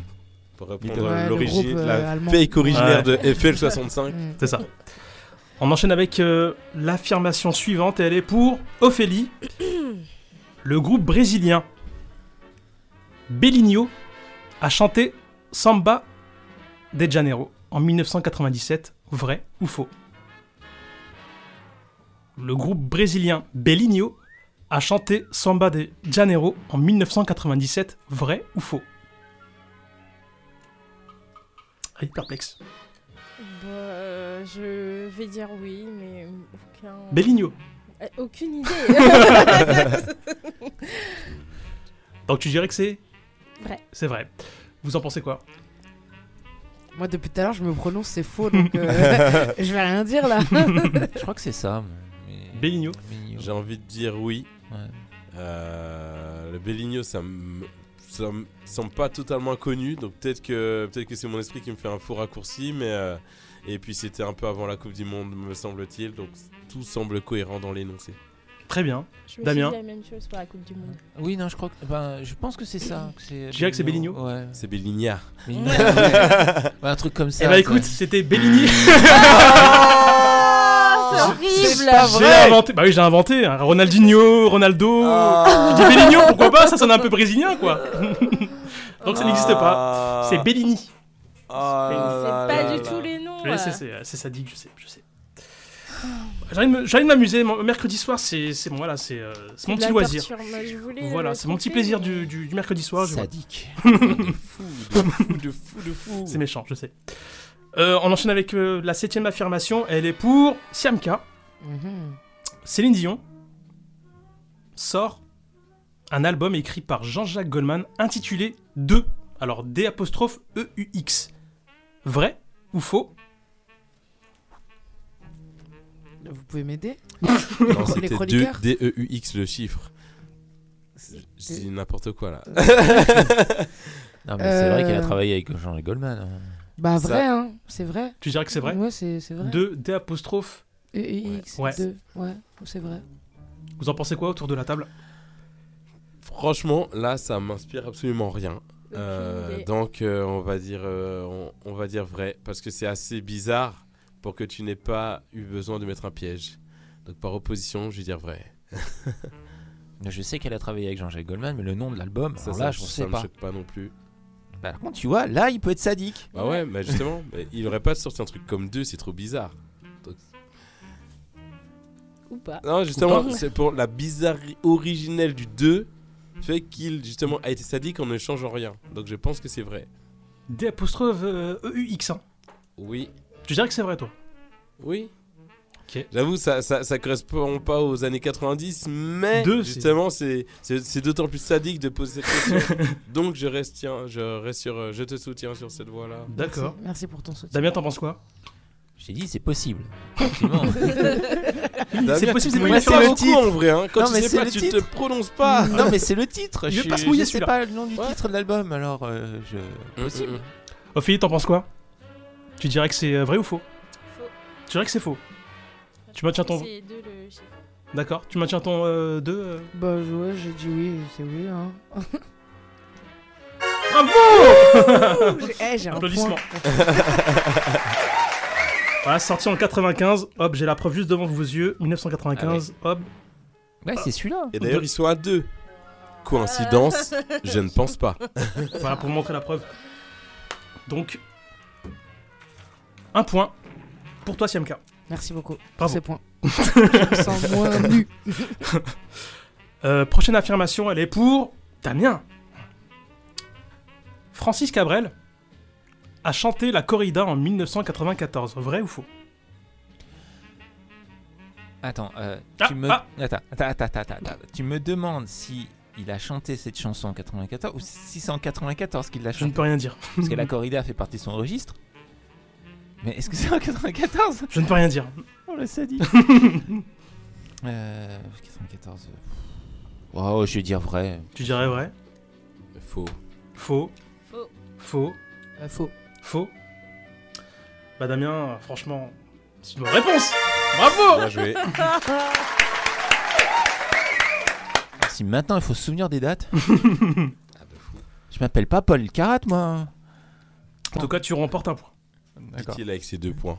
Speaker 8: Pour
Speaker 5: Ouais,
Speaker 8: reprendre
Speaker 5: le
Speaker 8: l'origine,
Speaker 5: groupe, euh,
Speaker 8: la
Speaker 5: allemand.
Speaker 8: fake originaire
Speaker 4: Ouais.
Speaker 8: de FL65.
Speaker 4: C'est ça. On enchaîne avec euh, l'affirmation suivante et elle est pour Ophélie, le groupe brésilien. Bellinho a chanté Samba de Janeiro en 1997, vrai ou faux Le groupe brésilien Bellinho a chanté Samba de Janeiro en 1997, vrai ou faux Elle est perplexe.
Speaker 7: Bah, euh, je vais dire oui, mais aucun.
Speaker 4: Bellinho.
Speaker 7: Euh, aucune idée.
Speaker 4: Donc tu dirais que c'est
Speaker 7: Vrai.
Speaker 4: C'est vrai. Vous en pensez quoi
Speaker 6: Moi, depuis tout à l'heure, je me prononce, c'est faux,
Speaker 5: [LAUGHS]
Speaker 8: [LAUGHS]
Speaker 6: donc [LAUGHS] euh, je vais rien dire là.
Speaker 5: Je crois que c'est ça.
Speaker 4: Bellinho.
Speaker 8: J'ai envie de dire oui.
Speaker 5: Ouais.
Speaker 8: Euh, le Bellinho, ça me ça me semble pas totalement inconnu, donc peut-être que peut-être que c'est mon esprit qui me fait un faux raccourci, mais euh, et puis c'était un peu avant la Coupe du Monde, me semble-t-il, donc tout semble cohérent dans l'énoncé.
Speaker 4: Très bien.
Speaker 7: je me
Speaker 4: Damien.
Speaker 7: suis dit la même chose pour la Coupe du Monde.
Speaker 5: [LAUGHS] Oui, non, je crois que. ben, je pense que c'est ça. que c'est
Speaker 4: Tu dirais que c'est Bellinho
Speaker 5: Ouais.
Speaker 8: C'est Bellignard.
Speaker 5: Bellinho,
Speaker 8: [LAUGHS]
Speaker 5: ouais. Ouais, un truc comme ça.
Speaker 8: Ah,
Speaker 4: Eh bah
Speaker 5: quoi.
Speaker 4: écoute, c'était
Speaker 5: [LAUGHS]
Speaker 4: Bellini.
Speaker 7: Ah, c'est horrible.
Speaker 4: J'ai inventé. Bah oui, j'ai inventé. hein. Ronaldinho, Ronaldo. Je dis Bellinho, pourquoi pas Ça sonne un peu brésilien, quoi. Donc ça n'existe pas. C'est Bellini.
Speaker 7: C'est pas du tout les noms.
Speaker 4: Je
Speaker 7: euh.
Speaker 4: sais, c'est c'est sadique, je sais, je sais. J'arrive de me- j'ai envie de m'amuser. Mon- Mercredi soir, c'est c'est bon, voilà, c'est euh, c'est
Speaker 7: C'est
Speaker 4: mon
Speaker 7: de
Speaker 4: petit
Speaker 7: la
Speaker 4: loisir.
Speaker 7: torture, moi, je voulais
Speaker 4: Voilà,
Speaker 7: le
Speaker 4: c'est mon petit
Speaker 7: tromper,
Speaker 4: plaisir
Speaker 7: mais-
Speaker 4: du, du- du mercredi soir. je- [LAUGHS]
Speaker 5: Sadique.
Speaker 8: Fou, de fou, de fou, de fou.
Speaker 4: C'est méchant, je sais. Euh, on enchaîne avec euh, la septième affirmation. Elle est pour Siamka.
Speaker 6: Mhm.
Speaker 4: Céline Dion sort un album écrit par Jean-Jacques Goldman intitulé 2. Alors D apostrophe E U X. Vrai ou faux
Speaker 6: Vous pouvez m'aider
Speaker 8: Non,
Speaker 6: Les
Speaker 8: c'était
Speaker 6: chroniqueurs.
Speaker 8: deux- D-E-U-X le chiffre. Je dis n'importe quoi là.
Speaker 5: [LAUGHS]
Speaker 8: [LAUGHS]
Speaker 5: Non, mais c'est vrai qu'elle a
Speaker 6: Euh.
Speaker 5: travaillé avec Jean Goldman. hein.
Speaker 6: Bah,
Speaker 8: Ça-
Speaker 6: vrai, hein, c'est vrai.
Speaker 4: Tu dirais que c'est vrai
Speaker 6: Ouais, c'est c'est vrai.
Speaker 4: 2 D apostrophe.
Speaker 6: E- E- X,
Speaker 4: Ouais.
Speaker 6: deux. Ouais, c'est vrai.
Speaker 4: Vous en pensez quoi autour de la table
Speaker 8: Franchement, là, ça m'inspire absolument rien. Euh,
Speaker 7: idée.
Speaker 8: donc, euh, on va dire, euh, on, on va dire vrai, parce que c'est assez bizarre pour que tu n'aies pas eu besoin de mettre un piège. Donc, par opposition, je vais dire vrai.
Speaker 5: [LAUGHS] Je sais qu'elle a travaillé avec Jean-Jacques Goldman, mais le nom de l'album, alors là,
Speaker 8: ça,
Speaker 5: je ne
Speaker 8: ça
Speaker 5: sais
Speaker 8: me
Speaker 5: pas.
Speaker 8: choque pas non plus.
Speaker 5: Bah, par contre, tu vois, là, il peut être sadique.
Speaker 8: Bah ouais,
Speaker 5: [LAUGHS]
Speaker 8: mais justement, mais il aurait pas sorti un truc comme deux, c'est trop bizarre.
Speaker 7: Ou pas.
Speaker 8: Non, justement,
Speaker 7: pas.
Speaker 8: c'est pour la bizarrerie originelle du 2 fait qu'il justement a été sadique en ne changeant rien. Donc, je pense que c'est vrai.
Speaker 4: D apostrophe euh, E U X. hein.
Speaker 8: Oui,
Speaker 4: Tu dirais que c'est vrai toi
Speaker 8: Oui.
Speaker 4: Ok.
Speaker 8: J'avoue, ça, ça, ça correspond pas aux années 90, mais
Speaker 4: Deux, c'est-
Speaker 8: justement, c'est c'est- c'est d'autant plus sadique de poser cette
Speaker 4: [LAUGHS]
Speaker 8: question. Donc, je reste, tiens, je reste sur, euh, je te soutiens sur cette voie-là.
Speaker 4: D'accord.
Speaker 6: Merci- Merci pour ton
Speaker 8: [LAUGHS]
Speaker 6: soutien. [LAUGHS]
Speaker 4: Damien, t'en penses quoi
Speaker 5: J'ai dit, c'est
Speaker 4: [LAUGHS]
Speaker 5: possible. Effectivement.
Speaker 4: C'est possible, c'est pas une
Speaker 5: Moi,
Speaker 8: Moi,
Speaker 5: c'est
Speaker 8: c'est
Speaker 5: le
Speaker 4: affirmation.
Speaker 8: beaucoup en vrai. hein. Quand
Speaker 5: Non, mais
Speaker 8: tu
Speaker 5: c'est
Speaker 8: sais pas,
Speaker 5: le
Speaker 8: tu
Speaker 5: titre.
Speaker 8: te prononces pas.
Speaker 5: non, mais c'est le titre.
Speaker 4: Il veut
Speaker 5: je
Speaker 4: pas se mouiller,
Speaker 5: je sais
Speaker 4: celui-là.
Speaker 5: pas le nom du
Speaker 8: Ouais.
Speaker 5: titre de l'album, alors euh, je. Possible.
Speaker 8: Mm, mm,
Speaker 4: Ophélie, t'en penses quoi Tu dirais que c'est euh, vrai ou faux
Speaker 7: Faux.
Speaker 4: Tu dirais que c'est faux Tu maintiens ton.
Speaker 7: C'est deux le chiffre.
Speaker 4: D'accord. Tu maintiens ton euh, 2
Speaker 6: Bah, ouais, j'ai dit oui, c'est oui. Hein. Bravo [LAUGHS] [LAUGHS] J'ai eh, j'ai un
Speaker 4: Applaudissements.
Speaker 6: point.
Speaker 4: [LAUGHS]
Speaker 12: [LAUGHS]
Speaker 4: Voilà, sorti en 95. Hop, j'ai la preuve juste devant vos yeux. 1995. Hop.
Speaker 5: Ah Ouais, c'est celui-là.
Speaker 8: Et d'ailleurs, ils sont à deux. Coïncidence, je ne pense pas.
Speaker 4: Voilà pour vous montrer la preuve. Donc, un point pour toi, Siamka.
Speaker 6: Merci beaucoup pour
Speaker 4: Bravo.
Speaker 6: ces points. [LAUGHS] je me sens
Speaker 4: [LAUGHS]
Speaker 6: moins nu. [LAUGHS]
Speaker 4: Euh, prochaine affirmation, elle est pour Damien. Francis Cabrel a chanté la corrida en 1994. Vrai ou faux
Speaker 5: Attends, euh,
Speaker 4: Ah,
Speaker 5: tu me...
Speaker 4: ah.
Speaker 5: Attends, attends, attends, attends, attends, attends. Tu me demandes si il a chanté cette chanson en 94 ou si c'est en 94 qu'il l'a chantée.
Speaker 4: Je ne peux rien dire.
Speaker 5: Parce que
Speaker 4: [LAUGHS]
Speaker 5: la corrida fait partie de son registre. Mais est-ce que c'est en 94
Speaker 4: Je ne peux rien dire.
Speaker 5: On le sait
Speaker 4: [LAUGHS]
Speaker 5: dit. euh, 94. euh, Oh, je vais dire vrai.
Speaker 4: Tu dirais vrai
Speaker 8: Faux.
Speaker 4: Faux.
Speaker 7: Faux.
Speaker 4: Faux.
Speaker 6: Euh, faux.
Speaker 4: Faux. Bah Damien, franchement, c'est une bonne réponse. Bravo
Speaker 8: Bien joué.
Speaker 5: Alors, si maintenant il faut se souvenir des
Speaker 4: [LAUGHS]
Speaker 5: dates.
Speaker 4: Ah,
Speaker 5: Je m'appelle pas Paul Carat, moi.
Speaker 4: En tout cas, tu remportes un point.
Speaker 5: D'accord.
Speaker 8: Dit-il avec ses
Speaker 5: [LAUGHS]
Speaker 8: deux points.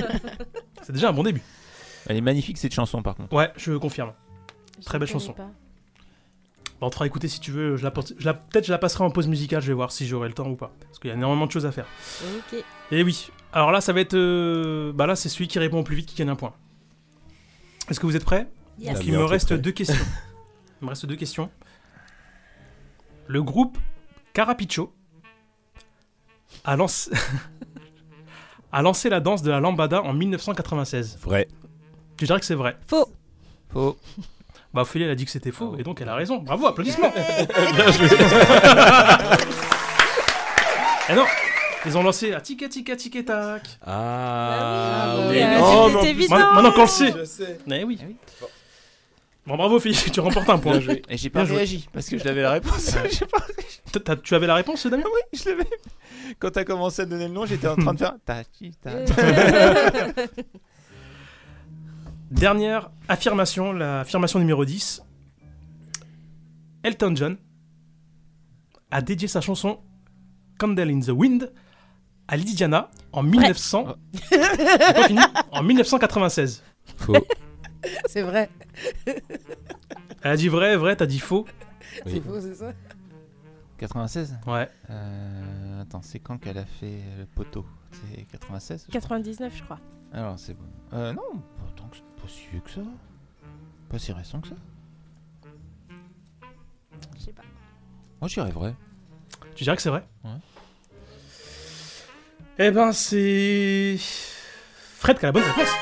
Speaker 4: [LAUGHS] C'est déjà un bon début.
Speaker 5: Elle est magnifique cette chanson, par contre.
Speaker 4: Ouais, je confirme. Très belle
Speaker 7: Je
Speaker 4: chanson.
Speaker 7: connais pas.
Speaker 4: Bah, on te fera écouter si tu veux. Je la, porte- je la- Peut-être je la passerai en pause musicale, je vais voir si j'aurai le temps ou pas. Parce qu'il y a énormément de choses à faire.
Speaker 7: Ok.
Speaker 4: Et oui. Alors là, ça va être. euh, Bah là, c'est celui qui répond au plus vite qui gagne un point. Est-ce que vous êtes prêts
Speaker 7: Yes.
Speaker 8: Ah,
Speaker 4: Il me
Speaker 8: merde, t'es
Speaker 4: reste
Speaker 8: prêt. [LAUGHS]
Speaker 4: deux questions. Il me reste deux questions. Le groupe Carapicho a lancé, [LAUGHS] a lancé la danse de la lambada en 1996.
Speaker 8: Vrai.
Speaker 4: Tu dirais que c'est vrai
Speaker 7: Faux.
Speaker 5: Faux.
Speaker 4: Bah Ophélie, elle a dit que c'était faux, et donc elle a raison.
Speaker 7: [LAUGHS]
Speaker 4: Bravo, applaudissements [LAUGHS] Et Eh non Ils ont lancé à tic tic tic tac.
Speaker 8: Ah,
Speaker 7: Bah oui,
Speaker 8: mais
Speaker 7: euh,
Speaker 8: non,
Speaker 7: c'était
Speaker 8: mais en
Speaker 7: évident.
Speaker 4: Maintenant maintenant qu'on le sait
Speaker 8: plus, Je sais.
Speaker 4: Eh oui.
Speaker 5: Eh oui.
Speaker 4: Bon, bravo Ophélie, [LAUGHS] tu remportes un point.
Speaker 5: Et j'ai pas
Speaker 4: Bien joué.
Speaker 5: réagi parce que je l'avais la réponse. [LAUGHS] Je sais pas,
Speaker 4: T'as- t'as- tu avais la réponse, Damien
Speaker 5: je l'avais. Quand t'as commencé à donner le nom, j'étais en train de faire. Ta, chi, ta.
Speaker 4: [LAUGHS] Dernière affirmation, la affirmation numéro 10. Elton John a dédié sa chanson Candle in the Wind à Lydiana en 1900. C'est pas fini en 1996.
Speaker 8: Faux.
Speaker 6: C'est vrai.
Speaker 4: Elle a dit vrai, vrai, t'as dit faux.
Speaker 8: Oui.
Speaker 6: C'est faux, c'est ça
Speaker 5: 96
Speaker 4: Ouais.
Speaker 5: Euh, Attends, c'est quand qu'elle a fait le poteau C'est 96
Speaker 7: 99, je crois.
Speaker 5: Alors c'est bon. Euh, non, pas tant que pas si vieux que ça. Pas si récent que ça.
Speaker 7: Je sais pas.
Speaker 5: Moi j'irais vrai.
Speaker 4: Tu dirais que c'est vrai
Speaker 5: Ouais.
Speaker 4: Eh ben c'est. Fred qui a la bonne réponse.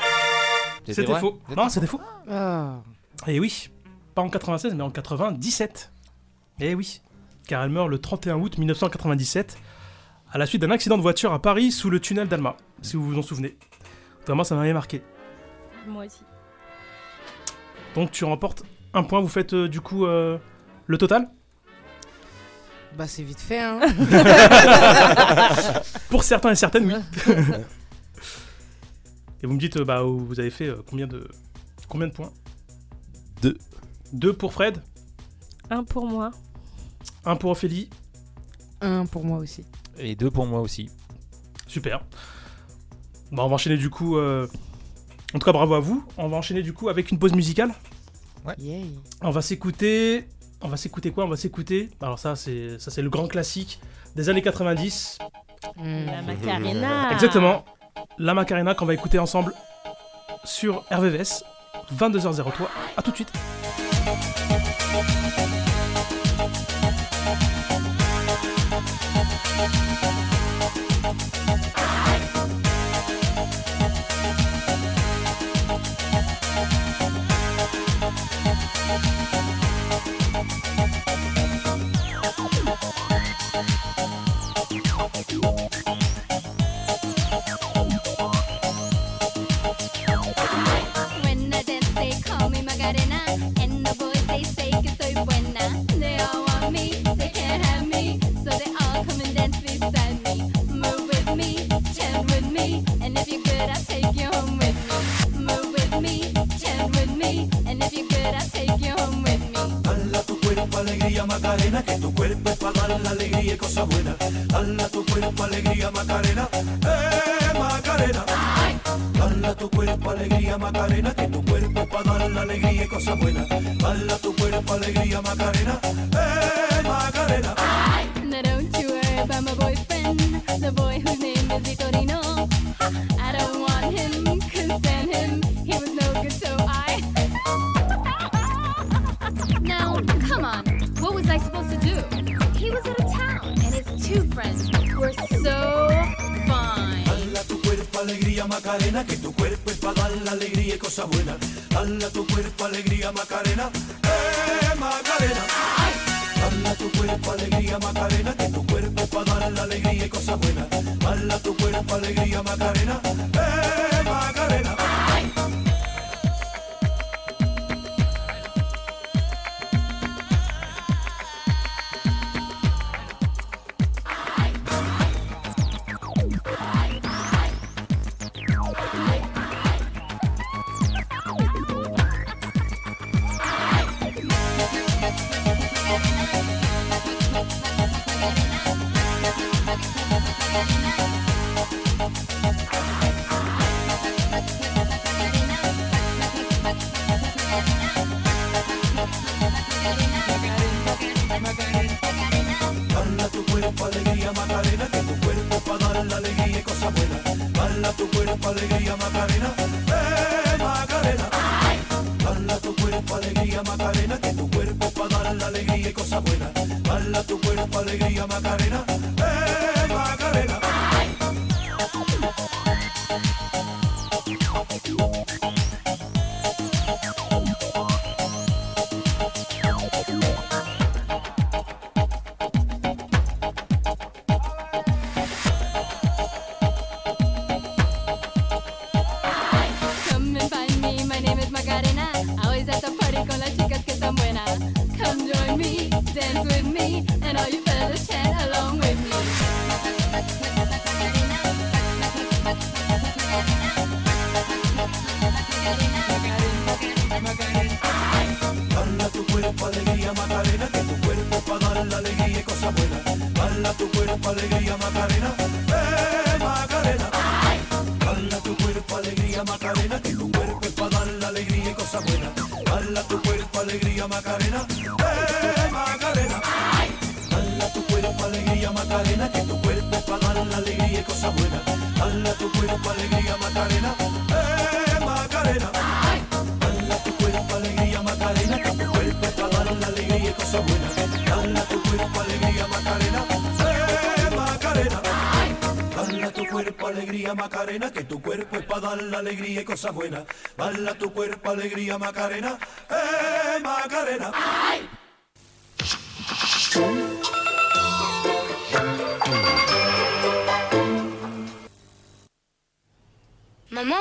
Speaker 4: C'était
Speaker 5: vrai
Speaker 4: faux.
Speaker 5: C'était
Speaker 4: Non, c'était faux.
Speaker 6: Ah.
Speaker 4: Et oui, pas en 96, mais en 97. Et oui, car elle meurt le 31 août 1997 à la suite d'un accident de voiture à Paris sous le tunnel d'Alma, si vous vous en souvenez. Vraiment, ça m'avait marqué.
Speaker 7: Moi aussi.
Speaker 4: Donc tu remportes un point, vous faites euh, du coup euh, le total
Speaker 6: Bah, c'est vite
Speaker 4: [LAUGHS]
Speaker 6: fait, hein.
Speaker 4: Pour certains et certaines, oui. et vous me dites, euh, bah, vous avez fait euh, combien, de, combien de points
Speaker 8: Deux.
Speaker 4: Deux pour Fred,
Speaker 7: Un pour moi.
Speaker 4: un pour Ophélie,
Speaker 6: Un pour moi aussi.
Speaker 5: Et deux pour moi aussi.
Speaker 4: Super. Bah, on va enchaîner du coup. euh, En tout cas, bravo à vous. On va enchaîner du coup avec une pause musicale.
Speaker 6: Yay.
Speaker 4: On va s'écouter. On va s'écouter quoi On va s'écouter. Alors ça, c'est ça, c'est le grand classique des années 90.
Speaker 7: La Macarena.
Speaker 4: Exactement. La Macarena qu'on va écouter ensemble sur RVVS 22h03. À tout de suite.
Speaker 13: When I dance, they call me Macarena. And the boys, they say que soy buena. They all want me, they can't have me. So they all come and dance beside me. Move with me, chant with me. And if you're good, I'll take you home with me. Move with me, chant with me. And if you're good, I'll take you home with me.
Speaker 14: Eh, Eh,
Speaker 13: Now don't you worry about my boyfriend, the boy whose name is Vitorino. Ha, I don't want him, couldn't stand him. He was no good, so I. [LAUGHS] now, come on. What was I supposed to do? He was out of town, and his two friends were so fine.
Speaker 14: alegría Macarena, que tu cuerpo es para dar la alegría y cosa buena. Dala tu cuerpo alegría Macarena, eh Macarena. Dala tu cuerpo alegría Macarena, que tu cuerpo es para dar la alegría y cosa buena. Dala tu cuerpo alegría Macarena, eh Macarena. Dala tu cuerpo alegría Macarena, que tu cuerpo para dar la alegría y cosa buena. Dala tu cuerpo alegría Macarena, eh Macarena. Dala tu cuerpo alegría Macarena, que tu cuerpo para dar la alegría y cosa buena. Dala tu cuerpo alegría Macarena, eh Macarena.
Speaker 13: Come and find me, my name is Macarena. Always at the party con las chicas que están buenas. Come join me, dance with me, and all you fellas chant along with me.
Speaker 14: Dala tu cuerpo alegría Macarena, que tu cuerpo para dar la alegría y cosa buena. Dala tu cuerpo alegría Macarena, eh Macarena. Dala tu cuerpo alegría Macarena, que tu cuerpo es para dar la alegría y cosa buena. Dala tu cuerpo alegría Macarena, eh Macarena. Dala tu cuerpo alegría Macarena, que tu cuerpo es para dar la alegría y cosa buena. Dala tu cuerpo alegría Macarena, eh Macarena. Dala tu cuerpo alegría Macarena, que tu cuerpo es para dar la alegría y cosa buena. Dala tu cuerpo alegría Macarena, eh Macarena. Bala tu cuerpo alegría Macarena, que tu cuerpo es para dar la alegría y cosas buenas. Bala tu cuerpo alegría Macarena, eh Macarena.
Speaker 15: Maman,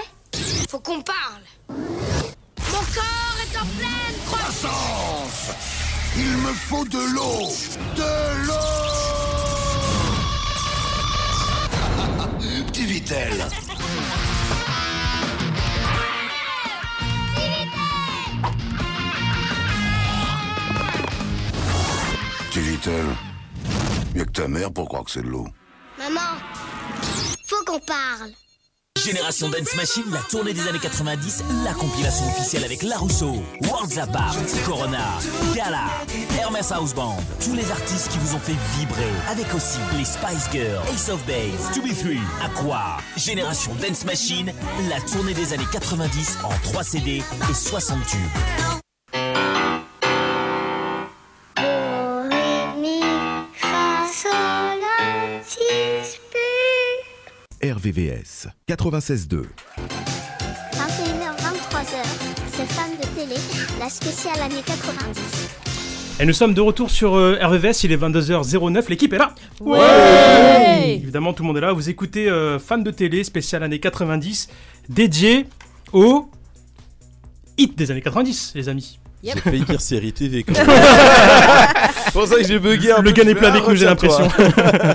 Speaker 15: faut qu'on parle. Mon corps est en pleine croissance.
Speaker 3: Il me faut de l'eau De l'eau Petit Vitel Petit Vitel Mieux que ta mère pour croire que c'est de l'eau.
Speaker 1: Maman, faut qu'on parle.
Speaker 16: Génération Dance Machine, la tournée des années 90, la compilation officielle avec La Rousseau, Worlds Apart, Corona, Gala, Hermès House Band, tous les artistes qui vous ont fait vibrer, avec aussi les Spice Girls, Ace of Base, To Be Three, Aqua. Génération Dance Machine, la tournée des années 90 en 3 CD et 60 tubes.
Speaker 1: Mi, fa, sol, la, si, pu.
Speaker 11: RVVS 96.2.
Speaker 1: 21h, 23h, c'est Femme de télé, la spéciale année 90.
Speaker 4: Et nous sommes de retour sur euh, RVVS, il est 22h09, l'équipe est là
Speaker 1: Ouais
Speaker 4: Évidemment, tout le monde est là. Vous écoutez euh, Fan de télé, spécial années 90, dédié au hit des années 90, les amis.
Speaker 8: J'ai failli dire série TV
Speaker 4: [LAUGHS]
Speaker 8: quand même.
Speaker 4: C'est
Speaker 8: pour ça que j'ai bugué un
Speaker 4: Le
Speaker 8: peu.
Speaker 4: gars n'est
Speaker 8: Je
Speaker 4: plein
Speaker 8: fais,
Speaker 4: avec nous, j'ai
Speaker 8: ah,
Speaker 4: l'impression.
Speaker 8: [LAUGHS] retiens-toi.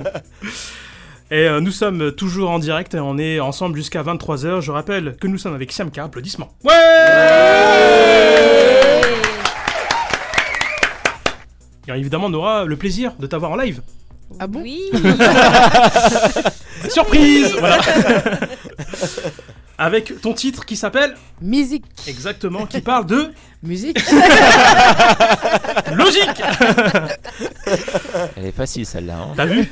Speaker 4: Et euh, nous sommes toujours en direct et on est ensemble jusqu'à 23h. Je rappelle que nous sommes avec Siamka. Applaudissements. Ouais, Et évidemment, on aura le plaisir de t'avoir en live.
Speaker 6: Ah bon
Speaker 4: [LAUGHS]
Speaker 17: Oui
Speaker 4: Surprise Voilà. Avec ton titre qui s'appelle
Speaker 6: Musique.
Speaker 4: Exactement, qui parle de
Speaker 6: Musique.
Speaker 4: Logique
Speaker 5: Elle est facile celle-là. hein.
Speaker 4: T'as vu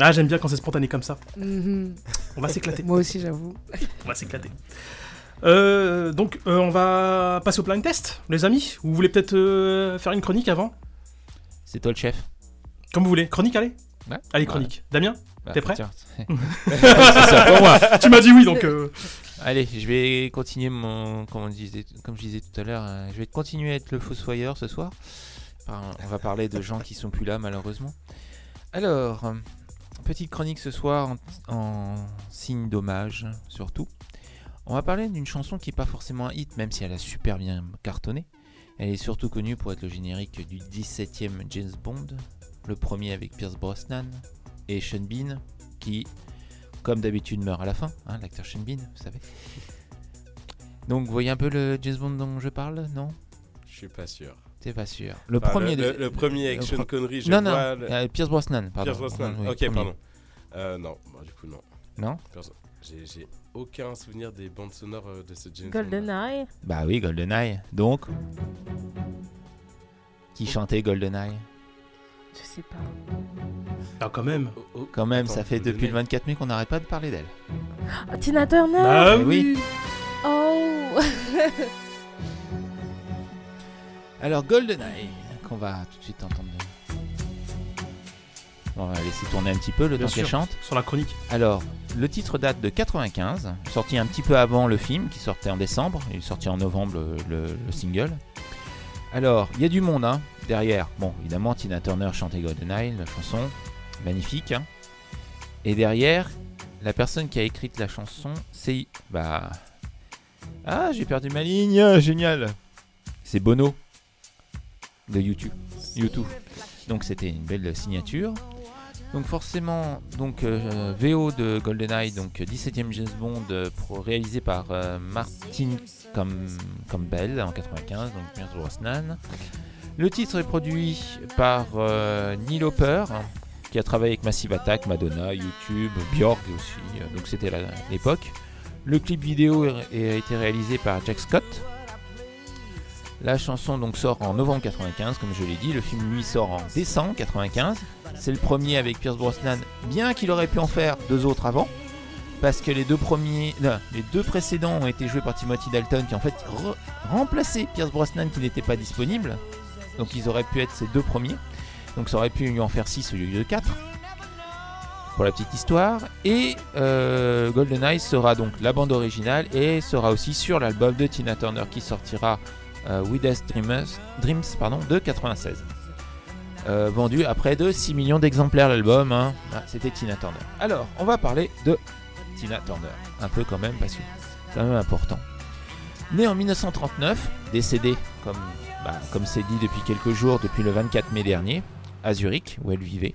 Speaker 4: Ah, j'aime bien quand c'est spontané comme ça.
Speaker 6: Mhm.
Speaker 4: On va s'éclater.
Speaker 6: Moi aussi, j'avoue.
Speaker 4: On va s'éclater. Euh, donc, euh, on va passer au blind test, les amis. Vous voulez peut-être euh, faire une chronique avant
Speaker 5: C'est toi le chef.
Speaker 4: Comme vous voulez. Chronique, allez
Speaker 5: Ouais.
Speaker 4: Allez, chronique. Damien
Speaker 5: Bah,
Speaker 4: T'es prêt [LAUGHS]
Speaker 5: tiens.
Speaker 4: C'est ça, pour
Speaker 5: [LAUGHS]
Speaker 4: moi. Tu m'as dit oui, donc, euh.
Speaker 5: Allez, je vais continuer mon. Comme, on disait, comme je disais tout à l'heure, euh, je vais continuer à être le fossoyeur ce soir. Enfin, on va parler de gens qui sont plus là, malheureusement. Alors, euh, petite chronique ce soir en, en signe d'hommage, surtout. On va parler d'une chanson qui n'est pas forcément un hit, même si elle a super bien cartonné. Elle est surtout connue pour être le générique du 17e James Bond, le premier avec Pierce Brosnan et Sean Bean, qui, comme d'habitude, meurt à la fin, hein, l'acteur Sean Bean, vous savez. Donc, vous voyez un peu le James Bond dont je parle, non
Speaker 8: Je suis pas sûr.
Speaker 5: T'es pas sûr. Le
Speaker 8: Enfin,
Speaker 5: premier
Speaker 8: Le,
Speaker 5: de-
Speaker 8: le premier avec
Speaker 5: le
Speaker 8: Sean
Speaker 5: pro-
Speaker 8: Connery, je
Speaker 5: Non, non,
Speaker 8: vois. le-
Speaker 5: euh, Pierce Brosnan, pardon.
Speaker 8: Pierce Brosnan,
Speaker 5: Oui,
Speaker 8: ok,
Speaker 5: premier.
Speaker 8: pardon. Euh, non, bah, du coup, non.
Speaker 5: Non
Speaker 8: Perso- J'ai j'ai aucun souvenir des bandes sonores euh, de ce James Bond.
Speaker 7: GoldenEye.
Speaker 5: Bah oui, GoldenEye. Donc, qui chantait GoldenEye
Speaker 7: Je sais
Speaker 4: [LAUGHS]
Speaker 7: pas.
Speaker 4: Ah, quand même.
Speaker 5: Quand même,
Speaker 4: attends,
Speaker 5: ça fait depuis le 24 mai qu'on n'arrête pas de parler d'elle.
Speaker 7: Ah, Tina Turner
Speaker 5: Bah Eh oui. oui.
Speaker 7: Oh [LAUGHS]
Speaker 5: Alors, GoldenEye, qu'on va tout de suite entendre. On va laisser tourner un petit peu le
Speaker 4: Bien
Speaker 5: temps qu'elle
Speaker 4: sûr,
Speaker 5: chante.
Speaker 4: Sur la chronique.
Speaker 5: Alors, le titre date de 95, sorti un petit peu avant le film qui sortait en décembre, il est sorti en novembre euh, le, le single. Alors, il y a du monde hein, derrière. Bon, évidemment, Tina Turner chantait GoldenEye, la chanson, magnifique. hein. Et derrière, la personne qui a écrite la chanson, c'est. Bah. Ah, j'ai perdu ma ligne, génial C'est Bono de YouTube. YouTube. Donc c'était une belle signature. Donc forcément, donc euh, VO de GoldenEye, donc 17e James Bond, euh, pro- réalisé par euh, Martin Cam- Campbell en 95, donc Pierce Brosnan. Le titre est produit par euh, Neil Hopper, hein, qui a travaillé avec Massive Attack, Madonna, YouTube, Björk aussi. euh, donc c'était la- l'époque. Le clip vidéo est- a été réalisé par Jack Scott. La chanson donc sort en novembre 95, comme je l'ai dit. Le film lui sort en décembre 95. C'est le premier avec Pierce Brosnan, bien qu'il aurait pu en faire deux autres avant, parce que les deux premiers, non, les deux précédents ont été joués par Timothy Dalton, qui en fait re- remplaçait Pierce Brosnan qui n'était pas disponible. Donc ils auraient pu être ces deux premiers. Donc ça aurait pu lui en faire 6 au lieu de 4 pour la petite histoire. Et euh, GoldenEye sera donc la bande originale et sera aussi sur l'album de Tina Turner qui sortira euh, Wildest Dreamers, Dreams pardon, de 96. Euh, vendu à près de 6 millions d'exemplaires l'album. hein. Ah, C'était Tina Turner. Alors, on va parler de Tina Turner. Un peu quand même, parce que c'est quand même important. Née en 1939, décédée, comme bah, comme c'est dit depuis quelques jours, depuis le 24 mai dernier, à Zurich, où elle vivait.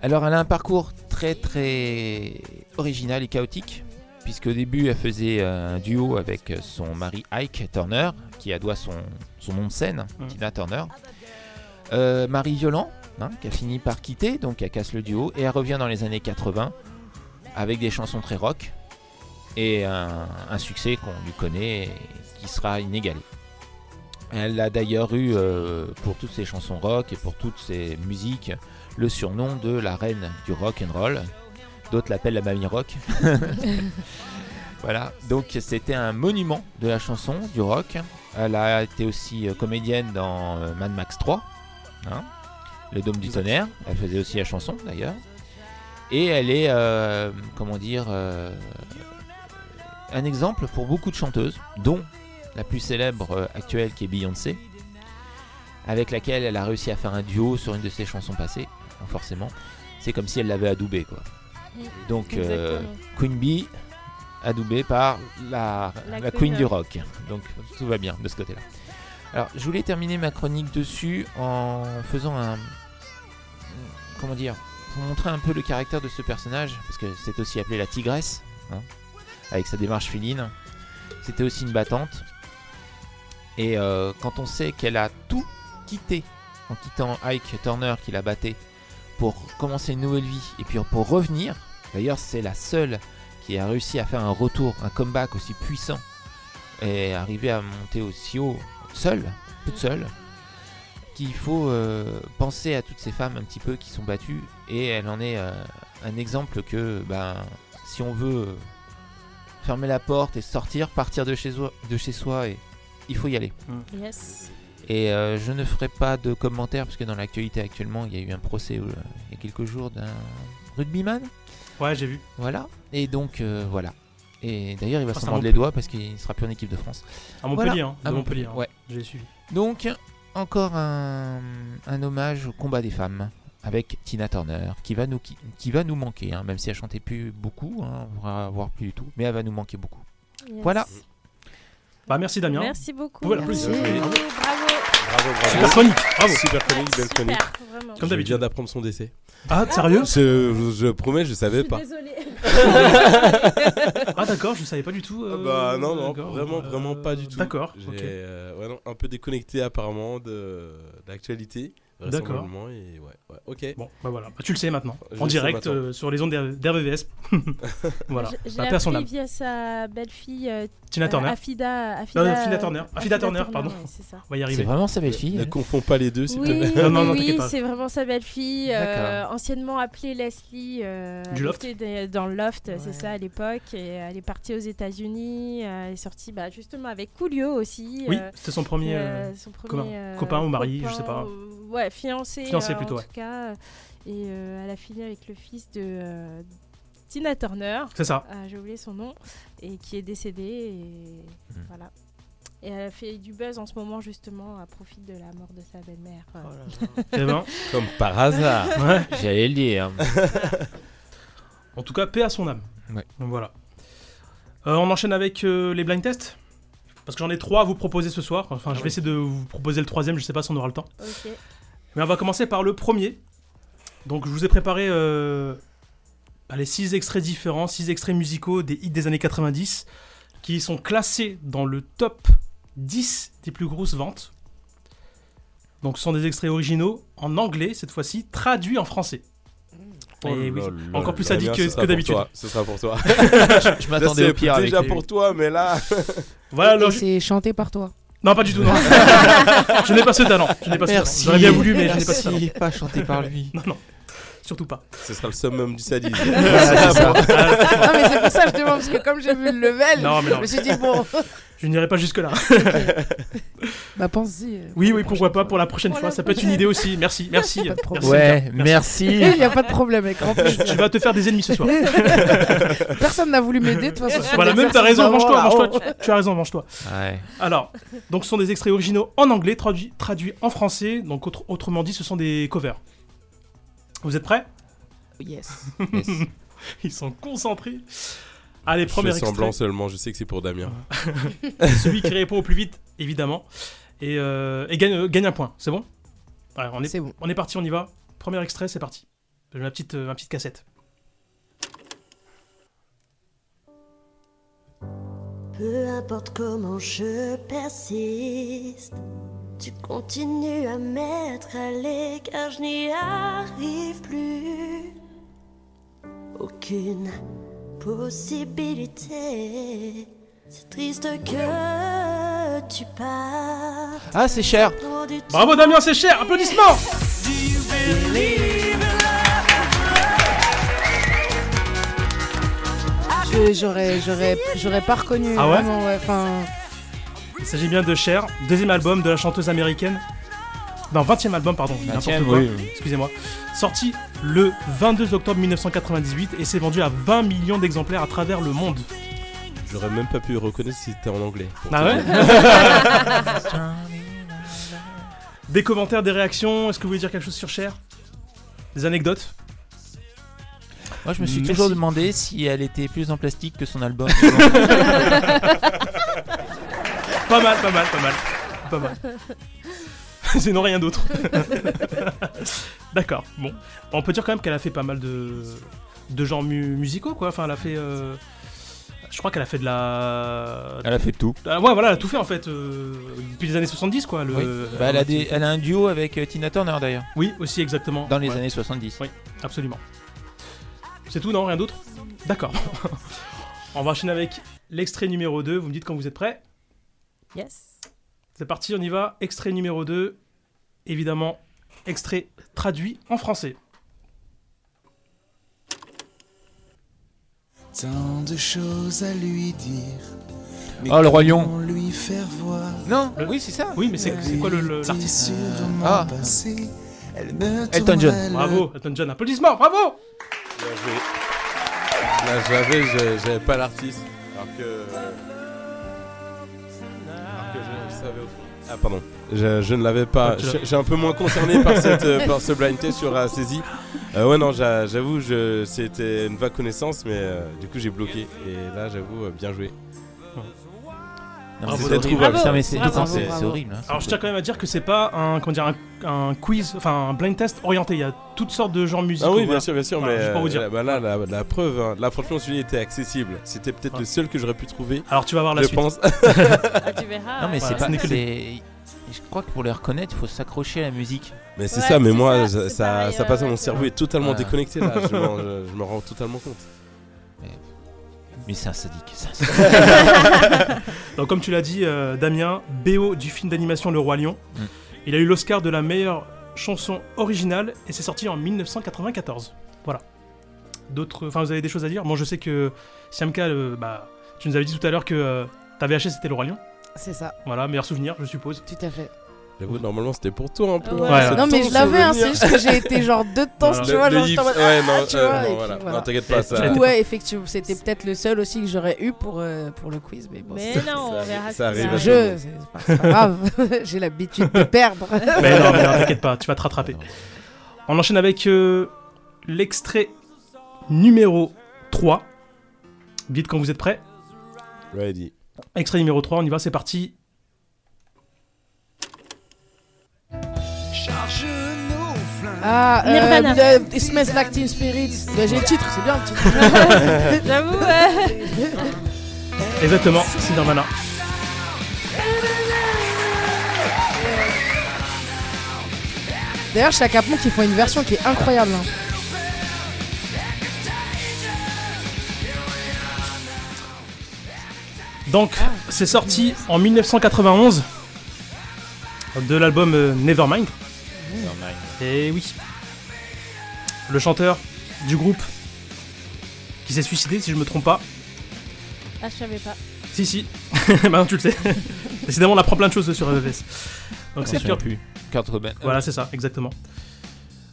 Speaker 5: Alors elle a un parcours très très original et chaotique, puisqu'au début elle faisait euh, un duo avec son mari Ike Turner, qui a doit son, son nom de scène, Tina Turner. Euh, mari violent, hein, qui a fini par quitter, donc elle casse le duo, et elle revient dans les années 80 avec des chansons très rock, et un, un succès qu'on lui connaît et qui sera inégalé. Elle a d'ailleurs eu, euh, pour toutes ses chansons rock et pour toutes ses musiques, le surnom de la reine du rock and roll. D'autres l'appellent la mamie rock. voilà, donc c'était un monument de la chanson, du rock. Elle a été aussi euh, comédienne dans euh, Mad Max 3, hein, Le Dôme du Tonnerre. Elle faisait aussi la chanson d'ailleurs. Et elle est, euh, comment dire, euh, un exemple pour beaucoup de chanteuses, dont la plus célèbre euh, actuelle qui est Beyoncé, avec laquelle elle a réussi à faire un duo sur une de ses chansons passées. Donc forcément, c'est comme si elle l'avait adoubée, quoi.
Speaker 7: Mm.
Speaker 5: Donc euh,
Speaker 7: Exactement.
Speaker 5: Queen Bee adoubée par la,
Speaker 7: La
Speaker 5: la
Speaker 7: Queen.
Speaker 5: Queen du rock. Donc tout va bien de ce côté-là. Alors je voulais terminer ma chronique dessus en faisant un, comment dire, pour montrer un peu le caractère de ce personnage, parce que c'est aussi appelé la tigresse, hein, avec sa démarche féline. C'était aussi une battante. Et euh, quand on sait qu'elle a tout quitté, en quittant Ike Turner qui la battait, pour commencer une nouvelle vie, et puis pour revenir, d'ailleurs c'est la seule qui a réussi à faire un retour, un comeback aussi puissant, et arriver à monter aussi haut, seule, toute seule, qu'il faut euh, penser à toutes ces femmes un petit peu qui sont battues et elle en est euh, un exemple que ben si on veut euh, fermer la porte et sortir, partir de chez soi, de chez soi et il faut y aller.
Speaker 7: Yes.
Speaker 5: Et euh, je ne ferai pas de commentaires parce que dans l'actualité actuellement, il y a eu un procès euh, il y a quelques jours d'un rugbyman.
Speaker 4: Ouais, j'ai vu.
Speaker 5: Voilà. Et donc, euh, voilà. Et d'ailleurs, il va
Speaker 4: Ah,
Speaker 5: s'en
Speaker 4: c'est à
Speaker 5: mordre les
Speaker 4: Montpellier.
Speaker 5: doigts parce qu'il ne sera plus en équipe de France.
Speaker 4: À Montpellier,
Speaker 5: Voilà.
Speaker 4: hein,
Speaker 5: À
Speaker 4: de Montpellier. hein.
Speaker 5: Ah, Ouais.
Speaker 4: J'ai suivi.
Speaker 5: Donc, encore un, un hommage au combat des femmes avec Tina Turner, qui va nous, qui, qui va nous manquer, hein, même si elle chantait plus beaucoup, hein, on va voir plus du tout, mais elle va nous manquer beaucoup.
Speaker 7: Yes.
Speaker 5: Voilà.
Speaker 4: Bah, merci Damien.
Speaker 7: Merci beaucoup.
Speaker 4: Voilà, plus.
Speaker 7: Merci. Bravo.
Speaker 8: Bravo, bravo.
Speaker 4: Super chronique, bravo.
Speaker 8: Super chronique, belle
Speaker 7: Super,
Speaker 8: chronique.
Speaker 7: vraiment.
Speaker 8: Comme d'habitude. Je viens d'apprendre son décès.
Speaker 4: Ah, sérieux
Speaker 8: je, je promets, je savais pas.
Speaker 7: Désolé.
Speaker 4: ah d'accord, je savais pas du tout. euh,
Speaker 8: Bah non, non,
Speaker 4: d'accord,
Speaker 8: vraiment,
Speaker 4: euh,
Speaker 8: vraiment pas du tout.
Speaker 4: D'accord,
Speaker 8: J'ai,
Speaker 4: ok.
Speaker 8: euh, ouais, non, un peu déconnecté apparemment de euh, l'actualité.
Speaker 4: D'accord.
Speaker 8: vraisemblablement, Et ouais, ouais, ok.
Speaker 4: Bon, bah voilà, Bah, tu le sais maintenant,
Speaker 8: Je
Speaker 4: en
Speaker 8: le sais
Speaker 4: direct
Speaker 8: maintenant.
Speaker 4: euh, sur les ondes d'R- d'RVVS. [LAUGHS] voilà,
Speaker 7: Je
Speaker 4: bah,
Speaker 7: l'ai
Speaker 4: personne
Speaker 7: appris via sa belle-fille euh,
Speaker 4: Tina
Speaker 7: euh,
Speaker 4: Turner.
Speaker 7: Afida, Afida,
Speaker 4: Non, non, Afida Turner. Afida Turner, pardon.
Speaker 7: euh, ouais, c'est ça.
Speaker 4: On va y arriver.
Speaker 5: C'est vraiment sa belle fille.
Speaker 8: Ne
Speaker 5: elle.
Speaker 8: confonds pas les deux, s'il
Speaker 7: Oui,
Speaker 8: te plaît.
Speaker 4: [LAUGHS] Non, non, non,
Speaker 7: oui,
Speaker 4: t'inquiète pas.
Speaker 7: c'est vraiment sa belle-fille, euh,
Speaker 4: D'accord.
Speaker 7: anciennement appelée Leslie. euh,
Speaker 4: Du loft
Speaker 7: elle était dans le loft, c'est ça, à l'époque. Et elle est partie aux États-Unis. euh, Elle est sortie bah, justement avec Coolio aussi.
Speaker 4: Oui,
Speaker 7: euh,
Speaker 4: c'était son premier,
Speaker 7: euh,
Speaker 4: euh,
Speaker 7: son
Speaker 4: copain-
Speaker 7: premier, euh,
Speaker 4: copain ou mari, je sais pas.
Speaker 7: ou- ouais, fiancé.
Speaker 4: Fiancé
Speaker 7: euh,
Speaker 4: plutôt,
Speaker 7: en
Speaker 4: ouais.
Speaker 7: tout cas. Et euh, elle a fini avec le fils de euh, Tina Turner.
Speaker 4: C'est ça.
Speaker 7: Ah, J'ai oublié son nom. Et qui est décédé. Et
Speaker 4: Hmm.
Speaker 7: voilà. Et elle a fait du buzz en ce moment, justement, à profit de la mort de sa belle-mère. [LAUGHS]
Speaker 4: Eh ben.
Speaker 8: Comme par hasard.
Speaker 4: [LAUGHS] Ouais.
Speaker 5: J'allais le dire.
Speaker 4: En tout cas, paix à son âme.
Speaker 5: Ouais.
Speaker 4: Donc voilà. Euh, on enchaîne avec euh, les blind tests. Parce que j'en ai trois à vous proposer ce soir. Enfin, je vais essayer de vous proposer le troisième, je sais pas si on aura le temps.
Speaker 7: Ok.
Speaker 4: Mais on va commencer par le premier. Donc je vous ai préparé euh, bah, les six extraits différents, six extraits musicaux des hits des années 90 qui sont classés dans le top 10 des plus grosses ventes. Donc ce sont des extraits originaux en anglais, cette fois-ci traduits en français.
Speaker 8: Oh
Speaker 4: Et oui,
Speaker 8: là là
Speaker 4: encore plus
Speaker 8: là
Speaker 4: sadique
Speaker 8: là,
Speaker 4: que,
Speaker 6: Eh
Speaker 8: ce sera
Speaker 4: que
Speaker 8: pour
Speaker 4: d'habitude.
Speaker 8: toi, Ce sera
Speaker 4: [LAUGHS]
Speaker 8: pour toi.
Speaker 5: Je- je m'attendais
Speaker 8: Là,
Speaker 5: au pire
Speaker 8: C'est
Speaker 5: avec
Speaker 8: déjà
Speaker 5: lui.
Speaker 8: pour toi, mais là. [LAUGHS]
Speaker 4: Voilà, alors,
Speaker 6: Et
Speaker 4: je-
Speaker 6: c'est chanté par toi.
Speaker 4: Non, pas du tout, non. [LAUGHS] je n'ai pas ce talent. Je n'ai pas ce talent.
Speaker 5: Merci.
Speaker 4: J'aurais bien voulu, mais je n'ai pas ce talent.
Speaker 5: Merci, pas chanté par lui.
Speaker 4: [LAUGHS] Non, non. Surtout pas.
Speaker 8: Ce sera le summum du
Speaker 4: [LAUGHS]
Speaker 6: [LAUGHS]
Speaker 8: sadisme.
Speaker 4: Voilà, c'est ça.
Speaker 6: non, mais c'est pour ça que je demande, parce que comme j'ai vu le level,
Speaker 4: Non, mais non.
Speaker 6: je me suis dit, bon.
Speaker 4: [LAUGHS] Je n'irai pas [LAUGHS] jusque-là.
Speaker 6: bah, pense-y.
Speaker 4: Oui, oui, pourquoi pas pour la prochaine
Speaker 6: Pour
Speaker 4: fois.
Speaker 6: la
Speaker 4: Ça peut être une
Speaker 6: prochaine.
Speaker 4: idée aussi.
Speaker 6: [LAUGHS]
Speaker 4: Merci, merci.
Speaker 6: Pas de
Speaker 4: merci,
Speaker 6: problème.
Speaker 5: Ouais,
Speaker 4: Lucas.
Speaker 5: merci.
Speaker 6: [LAUGHS] Il n'y a pas
Speaker 4: [LAUGHS]
Speaker 6: de problème, avec grand plaisir.
Speaker 4: Tu vas te faire des ennemis ce
Speaker 5: [LAUGHS]
Speaker 4: soir.
Speaker 6: Personne n'a voulu m'aider, de toute façon.
Speaker 4: Voilà, même t'as raison, venge-toi, venge-toi. Tu, tu as raison, venge-toi.
Speaker 5: Ouais.
Speaker 4: Alors, donc ce sont des extraits originaux en anglais, traduits traduits en français. Donc autre- autrement dit, ce sont des covers. Vous êtes prêts
Speaker 6: Yes.
Speaker 4: [LAUGHS] Ils sont concentrés. Allez,
Speaker 8: Je
Speaker 4: premier
Speaker 8: fais semblant
Speaker 4: extrait.
Speaker 8: seulement, je sais que c'est pour Damien.
Speaker 4: [LAUGHS] Celui qui répond au plus vite, évidemment. Et, euh, et gagne, euh, gagne un point, c'est bon Alors, on est, On est parti, on y va. Premier extrait, c'est parti. Je mets ma petite, euh, ma petite cassette.
Speaker 17: Peu importe comment je persiste, tu continues à m'être allé car je n'y arrive plus. Aucune possibilité. C'est triste que tu pars.
Speaker 5: Ah, c'est cher. Bah.
Speaker 17: Loin du
Speaker 4: Bravo Damien, c'est cher. Applaudissements.
Speaker 6: Je- J'aurais, j'aurais, j'aurais pas reconnu.
Speaker 4: Ah ouais
Speaker 6: vraiment, enfin,
Speaker 4: Il s'agit bien de Cher, deuxième album de la chanteuse américaine. Non, 20e album, pardon, je dis n'importe
Speaker 5: 20e,
Speaker 4: quoi.
Speaker 5: oui, oui.
Speaker 4: Excusez-moi. Sorti le 22 octobre 1998 et s'est vendu à 20 millions d'exemplaires à travers le monde.
Speaker 8: J'aurais même pas pu reconnaître si c'était en anglais. pour
Speaker 4: Ah
Speaker 8: te
Speaker 4: ouais
Speaker 6: [LAUGHS]
Speaker 4: [LAUGHS]
Speaker 8: dire.
Speaker 4: Des commentaires, des réactions, est-ce que vous voulez dire quelque chose sur Cher Des anecdotes
Speaker 5: [LAUGHS] Moi, je me suis
Speaker 4: Merci.
Speaker 5: toujours demandé si elle était plus en plastique que son [LAUGHS] album.
Speaker 4: Pas mal, pas mal, pas mal. Pas mal. Sinon rien d'autre. [LAUGHS] D'accord, bon. On peut dire quand même qu'elle a fait pas mal de, de genres mu- musicaux, quoi. Enfin, elle a fait. euh, Je crois qu'elle a fait de la.
Speaker 5: Elle a fait tout.
Speaker 4: Ah ouais, voilà, elle a tout fait en fait. euh, Depuis les années 70, quoi. Le...
Speaker 5: Oui. Bah, elle, a des- elle a un duo avec euh, Tina Turner d'ailleurs.
Speaker 4: Oui, aussi exactement.
Speaker 5: Dans les années 70.
Speaker 4: Oui, absolument. C'est tout, non Rien d'autre D'accord. [LAUGHS] on va enchaîner avec l'extrait numéro 2. Vous me dites quand vous êtes prêts.
Speaker 7: Yes.
Speaker 4: C'est parti, on y va. Extrait numéro 2. Évidemment, extrait traduit en français.
Speaker 12: Tant de choses à lui dire,
Speaker 5: Oh, le Roi Lion.
Speaker 12: lui faire voir.
Speaker 5: Non, oui, c'est ça.
Speaker 4: Oui, mais c'est c'est quoi le- le- l'artiste
Speaker 5: Ah. Elton John.
Speaker 4: Bravo, Elton John. Applaudissements, bravo
Speaker 8: Bien joué. Ah Là, j'avais, je- j'avais pas l'artiste. Alors que. alors que je, je savais au fond. Ah, pardon. Je, je ne l'avais pas.
Speaker 12: Ah, tu l'as-
Speaker 8: J'ai j'ai un peu moins concerné par, cette, euh, par ce blind test sur la saisie. Euh, ouais, non, j'a- j'avoue, je- c'était une vague connaissance, mais euh, du coup, j'ai bloqué. Et là, j'avoue, euh, bien joué.
Speaker 5: Non, mais
Speaker 8: C'est
Speaker 5: c'est
Speaker 8: très
Speaker 5: horrible.
Speaker 8: trouvable.
Speaker 5: Bravo. Non, mais c'est-
Speaker 8: Bravo,
Speaker 5: non, c'est-
Speaker 8: bravo.
Speaker 5: c'est horrible, hein.
Speaker 4: Alors je tiens quand même à dire que c'est pas un, comment dire, un, un quiz, enfin un blind test orienté. Il y a toutes sortes de genres musicaux.
Speaker 8: Ah oui, bien
Speaker 4: voilà.
Speaker 8: sûr, bien sûr,
Speaker 4: Voilà,
Speaker 8: mais
Speaker 4: je vais pas vous dire.
Speaker 8: euh, bah là, la, la preuve, hein, là, franchement, celui-là était accessible. C'était peut-être le seul que j'aurais pu trouver.
Speaker 4: Alors, tu vas voir la
Speaker 8: je
Speaker 7: [LAUGHS]
Speaker 5: [LAUGHS]
Speaker 4: suite.
Speaker 8: Pense.
Speaker 7: Ah,
Speaker 8: Ah,
Speaker 7: tu verras.
Speaker 5: Non, mais
Speaker 4: Voilà,
Speaker 5: c'est
Speaker 4: ce
Speaker 5: pas.
Speaker 4: n'est que
Speaker 5: c'est- Je crois que pour les reconnaître, il faut s'accrocher à la musique.
Speaker 8: Mais c'est ça, mais moi, ça, ça, ça passe à mon cerveau, est totalement
Speaker 5: Voilà.
Speaker 8: déconnecté là. je
Speaker 5: [LAUGHS]
Speaker 4: [LAUGHS]
Speaker 8: m'en- je je m'en rends totalement compte.
Speaker 5: Mais c'est un sadique. ça.
Speaker 4: [LAUGHS] Donc comme tu l'as dit, euh, Damien, BO du film d'animation Le Roi Lion.
Speaker 5: Mm.
Speaker 4: Il a eu l'Oscar de la meilleure chanson originale et c'est sorti en 1994. Voilà. D'autres, enfin vous avez des choses à dire. Moi je sais que Siamka, euh, bah, tu nous avais dit tout à l'heure que euh, ta VHS c'était Le Roi Lion.
Speaker 6: C'est ça.
Speaker 4: Voilà, meilleur souvenir, je suppose.
Speaker 6: Tout à fait.
Speaker 8: J'avoue, normalement, c'était pour toi un peu.
Speaker 4: Ouais.
Speaker 8: hein, c'est
Speaker 6: Non, mais
Speaker 8: ton
Speaker 6: je l'avais, hein, c'est
Speaker 8: souvenir.
Speaker 6: juste que j'ai été genre deux temps,
Speaker 8: Voilà.
Speaker 6: tu
Speaker 8: Le-
Speaker 6: vois,
Speaker 8: le
Speaker 6: genre j'étais en
Speaker 8: hips,
Speaker 6: mode,
Speaker 8: ouais,
Speaker 6: ah,
Speaker 8: non,
Speaker 6: tu
Speaker 8: euh,
Speaker 6: vois,
Speaker 8: non,
Speaker 6: et puis
Speaker 8: voilà.
Speaker 6: voilà.
Speaker 8: Non, t'inquiète pas, ça-
Speaker 6: Du coup, ouais, effectivement, c'était peut-être le seul aussi que j'aurais eu pour, euh, pour le quiz, mais bon.
Speaker 7: Mais
Speaker 6: c'est-
Speaker 7: non, on Ça- verra ça
Speaker 6: C'est
Speaker 7: ce qui
Speaker 6: un
Speaker 7: arrive.
Speaker 6: jeu, c'est c'est pas, c'est pas grave, [LAUGHS] j'ai l'habitude de perdre. [LAUGHS]
Speaker 4: mais non, mais non, t'inquiète pas, tu vas te rattraper. On enchaîne avec euh, l'extrait numéro 3. Dites quand vous êtes prêts.
Speaker 8: Ready.
Speaker 4: Extrait numéro 3, on y va, c'est parti.
Speaker 6: Ah, euh,
Speaker 7: Nirvana.
Speaker 6: euh, It Smells Like Teen Spirit. Bah, j'ai le titre, c'est bien le titre.
Speaker 7: [LAUGHS] J'avoue, ouais.
Speaker 4: Exactement, c'est Nirvana.
Speaker 6: D'ailleurs, chaque Capon qui font une version qui est incroyable. hein.
Speaker 4: Donc, c'est sorti en 1991 de l'album euh, Nevermind.
Speaker 5: Nevermind.
Speaker 4: Et oui. Le chanteur du groupe qui s'est suicidé, si je me trompe pas.
Speaker 7: Ah, je savais pas.
Speaker 4: Si, si. [LAUGHS] Maintenant, tu le sais. Décidément, on apprend plein de choses sur EVS. Donc, c'est
Speaker 5: Attention,
Speaker 4: pire.
Speaker 5: plus. Kurt Cobain.
Speaker 4: Voilà, c'est ça, exactement.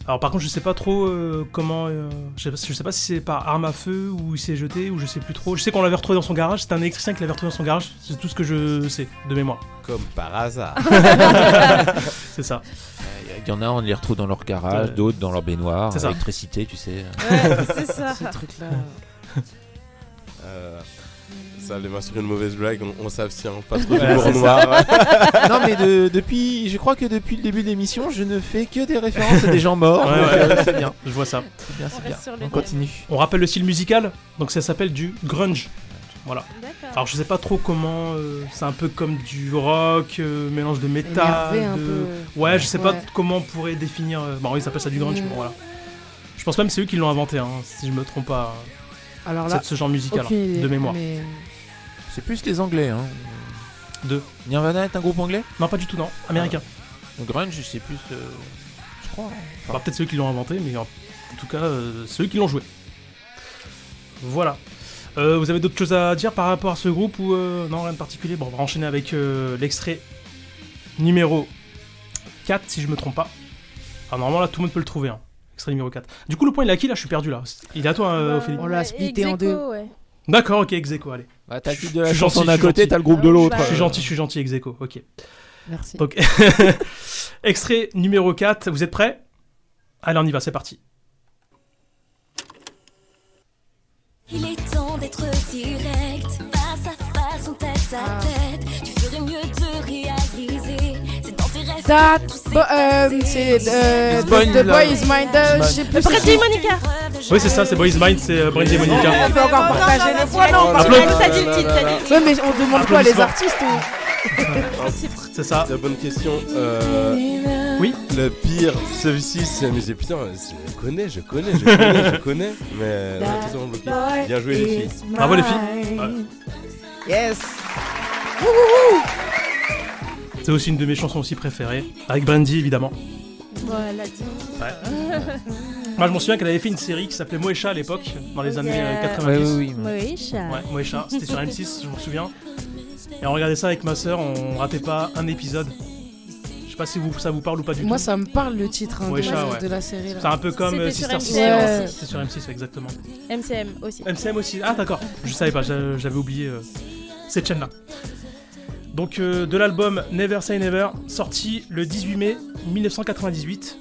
Speaker 4: Alors, par contre, je sais pas trop euh, comment. euh, je, sais pas, je sais pas si c'est par arme à feu ou il s'est jeté ou je sais plus trop. Je sais qu'on l'avait retrouvé dans son garage. C'était un électricien qui l'avait retrouvé dans son garage. C'est tout ce que je sais de mémoire.
Speaker 8: Comme par hasard.
Speaker 4: [LAUGHS] c'est ça.
Speaker 5: Il y en a, on les retrouve dans leur garage,
Speaker 4: Euh,
Speaker 5: d'autres dans leur baignoire,
Speaker 4: c'est ça.
Speaker 5: l'électricité, tu sais.
Speaker 4: [LAUGHS]
Speaker 7: c'est ça.
Speaker 5: [LAUGHS]
Speaker 7: Ces
Speaker 6: trucs-là.
Speaker 8: Euh, ça allait m'assurer une mauvaise blague, on, on s'abstient, pas trop
Speaker 5: Voilà,
Speaker 8: d'humour
Speaker 5: c'est ça.
Speaker 4: [LAUGHS]
Speaker 8: noir.
Speaker 5: [LAUGHS] non mais de- depuis, je crois que depuis le début de l'émission, je ne fais que des références à des gens morts.
Speaker 4: [LAUGHS] Ouais,
Speaker 5: donc,
Speaker 4: ouais.
Speaker 5: euh, c'est bien.
Speaker 4: Je vois ça.
Speaker 5: C'est bien, c'est
Speaker 4: reste
Speaker 5: bien.
Speaker 4: sur
Speaker 5: On continue.
Speaker 4: On rappelle le style musical, donc ça s'appelle du grunge. Voilà. Alors je sais pas trop comment, euh, c'est un peu comme du rock, euh, mélange de métal.
Speaker 6: Énervé un
Speaker 4: de...
Speaker 6: peu.
Speaker 4: Ouais, je sais pas
Speaker 6: Ouais.
Speaker 4: comment on pourrait définir. euh, Bon, oui, ça appellent ça du grunge,
Speaker 6: Mm.
Speaker 4: bon, voilà. Je pense même que c'est eux qui l'ont inventé, hein, si je me trompe pas.
Speaker 6: Alors
Speaker 4: C'est
Speaker 6: là,
Speaker 4: de ce genre musical,
Speaker 6: aucune
Speaker 4: hein,
Speaker 6: idée,
Speaker 4: de mémoire.
Speaker 6: mais-
Speaker 5: C'est plus les Anglais. Hein.
Speaker 4: Deux.
Speaker 5: Nirvana est un groupe anglais
Speaker 4: Non, pas du tout, non. Américain.
Speaker 5: Le grunge, c'est plus. euh, je crois.
Speaker 4: Enfin, peut-être ceux qui l'ont inventé, mais en, en tout cas, euh, ceux qui l'ont joué. Voilà. Euh, vous avez d'autres choses à dire par rapport à ce groupe ou euh, non, rien de particulier Bon, on va enchaîner avec euh, l'extrait numéro 4, si je me trompe pas. Alors, normalement, là, tout le monde peut le trouver. hein. Extrait numéro 4. Du coup, le point, il est à qui Là, je suis perdu là. Il est à toi, euh, Ophélie.
Speaker 6: On l'a splitté en deux.
Speaker 4: D'accord, ok, Execo, allez.
Speaker 5: Bah, t'as le titre
Speaker 4: Je-
Speaker 5: de la
Speaker 4: je suis
Speaker 5: chanson
Speaker 4: gentil,
Speaker 5: d'un
Speaker 4: je suis
Speaker 5: côté,
Speaker 4: gentil.
Speaker 5: t'as le groupe de l'autre.
Speaker 4: Je suis
Speaker 5: Euh.
Speaker 4: gentil, je suis gentil, Execo, ok.
Speaker 6: Ah, bah, Merci.
Speaker 4: Donc, [LAUGHS] extrait numéro 4, vous êtes prêts Allez, on y va, c'est parti.
Speaker 18: Il est temps d'être direct, face à face, en tête
Speaker 5: Ah.
Speaker 18: à tête. Tu ferais mieux de réaliser. C'est dans tes rêves.
Speaker 6: That, bo- euh, c'est euh,
Speaker 4: It's Boy
Speaker 6: The
Speaker 4: Love.
Speaker 6: Boy Is Mine, euh, je sais plus.
Speaker 7: Après,
Speaker 6: c'est-
Speaker 7: Monica. [LAUGHS]
Speaker 4: Oui, c'est ça, c'est Boys Mind, c'est euh, Brandy et Monica.
Speaker 6: On peut encore partager les points, non
Speaker 4: parce que t'as dit
Speaker 6: le
Speaker 4: titre, t'as dit le titre.
Speaker 6: Ouais, mais on demande quoi, les
Speaker 4: Applaudissements.
Speaker 6: artistes ou...
Speaker 4: C'est ça.
Speaker 8: La bonne question. euh,
Speaker 4: Oui.
Speaker 8: Le pire, celui-ci, c'est. Mais j'ai- putain, je connais, je connais, je connais, je connais. Mais euh, on a toujours bloqué. Bien joué, les filles.
Speaker 4: Bravo, Ah, les filles.
Speaker 6: Yes.
Speaker 4: C'est aussi une de mes chansons aussi préférées, avec Brandy évidemment.
Speaker 7: Bon, elle l'a dit.
Speaker 4: Ouais. Moi je m'en souviens qu'elle avait fait une série qui s'appelait Moesha à l'époque, dans les années euh,
Speaker 7: Yeah.
Speaker 4: 90.
Speaker 7: Ouais, oui, oui. Moesha.
Speaker 4: Ouais, Moesha, c'était sur M6, je me souviens. Et on regardait ça avec ma sœur, on ratait pas un épisode. Je sais pas si vous, ça vous parle ou pas du
Speaker 6: Moi,
Speaker 4: tout.
Speaker 6: ça me parle le titre hein,
Speaker 4: Ouais,
Speaker 6: de,
Speaker 4: chat,
Speaker 6: la-
Speaker 4: ouais.
Speaker 6: de la série. là.
Speaker 4: C'est un peu comme euh,
Speaker 7: C'était
Speaker 4: Sister
Speaker 7: sur
Speaker 4: Sister.
Speaker 7: MCM
Speaker 4: ouais,
Speaker 7: aussi.
Speaker 4: C'était sur M6, ouais, exactement.
Speaker 7: MCM aussi.
Speaker 4: MCM aussi. Ah d'accord, je savais pas, j'a- j'avais oublié euh, cette chaîne-là. Donc euh, de l'album Never Say Never, sorti le 18 mai 1998.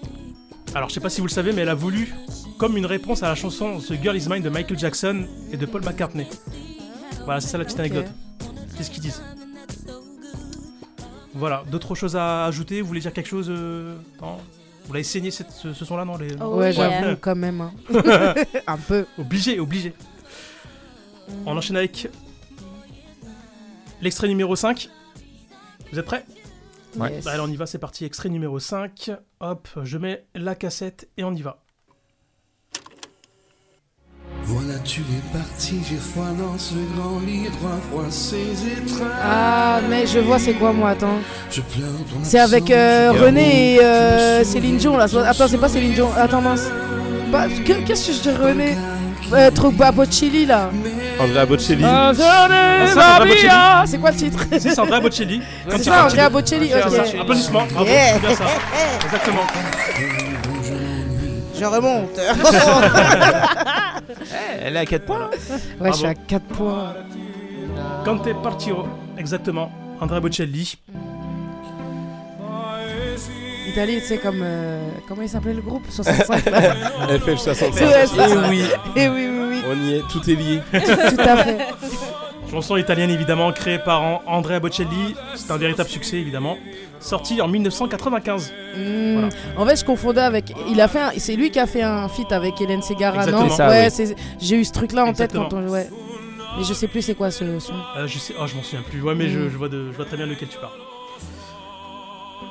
Speaker 4: Alors je sais pas si vous le savez, mais elle a voulu comme une réponse à la chanson The Girl Is Mine de Michael Jackson et de Paul McCartney. Voilà, c'est ça la petite
Speaker 6: Ok.
Speaker 4: anecdote. Qu'est-ce qu'ils disent Voilà, d'autres choses à ajouter Vous voulez dire quelque chose euh, non Vous l'avez saigné cette- ce, ce son-là, non les...
Speaker 6: Oh Ouais, yeah. j'avoue, quand
Speaker 4: [LAUGHS]
Speaker 6: même, hein. Un peu.
Speaker 4: Obligé, obligé. On enchaîne avec l'extrait numéro 5. Vous êtes prêts
Speaker 5: Ouais. Yes.
Speaker 4: Bah, alors on y va, c'est parti. Extrait numéro 5. Hop, je mets la cassette et on y va.
Speaker 12: Voilà, tu es parti, j'ai froid dans ce grand lit, trois fois ces étreintes.
Speaker 6: Ah, mais je vois, c'est quoi, moi Attends.
Speaker 12: Je pleure ton
Speaker 6: C'est avec euh,
Speaker 12: absence,
Speaker 6: René et euh,
Speaker 12: je me
Speaker 6: Céline Dion. Là. Attends, c'est pas Céline Dion. Attends, mince. Pas- que- Qu'est-ce que je dis, René euh, Trop Chili là.
Speaker 8: Andrea Bocelli.
Speaker 4: Ah, ça, Andrea Bocelli.
Speaker 6: Maria hein. C'est quoi le titre
Speaker 4: Si, c'est Andrea
Speaker 6: [LAUGHS]
Speaker 4: Bocelli. Quand il
Speaker 6: ça,
Speaker 4: parle.
Speaker 6: Andrea Bocelli,
Speaker 4: C'est
Speaker 6: ok.
Speaker 4: ça. Applaudissements, bravo,
Speaker 6: Yeah.
Speaker 4: c'est bien ça.
Speaker 6: eh.
Speaker 4: Exactement.
Speaker 6: [LAUGHS]
Speaker 4: [LAUGHS]
Speaker 6: Je [LAUGHS] remonte.
Speaker 5: Elle est à 4 points.
Speaker 6: Ouais, je suis à 4 points.
Speaker 4: Quand t'es parti, oh, exactement. Andrea Bocelli.
Speaker 6: Italie, tu sais, comme. euh, comment il s'appelait
Speaker 4: [LAUGHS]
Speaker 6: le groupe 65 là.
Speaker 8: FL 65.
Speaker 6: [LAUGHS] Ouais, c'est ça.
Speaker 8: Eh oui.
Speaker 6: Eh oui, oui, oui.
Speaker 8: On y est, tout est lié.
Speaker 6: [LAUGHS] Tout à fait.
Speaker 4: Chanson italienne évidemment, créée par An- Andrea Bocelli. C'est un véritable succès évidemment. Sorti en 1995.
Speaker 6: Hmm, En fait, je confondais avec. Il a fait. un- C'est lui qui a fait un feat avec Hélène Segara, non
Speaker 4: Exactement. C'est ça,
Speaker 6: Ouais,
Speaker 4: oui.
Speaker 6: c'est- j'ai eu ce truc-là en
Speaker 4: Exactement.
Speaker 6: tête quand on. Ouais. Mais je sais plus c'est quoi ce son.
Speaker 4: Euh, je sais, oh, je m'en souviens plus. Ouais, mais je,
Speaker 6: Mm.
Speaker 4: je vois de- je vois très bien lequel tu parles.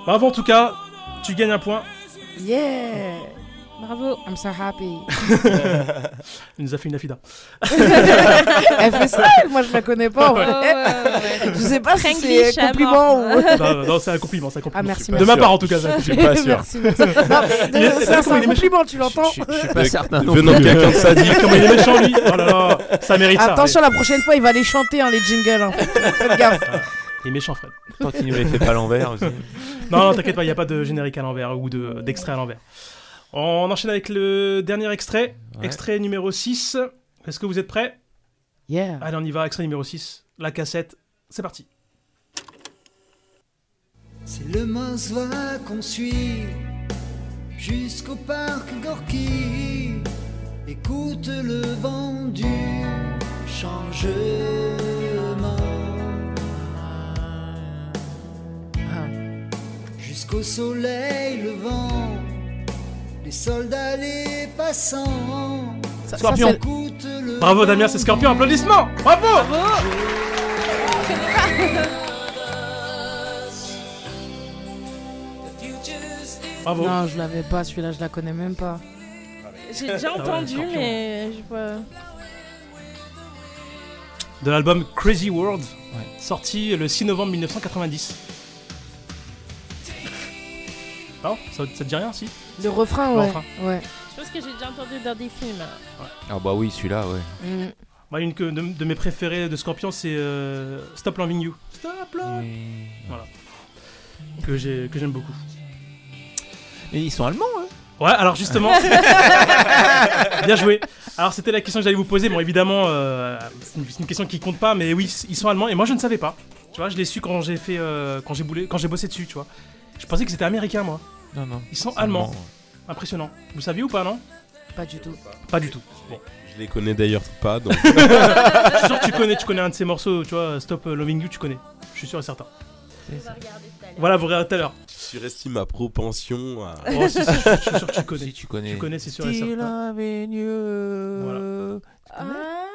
Speaker 4: Bravo en tout cas, tu gagnes un point.
Speaker 6: Yeah. Bravo. I'm so happy.
Speaker 4: [LAUGHS] Il nous a fait une affida.
Speaker 6: [LAUGHS] Elle fait ça, elle, moi je la connais pas en vrai.
Speaker 4: Ah Ouais, ouais, ouais.
Speaker 6: Je sais pas si
Speaker 4: Frankly,
Speaker 6: c'est
Speaker 4: chat
Speaker 6: compliment ou.
Speaker 4: mort. Non, non, non, c'est un compliment, c'est un compliment.
Speaker 6: Ah merci,
Speaker 4: De ma part, en tout cas, c'est un
Speaker 6: Je suis
Speaker 4: compliment.
Speaker 6: pas sûr. Merci, merci. Non,
Speaker 4: Il est-
Speaker 6: ça, c'est un compliment, tu l'entends
Speaker 8: pas certain non venant plus. de quelqu'un de sadique.
Speaker 4: Comment Ah, il est méchant, lui Oh là là, ça mérite ça.
Speaker 6: Attention, la prochaine fois, il va les chanter hein, les jingles. hein. Faites gaffe.
Speaker 4: Il est méchant, Fred.
Speaker 5: Tant qu'il nous les fait pas à l'envers aussi.
Speaker 4: non, non, t'inquiète pas, il n'y a pas de générique à l'envers ou de- d'extrait à l'envers. On enchaîne avec le dernier extrait.
Speaker 5: Ouais.
Speaker 4: Extrait numéro 6. Est-ce que vous êtes prêts
Speaker 6: Yeah.
Speaker 4: Allez, on y va. Extrait numéro 6. La cassette. C'est parti.
Speaker 19: C'est le Mosva qu'on suit jusqu'au parc Gorky. Écoute le vent du changement. Jusqu'au soleil levant, les soldats, les passants.
Speaker 4: Scorpion.
Speaker 19: Écoute le
Speaker 4: Bravo Damien, c'est Scorpion. Applaudissements. Bravo. Bravo.
Speaker 6: Non, je l'avais pas, celui-là, je la connais même pas.
Speaker 7: J'ai déjà
Speaker 4: Ah ouais,
Speaker 7: entendu,
Speaker 4: scorpion.
Speaker 7: mais je vois.
Speaker 4: De l'album Crazy World, sorti le 6 novembre 1990. Non, ça, ça te dit rien, si
Speaker 6: Le refrain,
Speaker 4: Le
Speaker 6: ouais.
Speaker 4: refrain.
Speaker 6: ouais.
Speaker 7: Je pense que j'ai déjà entendu dans des films.
Speaker 5: Ah bah oui, celui-là, ouais.
Speaker 4: Bah, une que- de, de mes préférées de Scorpion, c'est euh, Stop Loving You. Stop Loving Voilà. Que j'ai- que j'aime beaucoup.
Speaker 5: Mais ils sont allemands, hein
Speaker 4: Ouais,
Speaker 5: [LAUGHS]
Speaker 4: alors justement. [LAUGHS] Bien joué. Alors c'était la question que j'allais vous poser. Bon, évidemment, euh, c'est une, c'est une question qui compte pas, mais oui, ils sont allemands. Et moi, je ne savais pas. Tu vois, je l'ai su quand j'ai fait, euh, quand j'ai boulé, quand j'ai bossé dessus, tu vois. Je pensais que c'était américain, moi.
Speaker 5: Non, non.
Speaker 4: Ils sont
Speaker 5: C'est
Speaker 4: allemands.
Speaker 5: allemand,
Speaker 4: Impressionnant. Vous le saviez ou pas, non
Speaker 6: Pas du tout.
Speaker 4: Pas du tout. Bon.
Speaker 8: Je les connais d'ailleurs pas,
Speaker 4: [LAUGHS]
Speaker 8: donc.
Speaker 4: je suis sûr que tu connais, tu connais un de ces morceaux, tu vois, Stop Loving You, tu connais. Je suis sûr et certain. Voilà, vous regardez tout à l'heure.
Speaker 8: Je surestime ma propension à.
Speaker 4: Oh, si, si, je je suis sûr que tu connais.
Speaker 5: Si, tu connais.
Speaker 4: Tu connais, c'est sûr et certain.
Speaker 5: Voilà.
Speaker 7: Ah,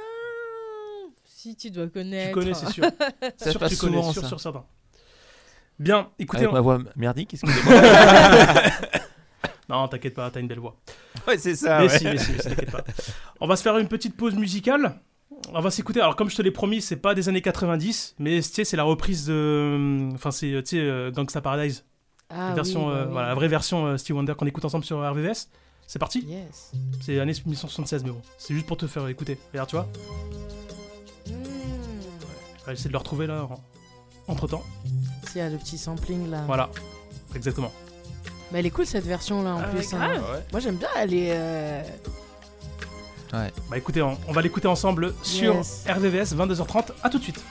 Speaker 7: si tu dois connaître.
Speaker 4: Tu connais,
Speaker 7: [LAUGHS]
Speaker 4: c'est sûr.
Speaker 5: se
Speaker 4: C'est sûr que
Speaker 5: passe
Speaker 4: tu connais,
Speaker 5: souvent,
Speaker 4: sûr,
Speaker 5: ça.
Speaker 4: sûr, certain. Bien, écoutez.
Speaker 5: Avec
Speaker 4: on-
Speaker 5: ma voix merdique, Ah excusez-moi.
Speaker 4: [LAUGHS]
Speaker 5: [LAUGHS]
Speaker 20: [LAUGHS]
Speaker 4: non, t'inquiète pas, t'as une belle voix.
Speaker 5: [LAUGHS] Ouais, c'est ça,
Speaker 4: Mais
Speaker 5: ouais.
Speaker 4: si, mais si, mais si, t'inquiète pas. On va se faire une petite pause musicale. On va s'écouter. Alors, comme je te l'ai promis, c'est pas des années 90, mais tu sais, c'est la reprise de. Enfin, c'est tu sais, euh, Gangsta Paradise.
Speaker 6: Ah
Speaker 4: La version,
Speaker 6: oui, bah
Speaker 4: euh,
Speaker 6: oui.
Speaker 4: voilà, la vraie version euh, Steve Wonder qu'on écoute ensemble sur RVVS. C'est parti C'est années 1976, mais bon. C'est juste pour te
Speaker 6: Hmm.
Speaker 4: faire écouter. Regarde, tu vois Ouais, J'essaie de le retrouver là. en- entre-temps.
Speaker 6: S'il y a le petit sampling là.
Speaker 4: Voilà, exactement.
Speaker 6: Mais elle est cool cette version là en
Speaker 4: Ah ouais,
Speaker 6: plus. hein.
Speaker 4: grave. Ouais.
Speaker 6: Moi j'aime bien, elle est. euh,
Speaker 4: Bah écoutez, on, on va l'écouter ensemble sur
Speaker 6: Yes.
Speaker 4: RVVS 22h30. À tout de suite.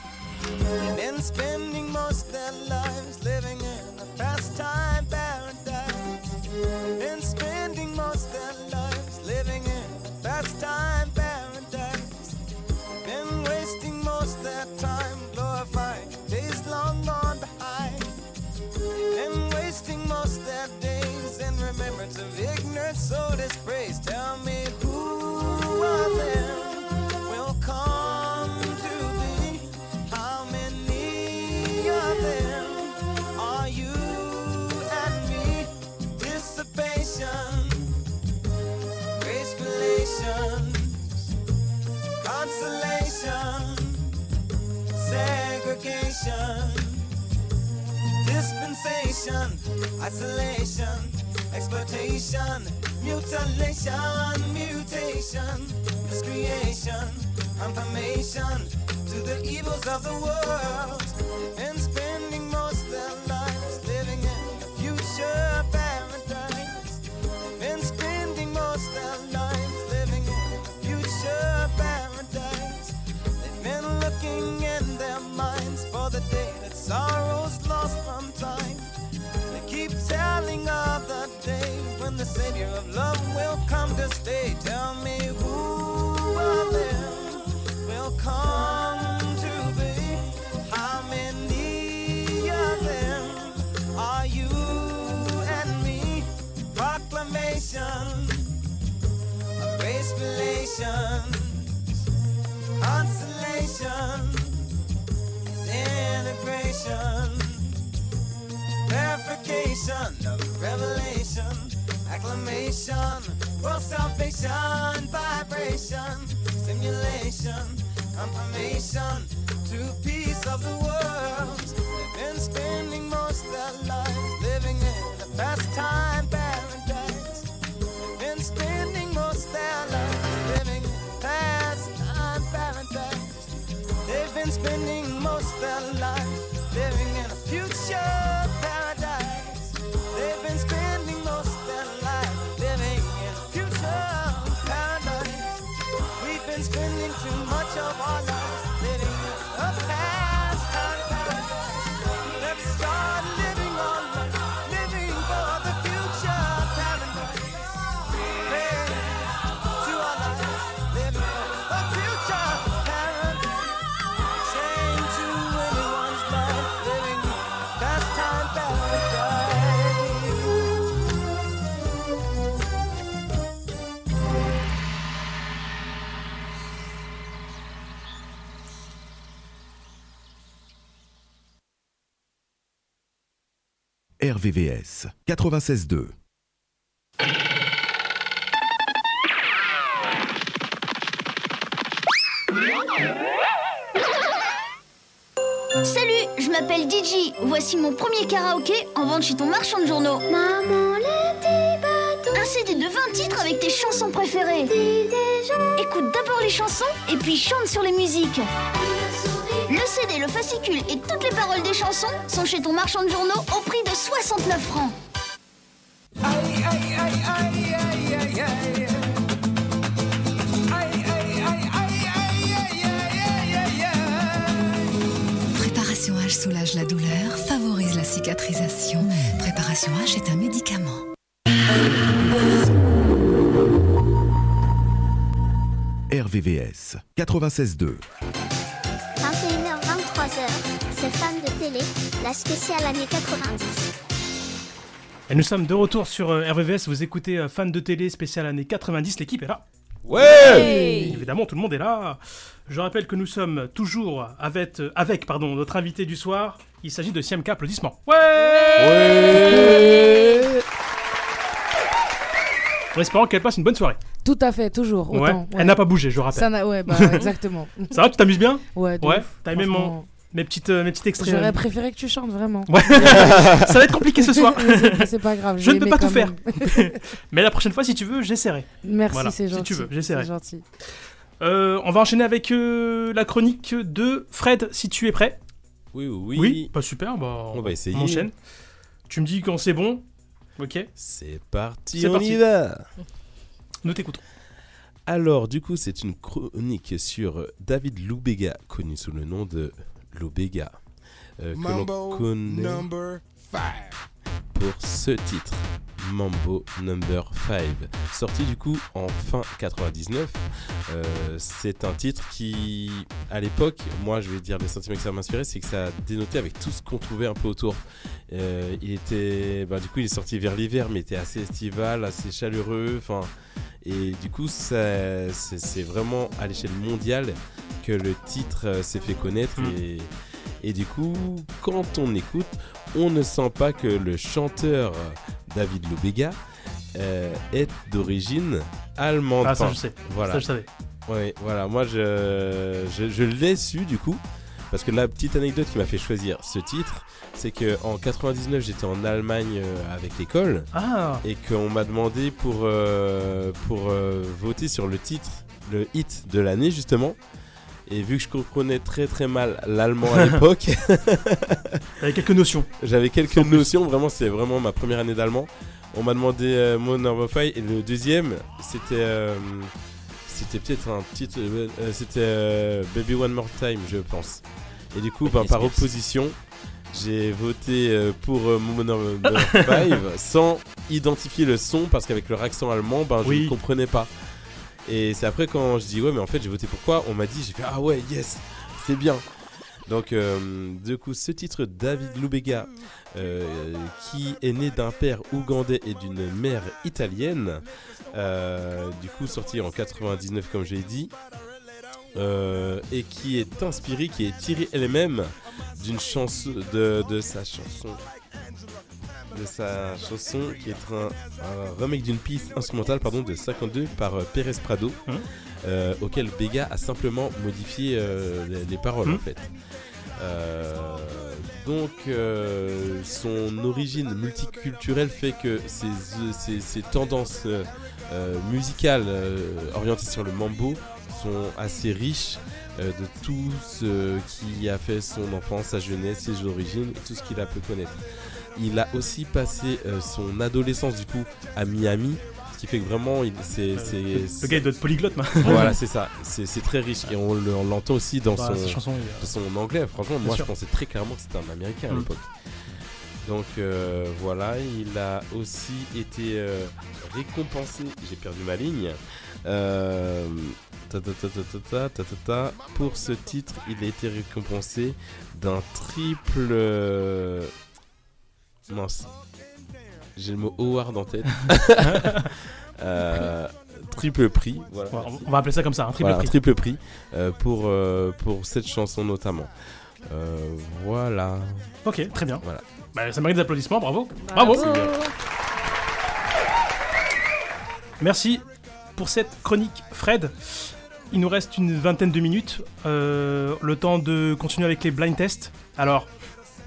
Speaker 21: Been spending most their lives living in a pastime paradise. Been spending most their lives living in a pastime paradise. Been wasting most their time glorifying days long gone behind. Been wasting most their days in remembrance of ignorance so dispraised. Tell me who of them will come to thee. How many of them are you and me? Dissipation, grace relations, consolation, segregation, dispensation, isolation, exploitation, mutilation, mutation, miscreation, confirmation to the evils of the world and spending most their lives living in a future paradise. Been spending most their lives living in a future paradise. They've been looking in their minds for the day that sorrow's lost from time. They keep telling of the day when the Savior of love will come to stay. Tell me who of them will come to be. How many of them are you and me? Proclamation of race relations, consolation, integration, verification of revelation, acclamation, world salvation, vibration, stimulation, confirmation to peace of the world. They've been spending most their lives living in the pastime paradise. They've been spending most their lives living in pastime paradise. They've been spending most their lives living in a future paradise. They've been spending most their life living in a future paradise. We've been spending too much of our lives living in a past paradise. Let's start living our life, living for the future paradise. Hey, to our lives, living for the future paradise. Chained to anyone's life, living pastime paradise.
Speaker 11: RVVS 96.2.
Speaker 9: Salut, je m'appelle Digi. Voici mon premier karaoké en vente chez ton marchand de journaux. Maman, le petit bateau. Un CD de 20 titres avec tes chansons préférées. Écoute d'abord les chansons et puis chante sur les musiques. Le CD, le fascicule et toutes les paroles des chansons sont chez ton marchand de journaux au prix de 69 francs.
Speaker 10: Préparation H soulage la douleur, favorise la cicatrisation. Préparation H est un médicament.
Speaker 11: RVVS 96.2.
Speaker 1: 21h, 23h, c'est Femme de télé, la spéciale années 90.
Speaker 4: Et nous sommes de retour sur euh, RVVS. Vous écoutez euh, Fan de télé spécial année 90. L'équipe est là.
Speaker 8: Ouais
Speaker 4: Et Évidemment, tout le monde est là. Je rappelle que nous sommes toujours avec, euh, avec pardon, notre invité du soir. Il s'agit de Siemka. Applaudissements. Ouais, En espérant qu'elle passe une bonne soirée.
Speaker 6: Tout à fait, toujours.
Speaker 4: Ouais.
Speaker 6: Autant, ouais.
Speaker 4: Elle n'a pas bougé, je rappelle.
Speaker 6: Ça n'a- ouais, bah,
Speaker 4: [LAUGHS]
Speaker 6: exactement.
Speaker 4: Ça va, tu t'amuses bien
Speaker 6: Ouais, de
Speaker 4: Ouais.
Speaker 6: ouf,
Speaker 4: T'as aimé mon-
Speaker 6: franchement.
Speaker 4: mes, petites, euh, mes petits extraits
Speaker 6: J'aurais préféré que tu chantes vraiment. [LAUGHS]
Speaker 4: Ouais. ça va être compliqué ce soir.
Speaker 6: Mais c'est- c'est pas grave.
Speaker 4: Je ne
Speaker 6: l'ai
Speaker 4: peux
Speaker 6: aimé
Speaker 4: pas tout
Speaker 6: quand
Speaker 4: faire.
Speaker 6: même.
Speaker 4: [LAUGHS] Mais la prochaine fois, si tu veux, j'essaierai.
Speaker 6: Merci,
Speaker 4: Voilà,
Speaker 6: c'est gentil.
Speaker 4: Si tu veux, j'essaierai.
Speaker 6: C'est gentil.
Speaker 4: Euh, on va enchaîner avec euh, la chronique de Fred, si tu es prêt.
Speaker 8: Oui, oui.
Speaker 4: Oui, pas super, bah,
Speaker 8: On va essayer.
Speaker 4: enchaîne. Tu me dis quand c'est bon Ok.
Speaker 8: C'est parti,
Speaker 4: C'est
Speaker 8: on
Speaker 4: parti.
Speaker 8: y va
Speaker 4: Nous t'écoutons.
Speaker 8: Alors, du coup, c'est une chronique sur euh, David Lubega, connu sous le nom de Lubega, euh, que l'on
Speaker 20: Mambo
Speaker 8: connaît
Speaker 20: number five.
Speaker 8: pour ce titre, Mambo Number 5, sorti du coup en fin 99. Euh, c'est un titre qui, à l'époque, moi je vais dire les sentiments que ça m'inspirait, c'est que ça dénotait avec tout ce qu'on trouvait un peu autour. Euh, il était, bah, du coup, il est sorti vers l'hiver, mais il était assez estival, assez chaleureux, enfin. Et du coup, ça- c'est c'est vraiment à l'échelle mondiale que le titre euh, s'est fait connaître. Et, et du coup, quand on écoute, on ne sent pas que le chanteur euh, David Lubega euh, est d'origine allemande.
Speaker 4: Ah, ça,
Speaker 8: Enfin,
Speaker 4: je sais.
Speaker 8: Voilà.
Speaker 4: Ça, je savais.
Speaker 8: Ouais, voilà. Moi, je, je, je l'ai su du coup. Parce que la petite anecdote qui m'a fait choisir ce titre, c'est que en 99, j'étais en Allemagne euh, avec l'école
Speaker 4: Ah.
Speaker 8: et qu'on m'a demandé pour, euh, pour euh, voter sur le titre, le hit de l'année justement. Et vu que je comprenais très très mal l'allemand à l'époque,
Speaker 4: [LAUGHS] Avec quelques notions.
Speaker 8: j'avais quelques notions, vraiment, c'est vraiment ma première année d'allemand. On m'a demandé euh, mon number five, et le deuxième, c'était. euh, c'était peut-être un petit. euh, euh, c'était euh, Baby One More Time, je pense. Et du coup, ben, par opposition, j'ai voté euh, pour euh, mon number five sans identifier le son parce qu'avec leur accent allemand, ben, je
Speaker 4: Oui.
Speaker 8: ne comprenais pas. Et c'est après quand je dis ouais, mais en fait, j'ai voté pour quoi On m'a dit, j'ai fait ah ouais, yes, c'est bien. Donc, euh, du coup, ce titre, David Lubega, euh, qui est né d'un père ougandais et d'une mère italienne, euh, du coup, sorti en 99, comme j'ai dit, euh, et qui est inspiré, qui est tiré elle-même d'une chanson, de, de sa chanson. De sa chanson qui est un, un remake d'une piste instrumentale pardon, de 52 par euh, Pérez Prado, euh, auquel Bega a simplement modifié euh, les, les paroles
Speaker 4: Mhm.
Speaker 8: en fait. Euh, donc, euh, son origine multiculturelle fait que ses, euh, ses- ses tendances euh, euh, musicales euh, orientées sur le mambo sont assez riches euh, de tout ce qui a fait son enfance, sa jeunesse, ses origines et tout ce qu'il a pu connaître. Il a aussi passé euh, son adolescence du coup à Miami, ce qui fait que vraiment il, c'est, c'est-
Speaker 4: Euh, le- le gars, il doit être polyglotte, moi. [LAUGHS]
Speaker 8: voilà, c'est ça. C'est, c'est très riche et on, le- on l'entend aussi dans
Speaker 4: Bah,
Speaker 8: son,
Speaker 4: sa chanson, il est-
Speaker 8: dans son anglais. Franchement,
Speaker 4: Bien
Speaker 8: moi
Speaker 4: sûr.
Speaker 8: je pensais très clairement que c'était un américain à
Speaker 4: Mm.
Speaker 8: l'époque. Donc euh, voilà, il a aussi été euh, récompensé. J'ai perdu ma ligne. Euh, ta, ta, ta, ta, ta, ta, ta, ta, ta. Pour ce titre, il a été récompensé d'un triple. euh, Mince. J'ai le mot Howard en
Speaker 4: [LAUGHS]
Speaker 8: tête. Euh, triple prix. Voilà.
Speaker 4: Ouais, on va appeler ça comme ça, un triple
Speaker 8: Voilà,
Speaker 4: prix.
Speaker 8: triple prix euh, pour, euh, pour cette chanson notamment. Euh, voilà.
Speaker 4: Ok, très bien.
Speaker 8: Voilà.
Speaker 4: Bah, ça mérite des applaudissements, bravo.
Speaker 8: Bravo. C'est
Speaker 4: Bravo.
Speaker 8: bien.
Speaker 4: Merci pour cette chronique, Fred. Il nous reste une vingtaine de minutes, euh, le temps de continuer avec les blind tests. Alors,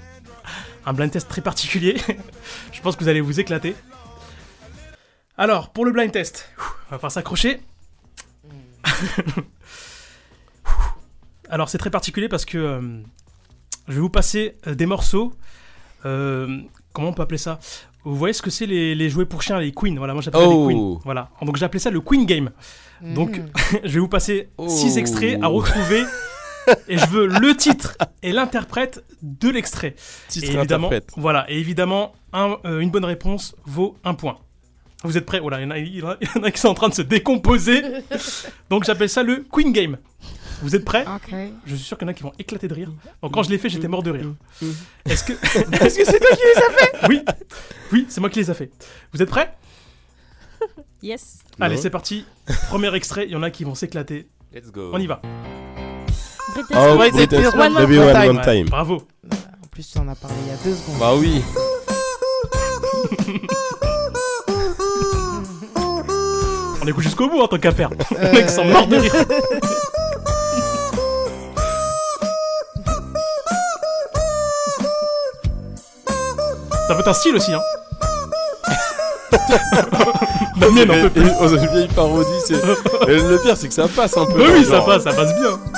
Speaker 4: [LAUGHS] un blind test très particulier. [LAUGHS] Je pense que vous allez vous éclater. Alors, pour le blind test, on va falloir s'accrocher. [LAUGHS] Alors c'est très particulier parce que euh, je vais vous passer euh, des morceaux. euh, comment on peut appeler ça Vous voyez ce que c'est les, les jouets pour chiens, les queens. Voilà, moi j'appelle ça
Speaker 8: Oh.
Speaker 4: les queens. Voilà. Donc j'appelais ça le queen game.
Speaker 14: Hmm.
Speaker 4: Donc [LAUGHS]
Speaker 8: Mhm.
Speaker 4: je vais vous passer
Speaker 8: Oh.
Speaker 4: six extraits à retrouver. et je veux le titre et l'interprète de l'extrait.
Speaker 8: Titre
Speaker 4: et évidemment,
Speaker 8: interprète.
Speaker 4: Voilà. Et évidemment, un- euh, une bonne réponse vaut un point. Vous êtes prêts Voilà, il y en a- il y en a- il y en a qui sont en train de se décomposer. Donc j'appelle ça le Queen Game. Vous êtes prêts Je suis sûr qu'il y en a qui vont éclater de rire. Donc quand je l'ai fait, j'étais mort de rire.
Speaker 8: Mm.
Speaker 4: Est-ce que
Speaker 14: Mm. [LAUGHS] Est-ce que c'est toi qui les as fait
Speaker 4: Oui, oui, c'est moi qui les a fait. Vous êtes prêts
Speaker 7: Yes.
Speaker 4: Allez,
Speaker 7: Non.
Speaker 4: c'est parti. Premier extrait. Il y en a qui vont s'éclater.
Speaker 5: Let's go.
Speaker 4: On y va.
Speaker 7: Britney
Speaker 8: Ah,
Speaker 5: Ah,
Speaker 7: Oh, Spears, Britney Spears, One More
Speaker 8: Baby One
Speaker 7: Time.
Speaker 8: More Time.
Speaker 4: Bravo.
Speaker 6: En plus, on en a parlé il y a deux secondes.
Speaker 8: Bah oui.
Speaker 4: On écoute jusqu'au bout en tant qu'à faire. Les mecs sont morts de rire. Ça peut être un style
Speaker 8: [LAUGHS]
Speaker 4: aussi, hein. La mienne, on peut plus.
Speaker 8: Et- et- une vieille parodie, c'est. [LAUGHS] et le pire, hein, c'est que ça passe un peu.
Speaker 4: Oui, oui,
Speaker 8: genre.
Speaker 4: ça passe, ça passe bien.
Speaker 8: Ah,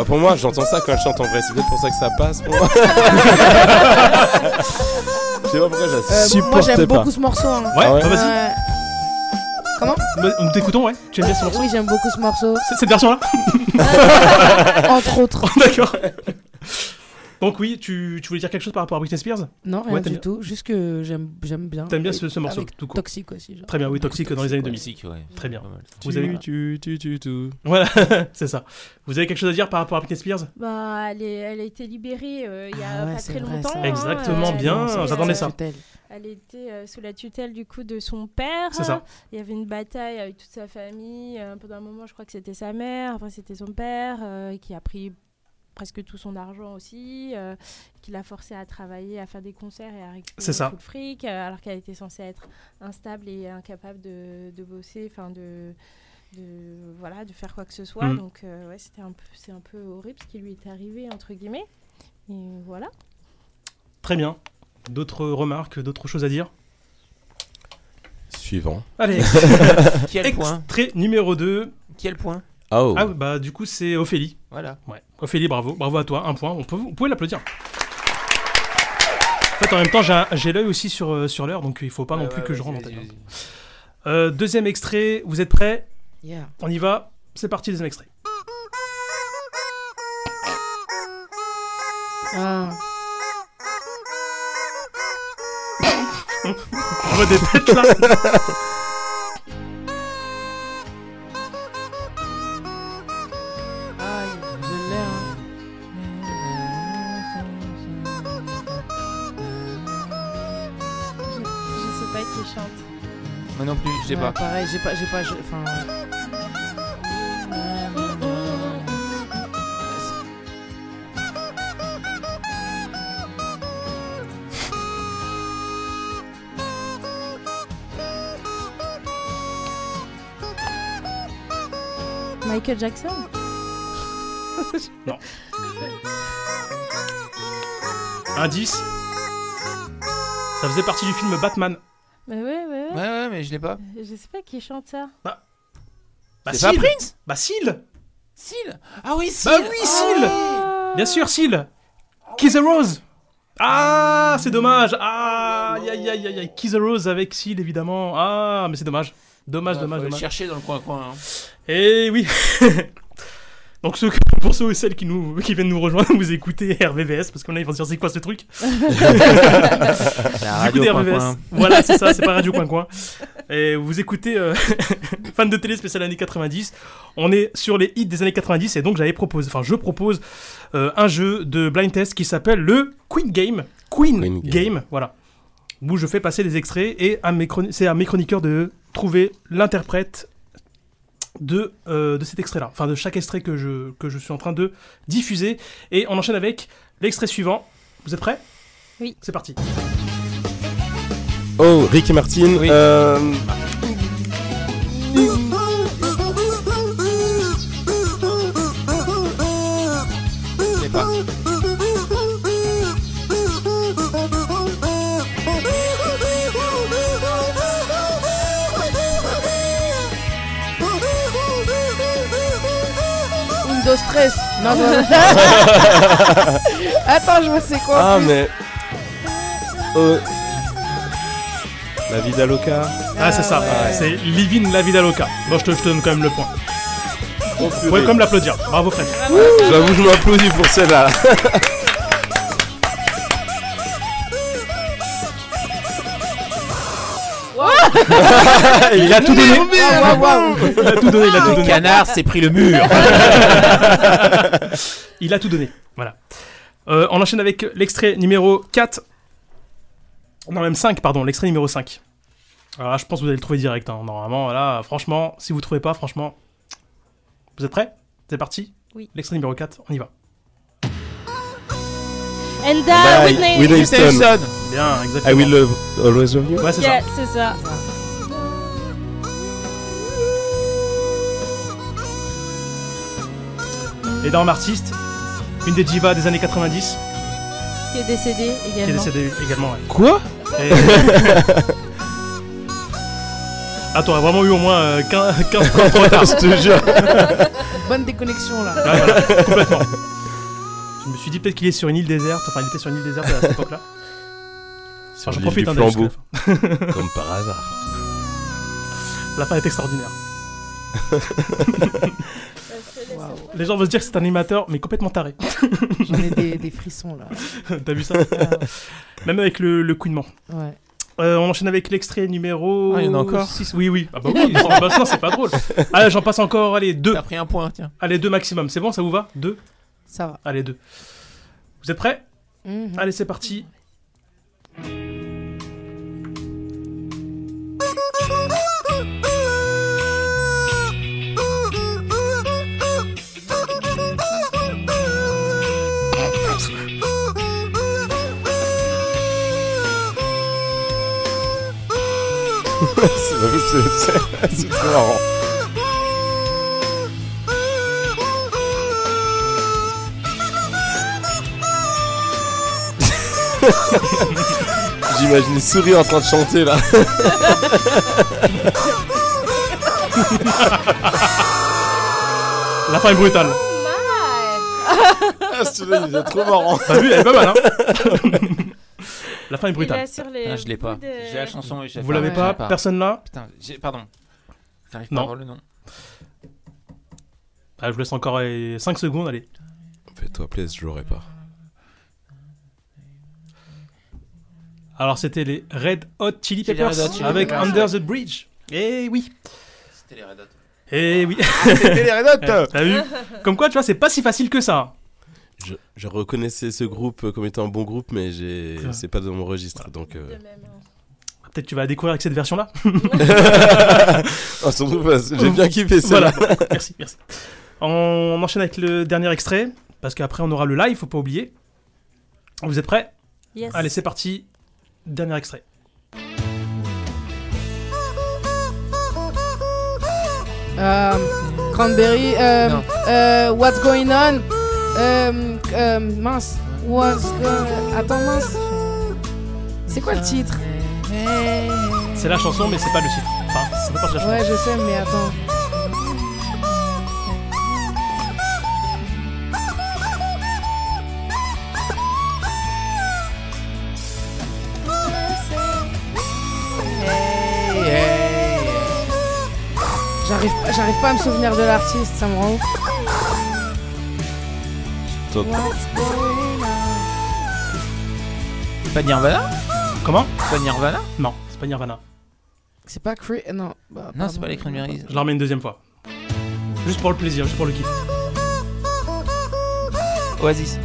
Speaker 8: Ah, pour moi, j'entends ça quand je chante en vrai. C'est peut-être pour ça que ça passe
Speaker 6: [LAUGHS]
Speaker 8: pour moi. Je sais pas pourquoi je la
Speaker 6: Euh,
Speaker 8: supporte
Speaker 6: moi j'aime
Speaker 8: pas.
Speaker 6: beaucoup ce morceau. hein.
Speaker 8: Ah ouais
Speaker 6: Euh,
Speaker 8: vas-y.
Speaker 6: Comment
Speaker 4: Bah, Nous t'écoutons, ouais Tu aimes bien ce morceau
Speaker 6: Oui, j'aime beaucoup ce morceau.
Speaker 4: Cette version-là
Speaker 6: [LAUGHS]
Speaker 4: Oh,
Speaker 6: Entre
Speaker 4: [LAUGHS]
Speaker 6: autres.
Speaker 4: D'accord. Donc oui, tu, tu voulais dire quelque chose par rapport à Britney Spears
Speaker 6: Non, rien
Speaker 4: Ouais, t'aimes
Speaker 6: du
Speaker 4: bien-
Speaker 6: tout. Juste que j'aime j'aime bien.
Speaker 4: T'aimes bien ce, ce
Speaker 6: Avec
Speaker 4: morceau tout court.
Speaker 6: Toxique aussi. genre.
Speaker 4: Très bien, oui, toxique dans les années 2000.
Speaker 5: Toxic, ouais.
Speaker 4: Très bien.
Speaker 5: Pas mal.
Speaker 4: Vous
Speaker 8: Tu-
Speaker 4: avez
Speaker 8: tu, tu, tu, tu.
Speaker 4: Voilà, [LAUGHS] c'est ça. Vous avez quelque chose à dire par rapport à Britney Spears
Speaker 7: Bah, elle, est- elle a été libérée euh, il y a
Speaker 6: Ah ouais,
Speaker 7: pas
Speaker 6: c'est
Speaker 7: très
Speaker 6: vrai,
Speaker 7: longtemps.
Speaker 6: ça.
Speaker 7: hein,
Speaker 4: Exactement,
Speaker 7: euh,
Speaker 4: bien,
Speaker 7: elle était,
Speaker 4: j'attendais
Speaker 7: euh,
Speaker 4: ça.
Speaker 7: Elle était euh, sous la tutelle du coup de son père.
Speaker 4: C'est ça.
Speaker 7: Il y avait une bataille avec toute sa famille. euh, Pendant un moment, je crois que c'était sa mère, après c'était son père euh, qui a pris presque tout son argent aussi, euh, qui l'a forcé à travailler, à faire des concerts et à
Speaker 4: C'est
Speaker 7: récupérer
Speaker 4: ça.
Speaker 7: tout le fric, euh, alors qu'elle était censée être instable et incapable de, de bosser, enfin de, de voilà, de faire quoi que ce soit.
Speaker 4: Mm.
Speaker 7: Donc euh, ouais, c'était un peu, c'est un peu horrible ce qui lui est arrivé entre guillemets. Et voilà.
Speaker 4: Très bien. D'autres remarques, d'autres choses à dire
Speaker 8: Suivant.
Speaker 4: Allez.
Speaker 5: Quel point
Speaker 4: Extrait numéro 2.
Speaker 5: Quel point
Speaker 8: Ah, oh.
Speaker 4: Ah bah du coup c'est Ophélie.
Speaker 5: Voilà.
Speaker 4: Ouais. Ophélie, bravo. Bravo à toi. Un point. On peut, vous pouvez l'applaudir. En fait, en même temps, j'ai un- j'ai l'œil aussi sur, euh, sur l'heure, donc il faut pas
Speaker 5: Ouais,
Speaker 4: non plus
Speaker 5: ouais,
Speaker 4: que je
Speaker 5: vas-y,
Speaker 4: rentre en
Speaker 5: vas-y,
Speaker 4: tête. Euh, deuxième extrait, vous êtes prêts
Speaker 6: Yeah.
Speaker 4: On y va, c'est parti, deuxième extrait.
Speaker 6: Ah.
Speaker 4: On voit des têtes là
Speaker 6: Aïe, je l'ai. hein.
Speaker 7: Je sais pas qui chante.
Speaker 5: Moi non plus, je sais
Speaker 6: Ouais,
Speaker 5: pas.
Speaker 4: Bah,
Speaker 6: Pareil, j'ai pas, j'ai pas, je- enfin.
Speaker 7: Michael Jackson
Speaker 4: [LAUGHS] Non. Indice Ça faisait partie du film Batman.
Speaker 7: [LAUGHS] Mais ouais, ouais, ouais.
Speaker 5: Ouais, ouais, mais je l'ai pas.
Speaker 7: Je sais pas qui chante ça.
Speaker 4: Bah,
Speaker 5: C'est pas
Speaker 4: Seal.
Speaker 5: Prince
Speaker 4: Bah, Seal
Speaker 5: Seal Ah oui,
Speaker 4: Bah
Speaker 5: Seal
Speaker 4: oui, Seal [LAUGHS] Bien sûr, Seal Kiss the Rose Ah, c'est dommage Ah, aïe, aïe, aïe, aïe, aïe. Kiss the Rose avec Seal, évidemment. Ah, mais c'est dommage. Dommage,
Speaker 5: Ouais,
Speaker 4: dommage,
Speaker 5: faut aller
Speaker 4: dommage.
Speaker 5: chercher dans le coin-coin. hein.
Speaker 4: Eh oui [LAUGHS] Donc ceux, pour ceux et celles qui, nous, qui viennent nous rejoindre, vous écoutez RVVS, parce qu'on là ils vont se dire c'est quoi ce truc Vous
Speaker 5: radio
Speaker 4: écoutez
Speaker 5: Coin
Speaker 4: RVVS.
Speaker 5: Coin.
Speaker 4: Voilà, c'est ça, c'est pas Radio Coin Coin. Et vous écoutez euh, [LAUGHS] fan de télé spécial années 90. On est sur les hits des années 90 et donc j'avais proposé, enfin je propose euh, un jeu de blind test qui s'appelle le Queen Game. Queen,
Speaker 8: Queen
Speaker 4: Game.
Speaker 8: Game.
Speaker 4: voilà. Où je fais passer des extraits et à mes chroni- c'est à mes chroniqueurs de trouver l'interprète de, euh, de cet extrait-là, enfin de chaque extrait que je, que je suis en train de diffuser. Et on enchaîne avec l'extrait suivant. Vous êtes prêts
Speaker 7: Oui.
Speaker 4: C'est parti.
Speaker 8: Oh, Ricky Martin. euh,
Speaker 5: Je
Speaker 4: [LAUGHS]
Speaker 5: l'ai pas.
Speaker 6: Windows 13. Non,
Speaker 8: [LAUGHS]
Speaker 6: je- [LAUGHS] Attends, je vois c'est quoi. en
Speaker 8: Ah,
Speaker 6: plus.
Speaker 8: mais. Oh. La vida loca.
Speaker 4: Ah, c'est ça,
Speaker 8: ouais.
Speaker 4: c'est Livin la vida loca. Bon, je te, je te donne quand même le point. Vous pouvez comme l'applaudir. Bravo Fred.
Speaker 8: J'avoue, je m'applaudis pour celle-là. Il a tout
Speaker 5: Oh,
Speaker 8: donné.
Speaker 6: Waouh, waouh, waouh.
Speaker 4: Il a tout donné, il a tout
Speaker 5: Le
Speaker 4: donné.
Speaker 5: canard s'est pris le mur.
Speaker 4: [LAUGHS] Il a tout donné. Voilà. Euh, on enchaîne avec l'extrait numéro 4. Non, même 5, pardon, l'extrait numéro 5. Alors là, je pense que vous allez le trouver direct. hein. Normalement, là, franchement, si vous trouvez pas, franchement. Vous êtes prêts C'est parti
Speaker 7: Oui.
Speaker 4: L'extrait numéro 4, on y va.
Speaker 7: And uh,
Speaker 8: Bah, [LAUGHS]
Speaker 7: Whitney.
Speaker 8: Whitney Houston.
Speaker 4: Bien,
Speaker 8: I
Speaker 4: exactement.
Speaker 8: will love, always love you.
Speaker 4: Ouais, c'est
Speaker 7: Yeah,
Speaker 4: ça.
Speaker 7: c'est ça.
Speaker 4: Les dames artistes, une des divas des années 90,
Speaker 7: Qui est décédé également.
Speaker 4: qui est décédée également. ouais.
Speaker 8: Quoi
Speaker 4: Et- [LAUGHS] Ah, t'aurais vraiment eu au moins euh, 15, 15 points de retard.
Speaker 8: Je te jure.
Speaker 6: bonne déconnexion là.
Speaker 4: Ah, voilà, complètement. Je me suis dit peut-être qu'il est sur une île déserte. Enfin, il était sur une île déserte à cette époque-là.
Speaker 8: Sur
Speaker 4: Enfin,
Speaker 8: l'île du
Speaker 4: hein, d'aller
Speaker 8: flambeau.
Speaker 4: jusqu'à
Speaker 8: [LAUGHS]
Speaker 4: la fin.
Speaker 8: Comme par hasard.
Speaker 4: La fin est extraordinaire. Les gens vont se dire que c'est un animateur, mais complètement taré.
Speaker 6: J'en ai des, des frissons là.
Speaker 4: [LAUGHS]
Speaker 6: Ah.
Speaker 4: T'as vu ça Même avec le, le couinement.
Speaker 6: Ouais.
Speaker 4: Euh, on enchaîne avec l'extrait numéro.
Speaker 5: Ah, il y en a encore
Speaker 4: six. Oui, oui. Ah bah oui, sans- bah non, c'est pas drôle. Ah, j'en passe encore, allez, deux. T'as
Speaker 5: pris un point, tiens.
Speaker 4: Allez, deux maximum. C'est bon, ça vous va Deux
Speaker 6: Ça va.
Speaker 4: Allez, deux. Vous êtes prêts
Speaker 6: Mhm.
Speaker 4: Allez, c'est parti.
Speaker 8: C'est- c'est- c'est trop marrant. J'imagine une souris en train de chanter
Speaker 4: [LAUGHS]
Speaker 8: là.
Speaker 4: [LAUGHS] La fin est brutale.
Speaker 8: Ah, celui-là, il est trop marrant.
Speaker 4: T'as vu, elle est pas mal, hein [LAUGHS] La fin est
Speaker 5: Il
Speaker 4: brutale.
Speaker 5: est sur les Ah, je l'ai pas. bouts de- J'ai la chanson et j'ai
Speaker 4: Vous
Speaker 5: pas-
Speaker 4: l'avez
Speaker 5: j'ai
Speaker 4: pas
Speaker 5: pas.
Speaker 4: Personne là
Speaker 5: Putain, j'ai- pardon. J'arrive pas
Speaker 4: Non.
Speaker 5: à avoir le nom.
Speaker 4: Ah, Je vous laisse encore 5 secondes, allez.
Speaker 8: Fais-toi plaisir, je l'aurais pas.
Speaker 4: Alors, c'était les Red Hot Chili
Speaker 5: C'est les Red
Speaker 4: Peppers
Speaker 5: Hot Chili
Speaker 4: avec
Speaker 5: Peppers,
Speaker 4: Under the
Speaker 5: ouais.
Speaker 4: Bridge. Eh oui
Speaker 5: C'était les Red Hot.
Speaker 4: Eh oui [LAUGHS]
Speaker 5: c'était les Red Hot.
Speaker 4: Eh, T'as vu Comme quoi, tu vois, c'est pas si facile que ça.
Speaker 8: Je, je reconnaissais ce groupe comme étant un bon groupe, mais j'ai...
Speaker 4: Ouais.
Speaker 8: c'est pas dans mon registre. Donc, euh,
Speaker 4: Peut-être tu vas la découvrir avec cette version-là.
Speaker 8: [LAUGHS] Ah, surtout parce que j'ai bien kiffé
Speaker 4: Voilà.
Speaker 8: celle-là.
Speaker 4: merci, merci. On enchaîne avec le dernier extrait, parce qu'après on aura le live, faut pas oublier. Vous êtes prêts
Speaker 20: Yes.
Speaker 4: Allez, c'est parti. Dernier extrait.
Speaker 6: Euh, Cranberry, euh,
Speaker 5: Non.
Speaker 6: euh, What's Going On, euh, euh, mince, What's Going Attends, mince. C'est quoi le titre
Speaker 4: C'est la chanson, mais c'est pas le titre. Enfin, c'est pas la chanson.
Speaker 6: Ouais, je sais, mais attends. J'arrive, j'arrive pas à me souvenir de l'artiste, ça me rend ouf.
Speaker 8: Top.
Speaker 6: What's going on
Speaker 5: C'est pas Nirvana
Speaker 4: Comment
Speaker 5: C'est pas Nirvana
Speaker 4: Non, c'est pas Nirvana.
Speaker 6: C'est pas Cre... Non, bah,
Speaker 5: Non, c'est
Speaker 6: pardon.
Speaker 5: pas les Cranberries.
Speaker 4: Je la remets une deuxième fois. Juste pour le plaisir, juste pour le kiff.
Speaker 5: Oasis.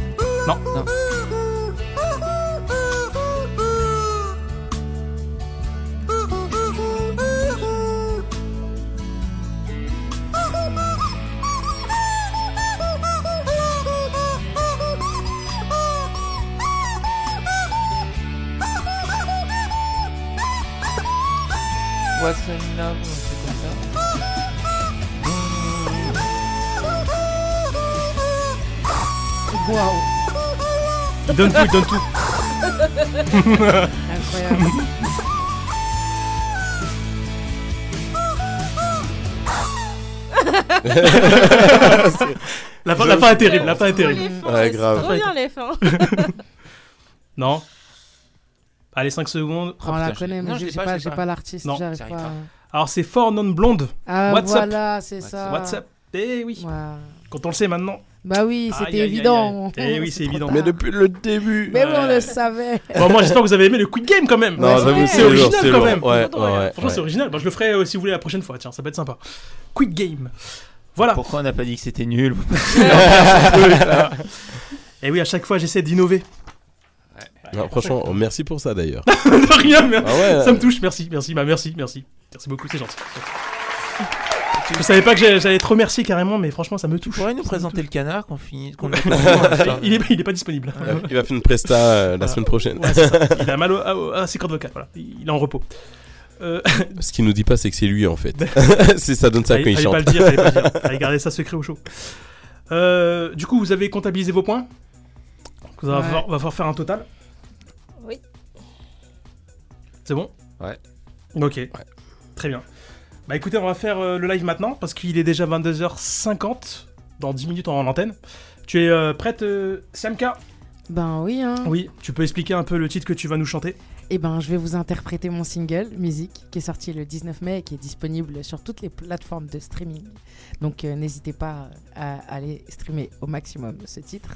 Speaker 4: Non.
Speaker 5: Non. What's in love C'est comme ça.
Speaker 6: Waouh.
Speaker 4: Il donne tout, il donne tout.
Speaker 6: Incroyable.
Speaker 4: [LAUGHS] la, fin, la fin est terrible, la fin est terrible.
Speaker 8: Ouais, grave.
Speaker 7: Trop bien les fins.
Speaker 4: [LAUGHS] non. Allez, 5 secondes.
Speaker 6: On la connaît, mais j'ai j'ai pas, j'ai pas l'artiste,
Speaker 4: Non.
Speaker 6: j'arrive pas.
Speaker 4: Alors, c'est Fort Non Blonde.
Speaker 6: Ah,
Speaker 4: What's up
Speaker 6: voilà, c'est ça.
Speaker 4: What's up Eh oui. Quand on le sait maintenant.
Speaker 6: Bah oui, c'était
Speaker 4: Aïe, aïe, aïe,
Speaker 6: évident.
Speaker 4: aïe. Eh
Speaker 6: [LAUGHS]
Speaker 4: oui, c'est évident.
Speaker 8: Mais depuis le début.
Speaker 6: Mais bon, on le savait.
Speaker 4: Bon, moi j'espère que vous avez aimé le Quick Game quand même.
Speaker 8: Non, Ouais, j'avoue, c'est
Speaker 4: c'est
Speaker 8: lourd,
Speaker 4: original
Speaker 8: c'est
Speaker 4: quand
Speaker 8: lourd.
Speaker 4: même.
Speaker 8: Ouais,
Speaker 4: Franchement,
Speaker 8: ouais, ouais.
Speaker 4: Franchement, c'est
Speaker 8: Ouais.
Speaker 4: original. Bon, je le ferai euh, si vous voulez la prochaine fois. Tiens, ça peut être sympa. Quick Game. Voilà.
Speaker 5: Pourquoi on n'a pas
Speaker 4: [LAUGHS]
Speaker 5: dit que c'était nul [LAUGHS]
Speaker 4: Et Eh oui, à chaque fois j'essaie d'innover.
Speaker 8: Non, franchement, oh, merci pour ça d'ailleurs.
Speaker 4: [LAUGHS] De rien, mais
Speaker 8: Ah ouais,
Speaker 4: ça me touche. Merci, merci, bah merci, merci. Merci beaucoup, c'est gentil. Je savais pas que j'allais- j'allais te remercier carrément, mais franchement, ça me touche.
Speaker 5: pourrais nous présenter le canard qu'on finit
Speaker 4: [LAUGHS]
Speaker 5: qu'on a-
Speaker 4: il, est, il est pas disponible.
Speaker 8: Il va- il va faire une presta euh, la semaine prochaine.
Speaker 4: Ouais, c'est ça. Il a mal au- à, au- à ses cordes vocales. Voilà. Il est en repos. Euh,
Speaker 8: Ce qu'il nous dit pas, c'est que c'est lui en fait. [LAUGHS]
Speaker 4: [LAUGHS]
Speaker 8: c'est ça donne ça
Speaker 4: Fallait-
Speaker 8: quand il
Speaker 4: fallait
Speaker 8: chante.
Speaker 4: pas le dire, fallait pas le
Speaker 8: [LAUGHS]
Speaker 4: dire. Fallait garder ça secret au chaud. Euh, du coup, vous avez comptabilisé vos points Donc, On va,
Speaker 5: Ouais.
Speaker 4: falloir- va falloir faire un total.
Speaker 7: Oui.
Speaker 4: C'est bon
Speaker 5: Ouais.
Speaker 4: Ok. Très bien. Bah écoutez, on va faire euh, le live maintenant parce qu'il est déjà 22h50. dans 10 minutes en antenne. Tu es euh, prête, euh, Samka
Speaker 6: Ben oui, hein.
Speaker 4: Oui, tu peux expliquer un peu le titre que tu vas nous chanter
Speaker 6: Eh ben, je vais vous interpréter mon single, Musique, qui est sorti le 19 mai et qui est disponible sur toutes les plateformes de streaming. Donc euh, n'hésitez pas à aller streamer au maximum ce titre.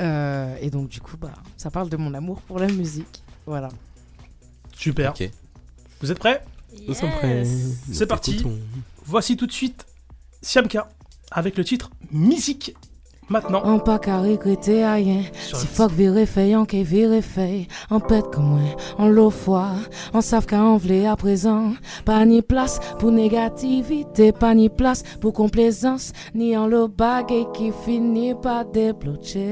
Speaker 6: Euh, et donc du coup, bah, ça parle de mon amour pour la musique. Voilà.
Speaker 4: Super. Vous êtes prêts
Speaker 8: Nous sommes prêts. Yes. Nous
Speaker 4: C'est parti.
Speaker 8: t'écoutons.
Speaker 4: Voici tout de suite Siamka avec le titre Musique. Maintenant.
Speaker 20: An pa ka regrete a yen Si fok vire fey, an ke vire fey An pet komwen, an lo fwa An sav ka an vle a prezan Pa ni plas pou negativite Pa ni plas pou komplezans Ni an lo bagay ki fini pa debloche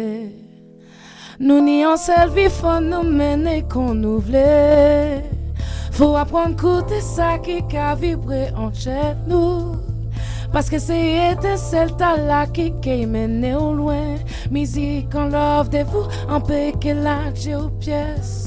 Speaker 20: Nou ni an sel vi fon nou mene kon nou vle Fou apren koute sa ki ka vibre an chet nou Paske se etensel ta la ki ke mene ou lwen Mizik an love devou an peke la dje ou pyes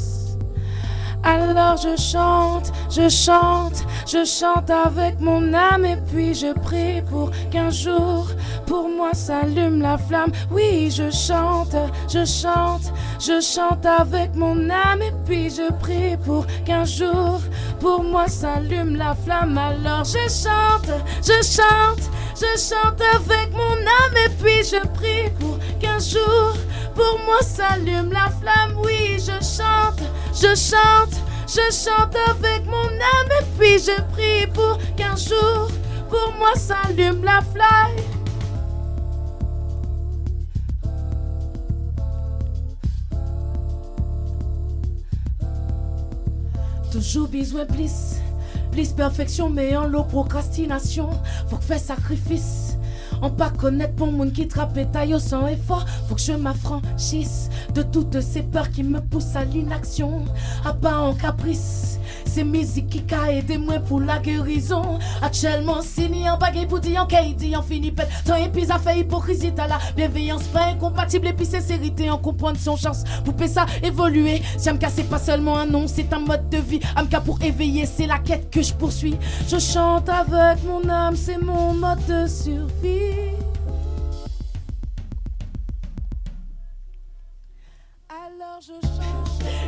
Speaker 20: Alors je chante, je chante, je chante avec mon âme Et puis je prie pour qu'un jour pour moi s'allume la flamme Oui je chante, je chante, je chante avec mon âme Et puis je prie pour qu'un jour pour moi s'allume la flamme Alors je chante, je chante, je chante avec mon âme Et puis je prie pour qu'un jour pour moi s'allume la flamme Oui je chante, je chante, je chante avec mon âme Et puis je prie pour qu'un jour pour moi s'allume la flamme Toujou bizwen plis Plis perfeksyon me an lo prokrastinasyon Fok fe sakrifis An pa konet pou moun ki trape tayo san efor Fok je m'affranchisse De toutes ces peurs qui me poussent à l'inaction À pas en caprice C'est musique qui ka aidé moi pour la guérison Actuellement signé en bagay pour dire en KD En fini pète Tant épuis a fait hypocrisie T'as la bienveillance pas incompatible Et puis sincérité en comprendre son chance Poupée ça évoluer Si Amka c'est pas seulement un nom C'est un mode de vie Amka pour éveiller C'est la quête que je poursuis Je chante avec mon âme C'est mon mode de survie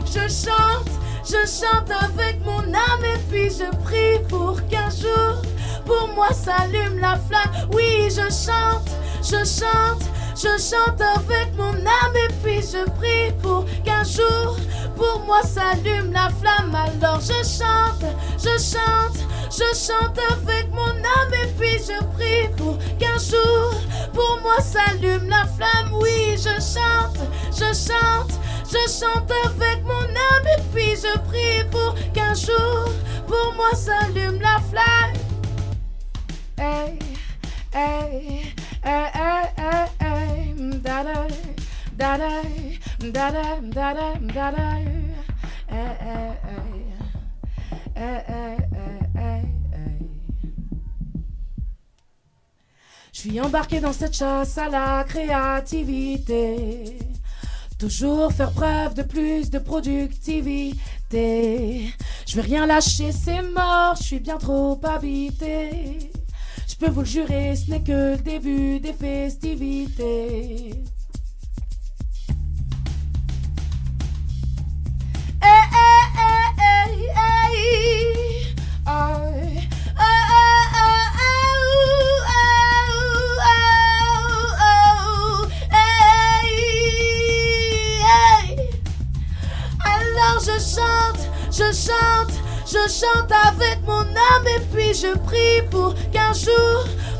Speaker 20: Je chante, je chante avec mon âme et puis je prie pour qu'un jour, pour moi s'allume la flamme. Oui, je chante, je chante, je chante avec mon âme et puis je prie pour qu'un jour, pour moi s'allume la flamme. Alors je chante, je chante, je chante avec mon âme et puis je prie pour qu'un jour, pour moi s'allume la flamme. Oui, je chante, je chante. Je chante avec mon âme et puis je prie pour qu'un jour, pour moi s'allume la flamme. Hey, hey, hey, hey, hey, hey, mm, da da, da da, mm, da da, mm, da da, mm, da da, hey, hey, hey, hey, hey, hey, hey. Je suis embarqué dans cette chasse à la créativité. Toujours faire preuve de plus de productivité. Je vais rien lâcher, c'est mort, je suis bien trop habité. Je peux vous le jurer, ce n'est que le début des festivités. Hey, hey, hey, hey, hey. Ah, ah, ah, ah, ah, ouh, ah, ouh, ah, ouh, ah, ouh. Hey, hey. Alors je chante, je chante, je chante avec mon âme et puis je prie pour qu'un jour,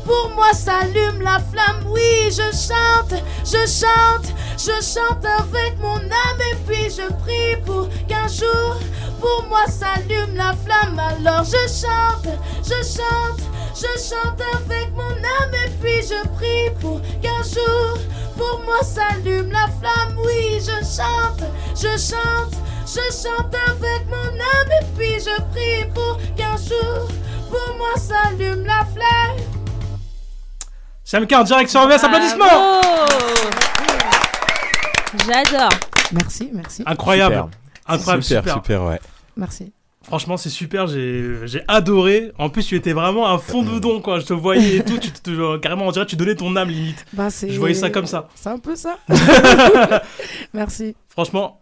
Speaker 20: pour moi s'allume la flamme. Oui, je chante, je chante, je chante avec mon âme et puis je prie pour qu'un jour, pour moi s'allume la flamme. Alors je chante, je chante, je chante avec mon âme et puis je prie pour qu'un jour, pour moi s'allume la flamme. Oui, je chante, je chante, je chante avec mon âme et puis je prie pour qu'un jour, pour moi s'allume la flamme.
Speaker 4: Siamka en direct sur RVS, applaudissements
Speaker 6: J'adore. Merci, merci.
Speaker 4: Incroyable.
Speaker 8: Superbe.
Speaker 4: Incroyable,
Speaker 8: Super,
Speaker 4: super.
Speaker 8: super, ouais.
Speaker 6: Merci.
Speaker 4: Franchement, c'est super, j'ai j'ai adoré. En plus, tu étais vraiment à fond dedon, quoi. Je te voyais et tout, tu, te- genre, carrément, on dirait que tu donnais ton âme limite.
Speaker 6: Bah, c'est-
Speaker 4: Je voyais ça comme
Speaker 8: [LAUGHS]
Speaker 4: ça.
Speaker 6: C'est un peu
Speaker 4: [LAUGHS]
Speaker 6: ça. Merci.
Speaker 4: Franchement,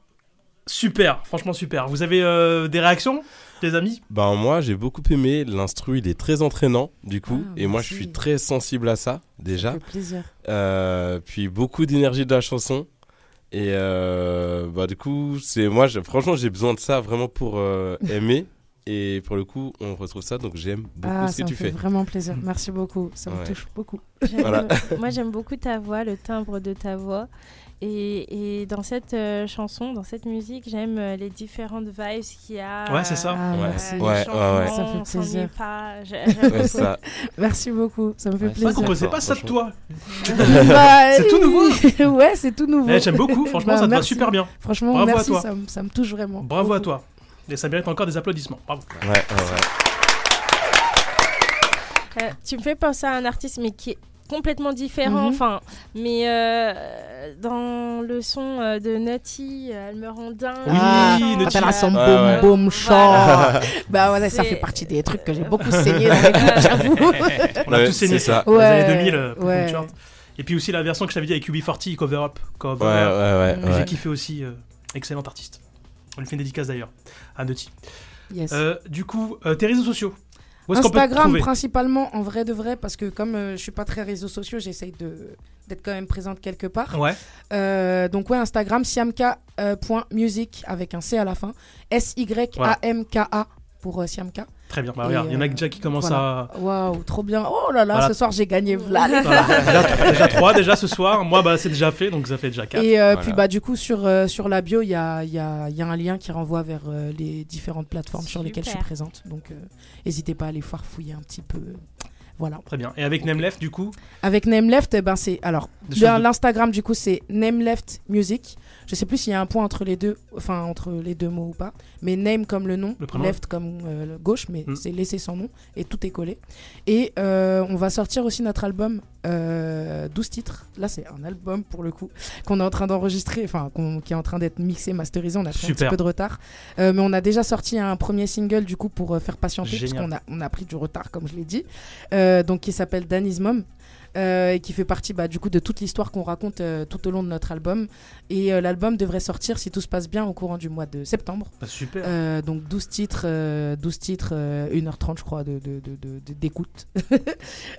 Speaker 4: super, franchement super. Vous avez euh, des réactions, les amis
Speaker 8: Ben moi j'ai beaucoup aimé l'instru, il est très entraînant du coup et moi je suis très sensible à ça déjà.
Speaker 6: Ah, fait plaisir.
Speaker 8: Euh, puis beaucoup d'énergie de la chanson et euh, bah du coup c'est moi j'ai- franchement j'ai besoin de ça vraiment pour
Speaker 6: [LAUGHS]
Speaker 8: euh, aimer et pour le coup on retrouve ça donc j'aime beaucoup
Speaker 6: Ah,
Speaker 8: ce que
Speaker 6: ça me
Speaker 8: tu
Speaker 6: fait
Speaker 8: fais.
Speaker 6: vraiment plaisir. Merci beaucoup. Ça me
Speaker 8: Ouais.
Speaker 6: touche beaucoup.
Speaker 7: J'aime-
Speaker 6: [LAUGHS]
Speaker 8: Voilà.
Speaker 7: Moi, j'aime beaucoup ta voix, le timbre de ta voix. Et, et dans cette euh, chanson, dans cette musique, j'aime euh, les différentes vibes qu'il y a.
Speaker 4: Ouais, c'est ça. Ah,
Speaker 7: euh,
Speaker 4: merci.
Speaker 7: les
Speaker 4: Ouais, ouais,
Speaker 7: changements,
Speaker 4: ouais.
Speaker 6: Ça fait
Speaker 7: on s'ennuie
Speaker 6: plaisir.
Speaker 7: pas.
Speaker 6: [LAUGHS]
Speaker 7: J'ai- j'aime beaucoup.
Speaker 6: Merci beaucoup. Ça me fait
Speaker 4: Ouais, c'est
Speaker 6: plaisir.
Speaker 4: vrai qu'on connaissait pas ça de toi.
Speaker 6: Bah,
Speaker 4: [LAUGHS] C'est tout
Speaker 6: nouveau. [LAUGHS] ouais, c'est tout nouveau.
Speaker 4: Eh, J'aime beaucoup, franchement,
Speaker 6: Bah,
Speaker 4: ça te va
Speaker 6: merci.
Speaker 4: super bien.
Speaker 6: Franchement,
Speaker 4: Bravo
Speaker 6: merci.
Speaker 4: à toi.
Speaker 6: Ça, me- ça me touche vraiment.
Speaker 4: Bravo à toi. Et ça mérite encore des applaudissements. Bravo.
Speaker 8: Ouais, ouais, ouais.
Speaker 7: Euh, tu me fais penser à un artiste, mais qui est complètement différent.
Speaker 6: Mhm.
Speaker 7: Enfin, mais euh, dans le son euh, de Nutty, euh, elle me rend dingue.
Speaker 6: Ah,
Speaker 7: machin,
Speaker 6: quand elle a son
Speaker 7: euh,
Speaker 6: boom
Speaker 7: voilà.
Speaker 6: boom
Speaker 7: Voilà.
Speaker 6: chant. bah voilà, ça
Speaker 7: C'est-
Speaker 6: fait partie des trucs que j'ai beaucoup saigné dans les clips, j'avoue.
Speaker 4: [LAUGHS] On a
Speaker 8: Ouais,
Speaker 4: tous saigné
Speaker 8: c'est ça.
Speaker 4: les
Speaker 6: Ouais,
Speaker 4: années 2000. euh, pour
Speaker 6: ouais.
Speaker 4: Pop Chart. Et puis aussi la version que je t'avais dit avec UB40, Cover Up. Cover
Speaker 8: Ouais,
Speaker 4: Up,
Speaker 8: ouais, ouais,
Speaker 4: que J'ai
Speaker 8: ouais.
Speaker 4: kiffé aussi. euh, excellent artiste. On lui fait une dédicace d'ailleurs à Nutty.
Speaker 6: Yes.
Speaker 4: Euh, du coup, euh, tes réseaux sociaux. Où est-ce qu'on peut te
Speaker 6: Instagram
Speaker 4: trouver
Speaker 6: principalement en vrai de vrai parce que comme euh, je suis pas très réseaux sociaux j'essaye de d'être quand même présente quelque part
Speaker 4: Ouais.
Speaker 6: Euh, donc ouais Instagram siamka.music avec un C à la fin S Y A M K A pour euh, siamka
Speaker 4: Très bien, bah regarde, il y en a déjà qui commencent
Speaker 6: euh, voilà. waouh trop bien oh là là
Speaker 4: Voilà.
Speaker 6: ce soir j'ai gagné
Speaker 4: à.
Speaker 6: voilà, les [LAUGHS]
Speaker 4: Voilà,
Speaker 6: gars.
Speaker 4: déjà, trois- déjà trois
Speaker 6: [LAUGHS]
Speaker 4: déjà ce soir. Moi, bah, c'est déjà fait, donc ça fait déjà quatre.
Speaker 6: Et euh,
Speaker 4: Voilà.
Speaker 6: puis bah du coup sur, euh, sur la bio il y a, il y a- il y a un lien qui renvoie vers euh, les différentes plateformes sur lesquelles je suis
Speaker 7: Super.
Speaker 6: présente. Donc euh, n'hésitez pas à aller farfouiller un petit peu. euh, Voilà.
Speaker 4: Très bien. Et avec Nemlef, du coup
Speaker 6: Avec Nameleft, eh ben c'est alors
Speaker 4: Des
Speaker 6: le-
Speaker 4: choses de-
Speaker 6: l'Instagram du coup c'est Nameleft Music. Je sais plus s'il y a un point entre les deux, enfin entre les deux mots ou pas. Mais name comme le nom,
Speaker 4: Le prénom. Mm.
Speaker 6: left comme euh, le gauche, mais c'est laissé sans nom et tout est collé. Et euh, on va sortir aussi notre album euh, 12 titres. Là c'est un album pour le coup qu'on est en train d'enregistrer, enfin qu'on- qui est en train d'être mixé, masterisé. On a pris un
Speaker 4: Super.
Speaker 6: petit peu de retard, Euh, mais on a déjà sorti un premier single du coup pour euh, faire patienter parce
Speaker 4: Génial.
Speaker 6: qu'on a on a pris du retard, comme je l'ai dit, euh, donc qui s'appelle Danny's Mom. euh, et qui fait partie bah, du coup de toute l'histoire qu'on raconte euh, tout au long de notre album. Et euh, l'album devrait sortir, si tout se passe bien, au courant du mois de septembre.
Speaker 4: Bah, super.
Speaker 6: Euh, donc 12 titres, euh, 12 titres euh, 1h30 je crois de- de- de- de- de- d'écoute. [LAUGHS]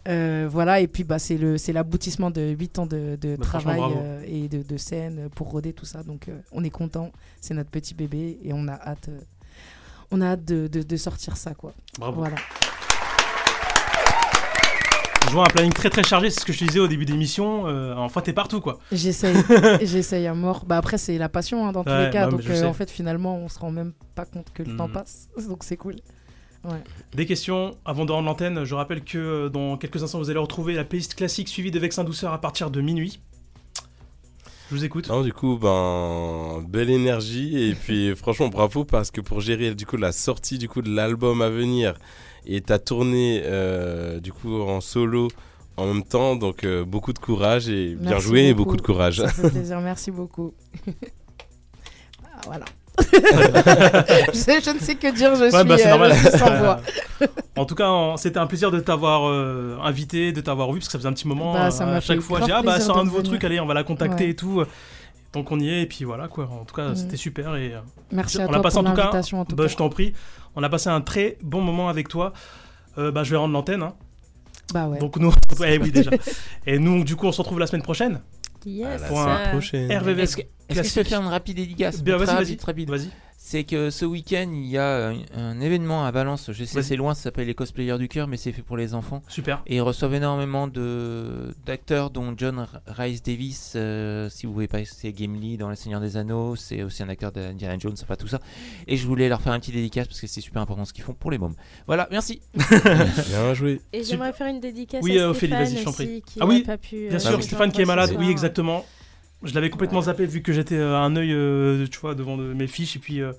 Speaker 6: Euh, voilà, et puis bah, c'est le- c'est l'aboutissement de 8 ans de, de
Speaker 4: Bah, franchement,
Speaker 6: travail
Speaker 4: bravo.
Speaker 6: euh, et de, de scène pour roder tout ça. Donc euh, on est content, c'est notre petit bébé et on a hâte, euh, on a hâte de, de- de sortir ça. quoi.
Speaker 4: Bravo.
Speaker 6: Voilà.
Speaker 4: Je vois un planning très très chargé, c'est ce que je te disais au début de l'émission. Euh, enfin, t'es partout quoi. [LAUGHS]
Speaker 6: J'essaye, j'essaye à mort. Bah après c'est la passion hein, dans tous
Speaker 4: Ouais,
Speaker 6: les cas,
Speaker 4: bah, mais
Speaker 6: donc
Speaker 4: je
Speaker 6: euh,
Speaker 4: sais.
Speaker 6: en fait finalement on se rend même pas compte que le temps
Speaker 4: Mhm.
Speaker 6: passe, [LAUGHS] donc c'est cool. Ouais.
Speaker 4: Des questions avant de rendre l'antenne. Je rappelle que euh, dans quelques instants, vous allez retrouver la playlist classique suivie de Vexin Douceur à partir de minuit. Je vous écoute.
Speaker 8: Non, du coup, ben, belle énergie.
Speaker 4: [LAUGHS]
Speaker 8: Et puis, franchement, bravo parce que pour gérer du coup, la sortie du coup, de l'album à venir et ta tournée euh, du coup, en solo en même temps, donc euh, beaucoup de courage et bien
Speaker 6: Merci
Speaker 8: joué et beaucoup de courage.
Speaker 6: Ça fait plaisir, merci beaucoup. [LAUGHS] Ah, voilà. [LAUGHS] je, sais- je ne sais que dire, je
Speaker 4: Ouais,
Speaker 6: suis
Speaker 4: bah, c'est
Speaker 6: euh,
Speaker 4: normal.
Speaker 6: je
Speaker 4: [LAUGHS]
Speaker 6: suis sans voix.
Speaker 4: en tout cas, en- c'était un plaisir de t'avoir euh, invité, de t'avoir vu, parce que ça faisait un petit moment.
Speaker 6: Bah, ça
Speaker 4: euh,
Speaker 6: m'a
Speaker 4: à
Speaker 6: fait
Speaker 4: chaque fois,
Speaker 6: grave
Speaker 4: j'ai ah bah
Speaker 6: plaisir
Speaker 4: sort un
Speaker 6: de
Speaker 4: nouveau
Speaker 6: venir.
Speaker 4: truc, allez, on va la contacter
Speaker 6: Ouais.
Speaker 4: et tout. euh, Tant qu'on y est, et puis voilà quoi. En tout cas,
Speaker 6: Mhm.
Speaker 4: c'était super et euh,
Speaker 6: Merci
Speaker 4: on
Speaker 6: à
Speaker 4: a
Speaker 6: toi
Speaker 4: passé
Speaker 6: pour
Speaker 4: en tout cas.
Speaker 6: l'invitation, en tout
Speaker 4: bah,
Speaker 6: cas.
Speaker 4: je t'en prie. On a passé un très bon moment avec toi. Euh, bah, je vais rendre l'antenne. hein.
Speaker 6: Bah ouais.
Speaker 4: Donc nous, [LAUGHS] eh oui déjà. Et nous, du coup, on se retrouve la semaine prochaine.
Speaker 7: Yes.
Speaker 4: Pour un RVVS
Speaker 5: Est-ce que, est-ce que je peux
Speaker 4: classique.
Speaker 5: faire une rapide dédicace
Speaker 4: Bien,
Speaker 5: Très
Speaker 4: vas-y,
Speaker 5: rapide,
Speaker 4: vas-y.
Speaker 5: très rapide.
Speaker 4: Vas-y.
Speaker 5: C'est que ce week-end, il y a euh, un événement à Valence. Je sais, c'est loin, ça s'appelle les cosplayers du cœur, mais c'est fait pour les enfants.
Speaker 4: Super.
Speaker 5: Et ils reçoivent énormément de, d'acteurs, dont John Rice Davis. euh, si vous voulez passer Gimli dans Les Seigneurs des Anneaux, c'est aussi un acteur d'Indiana Jones, enfin tout ça. Et je voulais leur faire un petit dédicace parce que c'est super important ce qu'ils font pour les mômes. Voilà, merci.
Speaker 8: [LAUGHS] bien joué.
Speaker 7: Et j'aimerais faire une dédicace
Speaker 4: Oui,
Speaker 7: à
Speaker 4: euh, Ophélie,
Speaker 7: Stéphane
Speaker 4: vas-y, je t'en
Speaker 7: aussi,
Speaker 4: prie.
Speaker 7: qui
Speaker 4: Ah oui,
Speaker 7: n'a pas pu,
Speaker 4: bien
Speaker 7: euh,
Speaker 4: sûr,
Speaker 7: nous
Speaker 4: Stéphane qui est
Speaker 7: rejoindre
Speaker 4: malade,
Speaker 7: ce
Speaker 4: oui,
Speaker 7: soir.
Speaker 4: exactement. Je l'avais complètement zappé vu que j'étais euh, à un œil, euh, tu vois, devant de- mes fiches et puis, euh,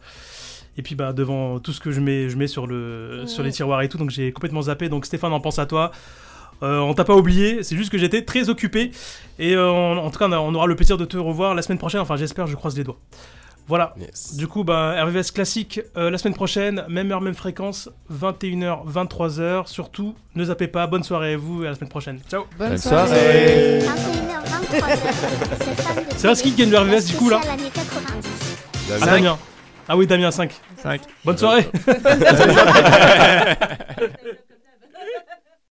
Speaker 4: et puis bah, devant tout ce que je mets, je mets sur, le,
Speaker 8: Ouais.
Speaker 4: sur les tiroirs et tout, donc j'ai complètement zappé. Donc Stéphane, on pense à toi. Euh, on t'a pas oublié, c'est juste que j'étais très occupé. Et euh, on- en tout cas, on a- on aura le plaisir de te revoir la semaine prochaine. Enfin, j'espère, je croise les doigts. Voilà. Du coup, bah, RVS classique, euh, la semaine prochaine, même heure, même fréquence, 21h, 23h. Surtout, ne zappez pas. Bonne soirée à vous et à la semaine prochaine. Ciao.
Speaker 6: Bonne Bonne soirée. soirée.
Speaker 1: 21h23, c'est fan de
Speaker 4: C'est vrai ce qui gagne le
Speaker 1: télé, la
Speaker 4: RVS du coup là
Speaker 1: spéciale année 90.
Speaker 4: Ah, [LAUGHS]
Speaker 1: Cinq.
Speaker 6: [LAUGHS]
Speaker 4: Damien. Ah oui, Damien, 5. 5. Bonne soirée.